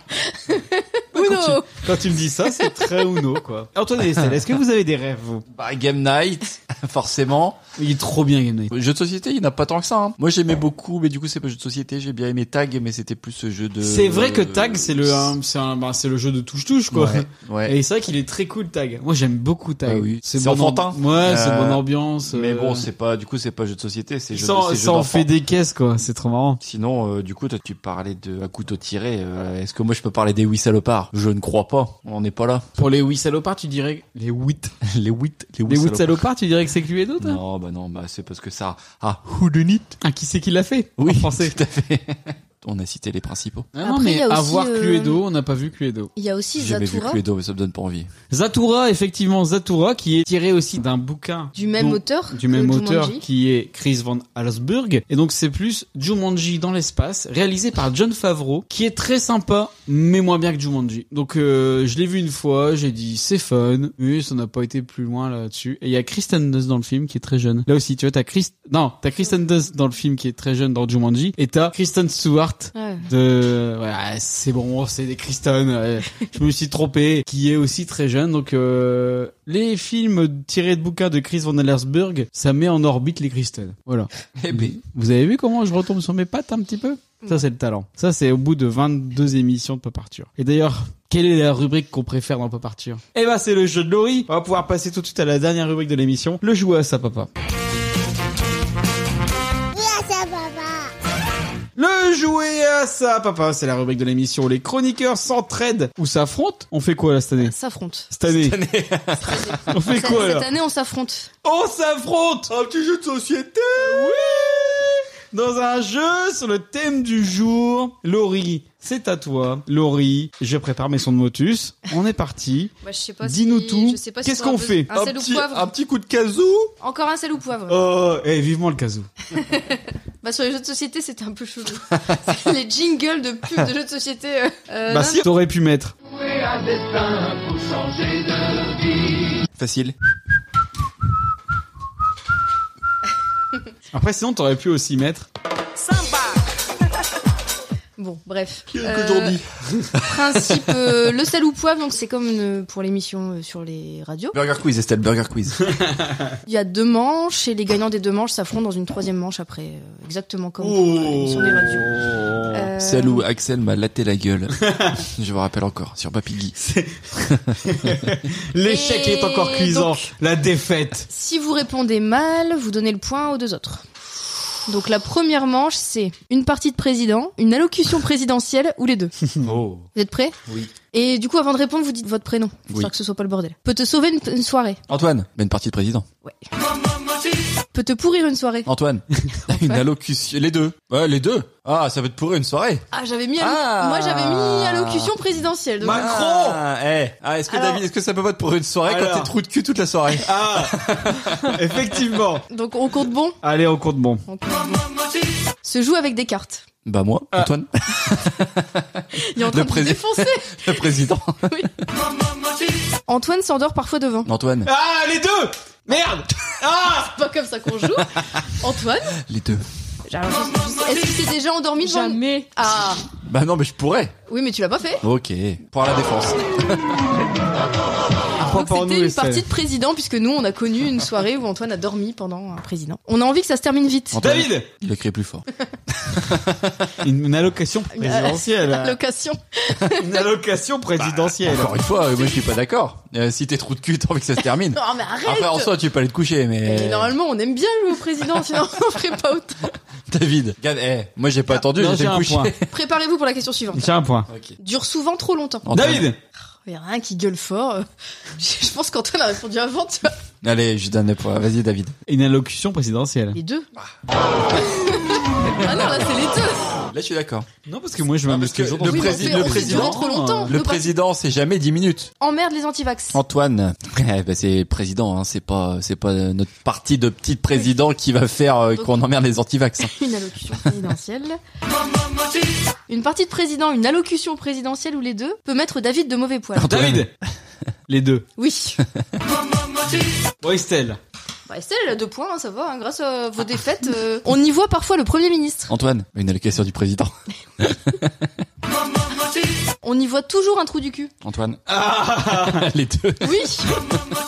Speaker 3: Uno
Speaker 2: Quand tu me dis ça, c'est très Uno, quoi. Antoine et Estelle, est-ce que vous avez des rêves, vous
Speaker 4: Bah, Game Night, forcément.
Speaker 2: Il est trop bien, Game Night.
Speaker 4: Jeu de société, il n'y en a pas tant que ça. hein. Moi, j'aimais beaucoup, mais du coup, c'est pas jeu de société. J'ai bien aimé Tag, mais c'était plus ce jeu de...
Speaker 2: C'est vrai que Tag, c'est le, un- c'est un- bah, c'est le jeu de touche-touche, quoi.
Speaker 4: Euh, Ouais, ouais.
Speaker 2: Et c'est vrai qu'il est très cool, Tag. Moi, j'aime beaucoup Tag.
Speaker 4: Ah oui. C'est
Speaker 2: bon
Speaker 4: enfantin.
Speaker 2: ambi- Ouais, c'est
Speaker 4: Euh,
Speaker 2: bonne ambiance.
Speaker 4: Mais
Speaker 2: euh,
Speaker 4: bon, c'est pas, du coup, c'est pas jeu de société, c'est jeu
Speaker 2: ça,
Speaker 4: de, c'est
Speaker 2: ça
Speaker 4: jeu
Speaker 2: en
Speaker 4: d'enfant.
Speaker 2: fait des caisses, quoi. C'est trop marrant.
Speaker 4: Sinon, euh, du coup, toi, tu parlais de à couteau tiré. euh, Est-ce que moi, je peux parler des huit salopards Je ne crois pas. On n'en est pas là.
Speaker 2: Pour les 8 salopards, tu dirais les 8.
Speaker 4: les 8
Speaker 2: Les 8 salopards, tu dirais que avec sécu et d'autres
Speaker 4: Non, bah non, bah c'est parce que ça. Ah,
Speaker 2: Who done it Ah, qui c'est qui l'a fait Oui, en français.
Speaker 4: tout à fait. on a cité les principaux.
Speaker 2: Ah non,
Speaker 3: Après, il
Speaker 2: mais
Speaker 3: y a
Speaker 2: à
Speaker 3: aussi,
Speaker 2: voir
Speaker 3: euh,
Speaker 2: Cluedo, on n'a pas vu Cluedo.
Speaker 3: Il y a aussi
Speaker 4: J'ai jamais vu
Speaker 3: Zatura
Speaker 4: Cluedo, mais ça me donne pas envie.
Speaker 2: Zatura, effectivement, Zatura, qui est tiré aussi d'un bouquin
Speaker 3: du même
Speaker 2: dont-
Speaker 3: auteur.
Speaker 2: du même
Speaker 3: que
Speaker 2: auteur
Speaker 3: Jumanji.
Speaker 2: qui est Chris Van Allsburg. Et donc c'est plus Jumanji dans l'espace, réalisé par John Favreau, qui est très sympa, mais moins bien que Jumanji. Donc euh, je l'ai vu une fois, j'ai dit c'est fun, mais ça n'a pas été plus loin là-dessus. Et il y a Kristen Dunst dans le film qui est très jeune. Là aussi, tu vois, t'as Chris... Non, t'as Kristen Dunst dans le film qui est très jeune dans Jumanji, et t'as Kristen Stewart
Speaker 3: Ouais.
Speaker 2: de ouais, c'est bon c'est des Kristen euh, je me suis trompé qui est aussi très jeune donc euh, les films tirés de bouquins de Chris Van Allersburg ça met en orbite les Kristen voilà
Speaker 4: Eh ben,
Speaker 2: vous avez vu comment je retombe sur mes pattes un petit peu ça c'est le talent ça c'est au bout de 22 émissions de Pop Arthur et d'ailleurs quelle est la rubrique qu'on préfère dans Pop Arthur Eh ben c'est le jeu de Laurie on va pouvoir passer tout de suite à la dernière rubrique de l'émission le joueur à sa papa Le jouet à ça, papa, c'est la rubrique de l'émission où les chroniqueurs s'entraident ou s'affrontent. On fait quoi là cette année
Speaker 3: S'affrontent.
Speaker 2: Cette année. on fait
Speaker 3: Cette-
Speaker 2: quoi
Speaker 3: Cette
Speaker 2: là
Speaker 3: année, on s'affronte.
Speaker 2: On s'affronte Un petit jeu de société Oui Dans un jeu sur le thème du jour, Laurie, c'est à toi. Laurie, je prépare mes sons de motus. On est parti.
Speaker 3: Bah, je sais pas
Speaker 2: Dis-nous
Speaker 3: si-
Speaker 2: tout.
Speaker 3: je sais pas si
Speaker 2: Qu'est-ce
Speaker 3: t'auras
Speaker 2: qu'on
Speaker 3: besoin-
Speaker 2: fait
Speaker 3: Un sel ou poivre
Speaker 4: coup de casou
Speaker 3: Encore un sel ou poivre
Speaker 2: Oh, eh, vivement le casou.
Speaker 3: Euh, Bah sur les jeux de société, c'était un peu chelou. les jingles de pub de jeux de société. euh, euh,
Speaker 2: bah
Speaker 3: non,
Speaker 2: si, t'aurais pu mettre.
Speaker 4: Facile.
Speaker 2: Après, sinon, t'aurais pu aussi mettre.
Speaker 3: Bon, bref. Euh,
Speaker 4: que tournis.
Speaker 3: principe, euh, le sel ou poivre, donc c'est comme euh, pour l'émission euh, sur les radios.
Speaker 4: Burger quiz, Estelle, burger quiz.
Speaker 3: Il y a deux manches et les gagnants des deux manches s'affrontent dans une troisième manche après, euh, exactement
Speaker 2: Oh.
Speaker 3: comme pour, euh, l'émission des radios. Euh,
Speaker 4: Celle où Axel m'a laté la gueule. Je me rappelle encore, sur Papigui.
Speaker 2: L'échec
Speaker 3: Et
Speaker 2: est encore cuisant.
Speaker 3: donc-
Speaker 2: La défaite.
Speaker 3: Si vous répondez mal, vous donnez le point aux deux autres. Donc la première manche, c'est une partie de président, une allocution présidentielle ou les deux.
Speaker 2: Oh.
Speaker 3: Vous êtes prêts
Speaker 4: Oui.
Speaker 3: Et du coup, avant de répondre, vous dites votre prénom,
Speaker 4: Oui.
Speaker 3: histoire que ce soit pas le bordel. Peut te sauver une, une soirée.
Speaker 4: Antoine, mais une partie de président.
Speaker 3: Peut te pourrir une soirée.
Speaker 4: Antoine, une allocution. Les deux. Ouais, les deux. Ah, ça va te pourrir une soirée.
Speaker 3: Ah, j'avais mis allo- moi j'avais mis allocution présidentielle. donc-
Speaker 4: ah, eh. Ah, est-ce que
Speaker 3: Alors-
Speaker 4: David, est-ce que ça peut pas te pourrir une soirée quand
Speaker 2: Alors.
Speaker 4: t'es trou de cul toute la soirée
Speaker 2: Ah Effectivement.
Speaker 3: Donc on compte bon.
Speaker 2: Allez, on compte bon.
Speaker 3: Se joue avec des cartes.
Speaker 4: Bah moi, Antoine.
Speaker 3: Il est en train de vous
Speaker 4: prési-
Speaker 3: défoncer.
Speaker 4: le président.
Speaker 3: Antoine s'endort parfois devant.
Speaker 4: Antoine.
Speaker 2: Ah, les deux Merde Ah
Speaker 3: C'est pas comme ça qu'on joue. Antoine.
Speaker 4: Les deux.
Speaker 3: Alors, je- je- Est-ce que tu t'es déjà endormi devant une- Ah
Speaker 4: Bah non, mais je pourrais.
Speaker 3: oui, mais tu l'as pas fait.
Speaker 4: Ok. Pour la défense.
Speaker 2: Donc
Speaker 3: C'était une partie de président puisque nous on a connu une soirée où Antoine a dormi pendant un président. On a envie que ça se termine vite.
Speaker 4: Antoine.
Speaker 2: David
Speaker 4: Il a crié plus fort.
Speaker 2: Une, une allocation présidentielle.
Speaker 3: Allocation.
Speaker 2: une allocation présidentielle.
Speaker 4: Encore une fois, euh, moi je suis pas d'accord. Euh, si t'es trou de cul, t'as envie que ça se termine.
Speaker 3: Non mais arrête.
Speaker 4: Après, en soi, euh, tu peux pas aller te coucher,
Speaker 3: Mais
Speaker 4: mais.
Speaker 3: normalement on aime bien jouer au président sinon on ferait pas autant.
Speaker 4: David, regarde, eh, moi j'ai pas attendu,
Speaker 2: non,
Speaker 4: j'étais
Speaker 2: j'ai un
Speaker 4: couché.
Speaker 2: point.
Speaker 3: Préparez-vous pour la question suivante.
Speaker 2: J'ai un point.
Speaker 3: Dure souvent trop longtemps.
Speaker 4: Antoine.
Speaker 2: David
Speaker 3: Il y en a un qui gueule fort. euh. Je pense qu'Antoine a répondu avant, tu vois.
Speaker 4: Allez, je donne le point. Vas-y, David.
Speaker 2: Une allocution présidentielle.
Speaker 3: Les deux. Ah non, là c'est les deux.
Speaker 4: Là, je suis d'accord.
Speaker 2: Non, parce que moi je m'amuse
Speaker 4: Parce que
Speaker 2: toujours dans
Speaker 4: le,
Speaker 3: Oui, mais on
Speaker 4: prési-
Speaker 3: fait-
Speaker 4: le
Speaker 3: on fait durer
Speaker 4: président,
Speaker 3: trop longtemps.
Speaker 4: le
Speaker 3: Nos partis-
Speaker 4: président, c'est jamais 10 minutes.
Speaker 3: Emmerde les antivax.
Speaker 4: Oh. Antoine, eh ben, c'est président, hein, c'est pas, c'est pas euh, notre parti de petit président qui va faire euh,
Speaker 3: Donc-
Speaker 4: qu'on emmerde les antivax. hein.
Speaker 3: Une allocution présidentielle. Une partie de président, une allocution présidentielle ou les deux peut mettre David de mauvais poil.
Speaker 2: David Les deux.
Speaker 3: Oui.
Speaker 2: Bon, Estelle.
Speaker 3: Bah Estelle, elle a deux points, hein, ça va. hein, grâce à vos défaites, euh, on y voit parfois le Premier ministre.
Speaker 4: Antoine, une allocation du président.
Speaker 3: On y voit toujours un trou du cul.
Speaker 4: Antoine. les deux.
Speaker 3: Oui.
Speaker 4: Ah.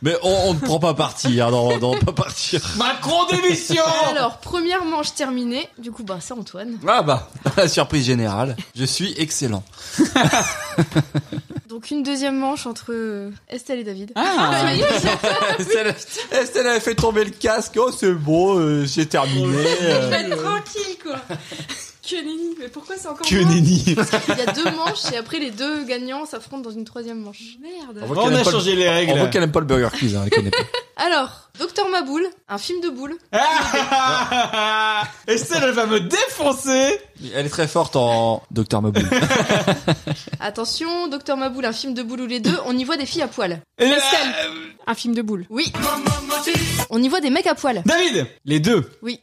Speaker 4: Mais on, on ne prend pas parti, hein, non, non, pas partir.
Speaker 2: Macron démission
Speaker 3: Alors, première manche terminée. Du coup, bah c'est Antoine.
Speaker 4: Ah bah, la surprise générale. Je suis excellent.
Speaker 3: Donc une deuxième manche entre euh, Estelle et David.
Speaker 2: Ah.
Speaker 3: ça y est, j'ai-
Speaker 4: Estelle, Estelle avait fait tomber le casque. Oh, c'est bon, euh, j'ai terminé.
Speaker 3: Je
Speaker 4: euh.
Speaker 3: vais être tranquille, quoi. Que nenni, mais pourquoi c'est encore
Speaker 2: Que
Speaker 3: moi
Speaker 2: nenni
Speaker 3: Il y a deux manches et après les deux gagnants s'affrontent dans une troisième manche. Merde.
Speaker 2: On
Speaker 4: voit qu'elle
Speaker 2: a
Speaker 4: aime pas le-
Speaker 2: changé les
Speaker 4: On voit
Speaker 2: règles.
Speaker 4: qu'elle aime pas le Burger Quiz, hein, elle connaît pas.
Speaker 5: Alors, Docteur Maboule, un film de boule.
Speaker 2: Ah,
Speaker 18: Et Estelle, elle va me défoncer
Speaker 4: Elle est très forte en Docteur Maboule.
Speaker 3: Attention, Docteur Maboule, un film de boule ou les deux, on y voit des filles à poil.
Speaker 5: Estelle,
Speaker 2: Euh,
Speaker 5: un film de boule.
Speaker 3: Oui. On y voit des mecs à poil.
Speaker 2: David Les deux.
Speaker 3: Oui.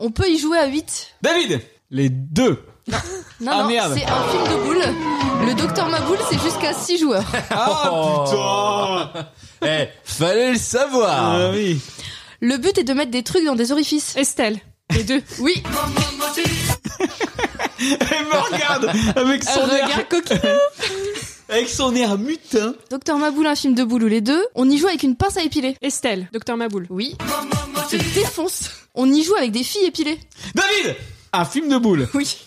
Speaker 3: On peut y jouer à 8.
Speaker 2: David Les deux.
Speaker 3: Non,
Speaker 2: Ah,
Speaker 3: non,
Speaker 2: merde.
Speaker 3: c'est un film de boule. Le Docteur Maboule, c'est jusqu'à 6 joueurs.
Speaker 4: Oh Ah, putain Eh, fallait le savoir Ah
Speaker 2: Ah oui
Speaker 3: Le but est de mettre des trucs dans des orifices.
Speaker 5: Estelle, les deux.
Speaker 3: Oui.
Speaker 2: Elle me regarde avec son
Speaker 3: Regarde,
Speaker 2: air Avec son air mutin.
Speaker 3: Docteur Maboule, un film de boule ou les deux. On y joue avec une pince à épiler.
Speaker 5: Estelle, Docteur Maboule.
Speaker 3: Oui. Je défonce. On y joue avec des filles épilées.
Speaker 2: David Un film de boule.
Speaker 3: Oui.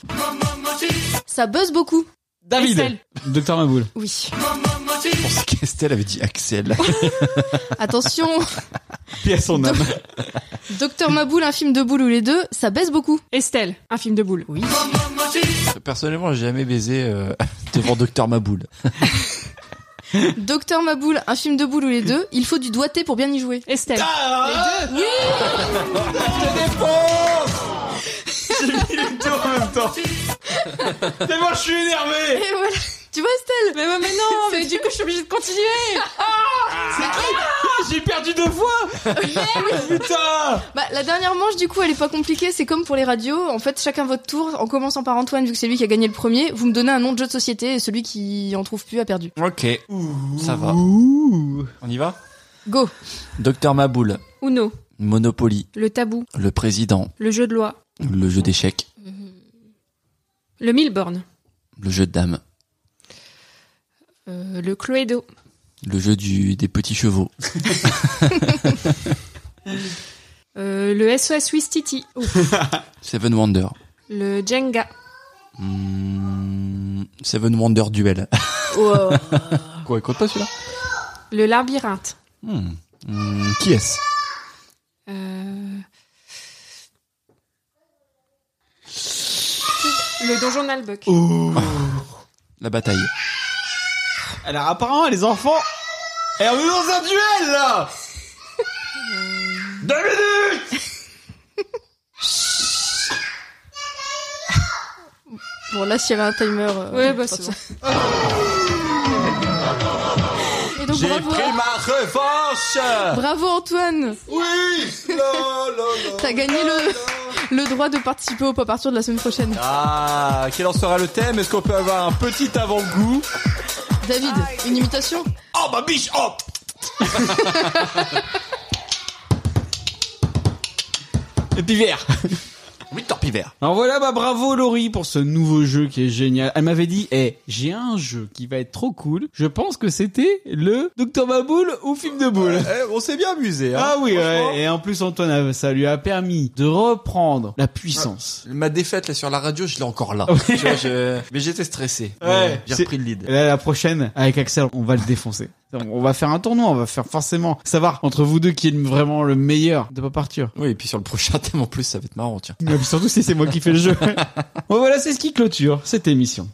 Speaker 3: Ça buzz beaucoup.
Speaker 2: David
Speaker 3: Estelle.
Speaker 2: Docteur Maboule.
Speaker 3: Oui.
Speaker 4: Je pensais qu'Estelle avait dit Axel.
Speaker 3: Attention,
Speaker 2: Puis à son âme.
Speaker 3: Docteur Maboule, un film de boule ou les deux, ça baisse beaucoup.
Speaker 5: Estelle, un film de boule.
Speaker 3: Oui.
Speaker 4: Personnellement, j'ai jamais baisé euh, devant Docteur Maboule.
Speaker 3: Docteur Maboule, un film de boule ou les deux, il faut du doigté pour bien y jouer.
Speaker 5: Estelle.
Speaker 3: Les deux Oui
Speaker 2: J'ai mis les deux en même temps. Tellement je suis énervé.
Speaker 3: Et voilà. Tu vois Estelle
Speaker 5: Mais, mais non, mais du coup, je suis obligée de continuer.
Speaker 2: J'ai perdu deux fois. Putain.
Speaker 3: Bah, la dernière manche, du coup, elle est pas compliquée. C'est comme pour les radios. En fait, chacun votre tour. En commençant par Antoine, vu que c'est lui qui a gagné le premier, vous me donnez un nom de jeu de société et celui qui en trouve plus a perdu.
Speaker 4: Ok. Ça va. On y va
Speaker 3: Go.
Speaker 4: Docteur Maboule,
Speaker 5: Uno,
Speaker 4: Monopoly,
Speaker 5: le tabou,
Speaker 4: le président,
Speaker 5: le jeu de loi,
Speaker 4: le jeu d'échecs,
Speaker 5: le Milborn,
Speaker 4: le jeu de dames,
Speaker 5: euh, le Cluedo,
Speaker 4: le jeu du, des petits chevaux,
Speaker 5: euh, le SOS Wistiti,
Speaker 4: Seven Wonder,
Speaker 5: le Jenga.
Speaker 4: Hmm, Seven Wonder Duel.
Speaker 5: Wow.
Speaker 4: Quoi, il compte pas celui-là
Speaker 5: Le labyrinthe.
Speaker 4: Hmm. Hmm, Qui est-ce
Speaker 5: Euh, Le donjon Nalbuck.
Speaker 4: La bataille.
Speaker 2: Alors apparemment les enfants. Et on est dans un duel là. Deux minutes.
Speaker 3: Bon, là, s'il y avait un timer. euh,
Speaker 5: Ouais, bah,
Speaker 3: pas
Speaker 5: c'est
Speaker 3: de
Speaker 5: bon.
Speaker 3: sens. Et donc,
Speaker 4: J'ai
Speaker 3: bravo.
Speaker 4: pris ma revanche
Speaker 3: Bravo Antoine
Speaker 4: Oui
Speaker 3: T'as gagné le, le droit de participer au pop Arthur de la semaine prochaine.
Speaker 4: Ah, quel en sera le thème Est-ce qu'on peut avoir un petit avant-goût
Speaker 3: David, une imitation
Speaker 4: Oh ma biche Oh
Speaker 2: Et puis vert.
Speaker 4: Oui, torpille vert.
Speaker 2: Alors voilà, bah bravo Laurie pour ce nouveau jeu qui est génial. Elle m'avait dit, eh, j'ai un jeu qui va être trop cool. Je pense que c'était le Docteur Maboule ou film de boule.
Speaker 4: Eh, on s'est bien amusé. hein.
Speaker 2: Ah oui, ouais. et en plus Antoine, a- ça lui a permis de reprendre la puissance.
Speaker 4: Ma défaite là sur la radio, je l'ai encore là. Tu vois, je- Mais j'étais stressé.
Speaker 2: Ouais.
Speaker 4: Mais J'ai
Speaker 2: C'est-
Speaker 4: repris le lead.
Speaker 2: Et là, la prochaine, avec Axel, on va le défoncer. On va faire un tournoi, on va faire forcément savoir entre vous deux qui est vraiment le meilleur de pas partir.
Speaker 4: Oui, et puis sur le prochain thème en plus, ça va être marrant, tiens.
Speaker 2: Mais surtout si c'est moi qui fais le jeu. bon voilà, c'est ce qui clôture cette émission.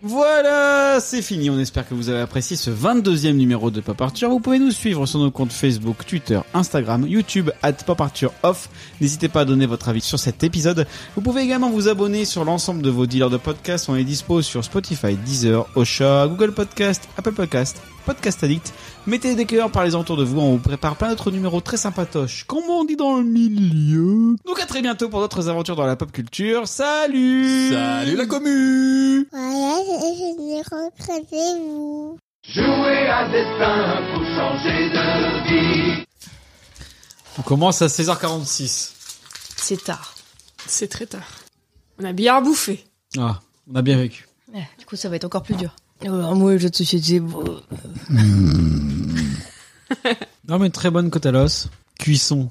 Speaker 2: Voilà, c'est fini. On espère que vous avez apprécié ce 22e numéro de Pas Partir. Vous pouvez nous suivre sur nos comptes Facebook, Twitter, Instagram, YouTube, at Pas Partir Off. N'hésitez pas à donner votre avis sur cet épisode. Vous pouvez également vous abonner sur l'ensemble de vos dealers de podcasts. On est dispo sur Spotify, Deezer, Ocha, Google Podcast, Apple Podcast, Podcast Addict. Mettez des cœurs par les entours de vous. On vous prépare plein d'autres numéros très sympatoches. Comment on dit dans le milieu? Donc à très bientôt pour d'autres aventures dans la pop culture. Salut!
Speaker 4: Salut la commune!
Speaker 1: Voilà, je vais rencontrer vous.
Speaker 12: Jouer à destin pour changer de vie.
Speaker 2: On commence à 16h46.
Speaker 5: C'est tard. C'est très tard. On a bien bouffé.
Speaker 2: Ah, on a bien vécu.
Speaker 19: Ouais, du coup, ça va être encore plus dur. Alors, Oh, moi, le jeu de société. bon,
Speaker 2: Non mais très bonne côte à l'os. Cuisson.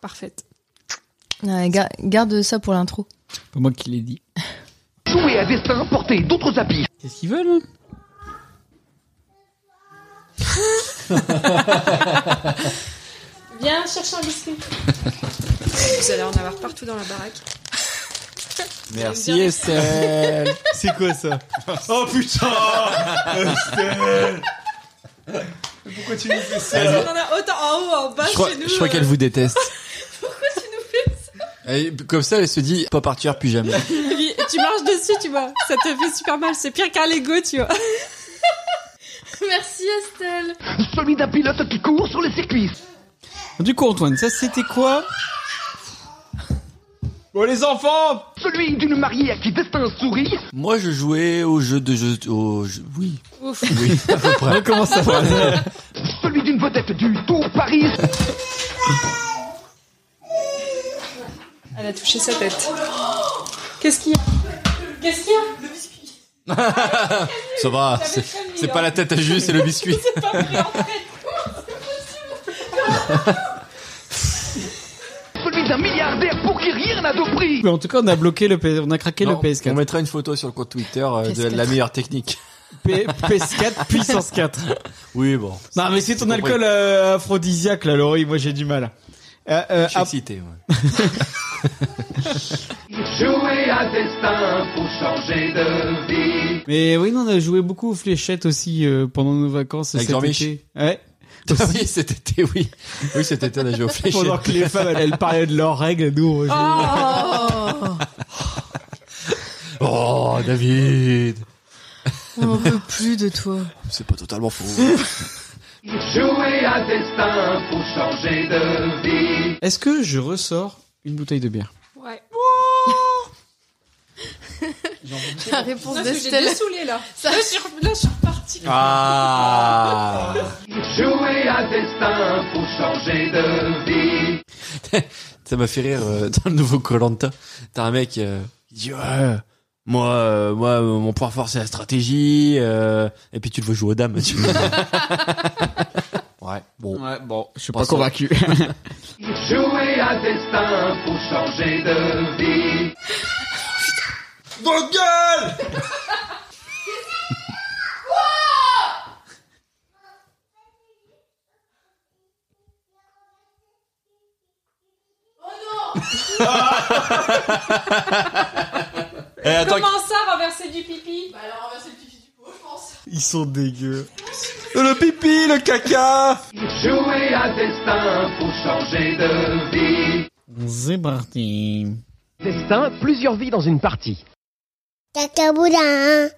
Speaker 5: Parfaite.
Speaker 19: ouais, ga- garde ça pour l'intro.
Speaker 2: Pas moi qui l'ai dit.
Speaker 12: Jouer à destin, porter d'autres habits.
Speaker 2: Qu'est-ce qu'ils veulent
Speaker 5: Viens chercher un biscuit. Vous allez en avoir partout dans la baraque.
Speaker 4: Merci Estelle.
Speaker 8: C'est quoi ça Oh putain Estelle Pourquoi tu nous fais
Speaker 5: Parce
Speaker 8: ça
Speaker 5: qu'on en a autant en haut, en bas
Speaker 4: Je crois,
Speaker 5: chez nous.
Speaker 4: je crois qu'elle
Speaker 5: euh,
Speaker 4: vous déteste.
Speaker 5: Pourquoi tu nous fais ça
Speaker 4: Et comme ça, elle se dit pas partir plus jamais.
Speaker 5: Et puis, tu marches dessus, tu vois. Ça te fait super mal. C'est pire qu'un Lego, tu vois.
Speaker 9: Merci Estelle.
Speaker 16: Celui d'un pilote qui court sur les circuits.
Speaker 2: hein Du coup, Antoine, ça c'était quoi Bon, les enfants
Speaker 16: Celui d'une mariée à qui destin sourit.
Speaker 4: Moi, je jouais au jeu de jeu. Au jeu- Oui.
Speaker 16: Ouf.
Speaker 4: Oui, à peu près.
Speaker 2: Comment ça va
Speaker 16: Celui d'une vedette du Tour Paris.
Speaker 5: Elle a touché sa tête. Qu'est-ce qu'il y a Qu'est-ce qu'il y a Le biscuit.
Speaker 4: Ça va, c'est c'est pas la tête à jus, c'est le biscuit.
Speaker 16: Celui d'un milliardaire pour qui rien n'a de prix.
Speaker 2: Mais en tout cas, on a bloqué le P- on a craqué
Speaker 4: Non,
Speaker 2: le PS4.
Speaker 4: On mettra une photo sur le compte Twitter euh, de
Speaker 2: PS4.
Speaker 4: la meilleure technique.
Speaker 2: P- PS4 puissance 4.
Speaker 4: Oui, bon.
Speaker 2: Non, mais c'est ton
Speaker 4: compris.
Speaker 2: alcool euh, aphrodisiaque là, Laurie, moi j'ai du mal. Euh, euh,
Speaker 4: Je suis
Speaker 2: ap-
Speaker 4: excité, ouais.
Speaker 7: Jouer à destin pour changer de vie.
Speaker 2: Mais oui, non, on a joué beaucoup aux fléchettes aussi euh, pendant nos vacances
Speaker 4: Avec
Speaker 2: cet
Speaker 4: Jean-Mich.
Speaker 2: été. Ouais.
Speaker 4: Ah oui, cet été, oui. Oui, cet été, on a joué au fléchettes.
Speaker 2: Pendant que les Ah, femmes, elles, elles parlaient de leurs règles, nous, on jouait.
Speaker 17: Oh
Speaker 4: Oh, David
Speaker 17: On n'en peut plus de toi.
Speaker 4: C'est pas totalement faux.
Speaker 7: Jouer à destin pour changer de vie.
Speaker 2: Est-ce que je ressors une bouteille de bière
Speaker 5: Ouais.
Speaker 9: La réponse
Speaker 5: Parce que j'ai
Speaker 9: d'Estelle.
Speaker 5: deux saoulés, là.
Speaker 9: Ça-
Speaker 5: Là, je suis re- là, je suis repartie.
Speaker 4: Ah
Speaker 7: Jouer à destin pour changer de vie.
Speaker 4: Ça m'a fait rire euh, dans le nouveau Colanta. T'as un mec euh, qui dit ouais, moi, euh, moi, euh, mon point fort c'est la stratégie. euh, et puis tu le vois jouer aux dames. Tu vois. ouais, bon.
Speaker 2: Ouais, bon, je suis
Speaker 4: pas convaincu.
Speaker 7: Jouer à destin pour changer de vie.
Speaker 8: Dans le gueule
Speaker 4: Eh, attends,
Speaker 5: Comment ça, renverser du pipi Bah alors, renverser du pipi.
Speaker 8: Ils sont dégueux. Le pipi, le caca
Speaker 7: Jouer à destin pour changer de vie.
Speaker 2: C'est parti.
Speaker 16: Destin, plusieurs vies dans une partie.
Speaker 1: Caca boudin,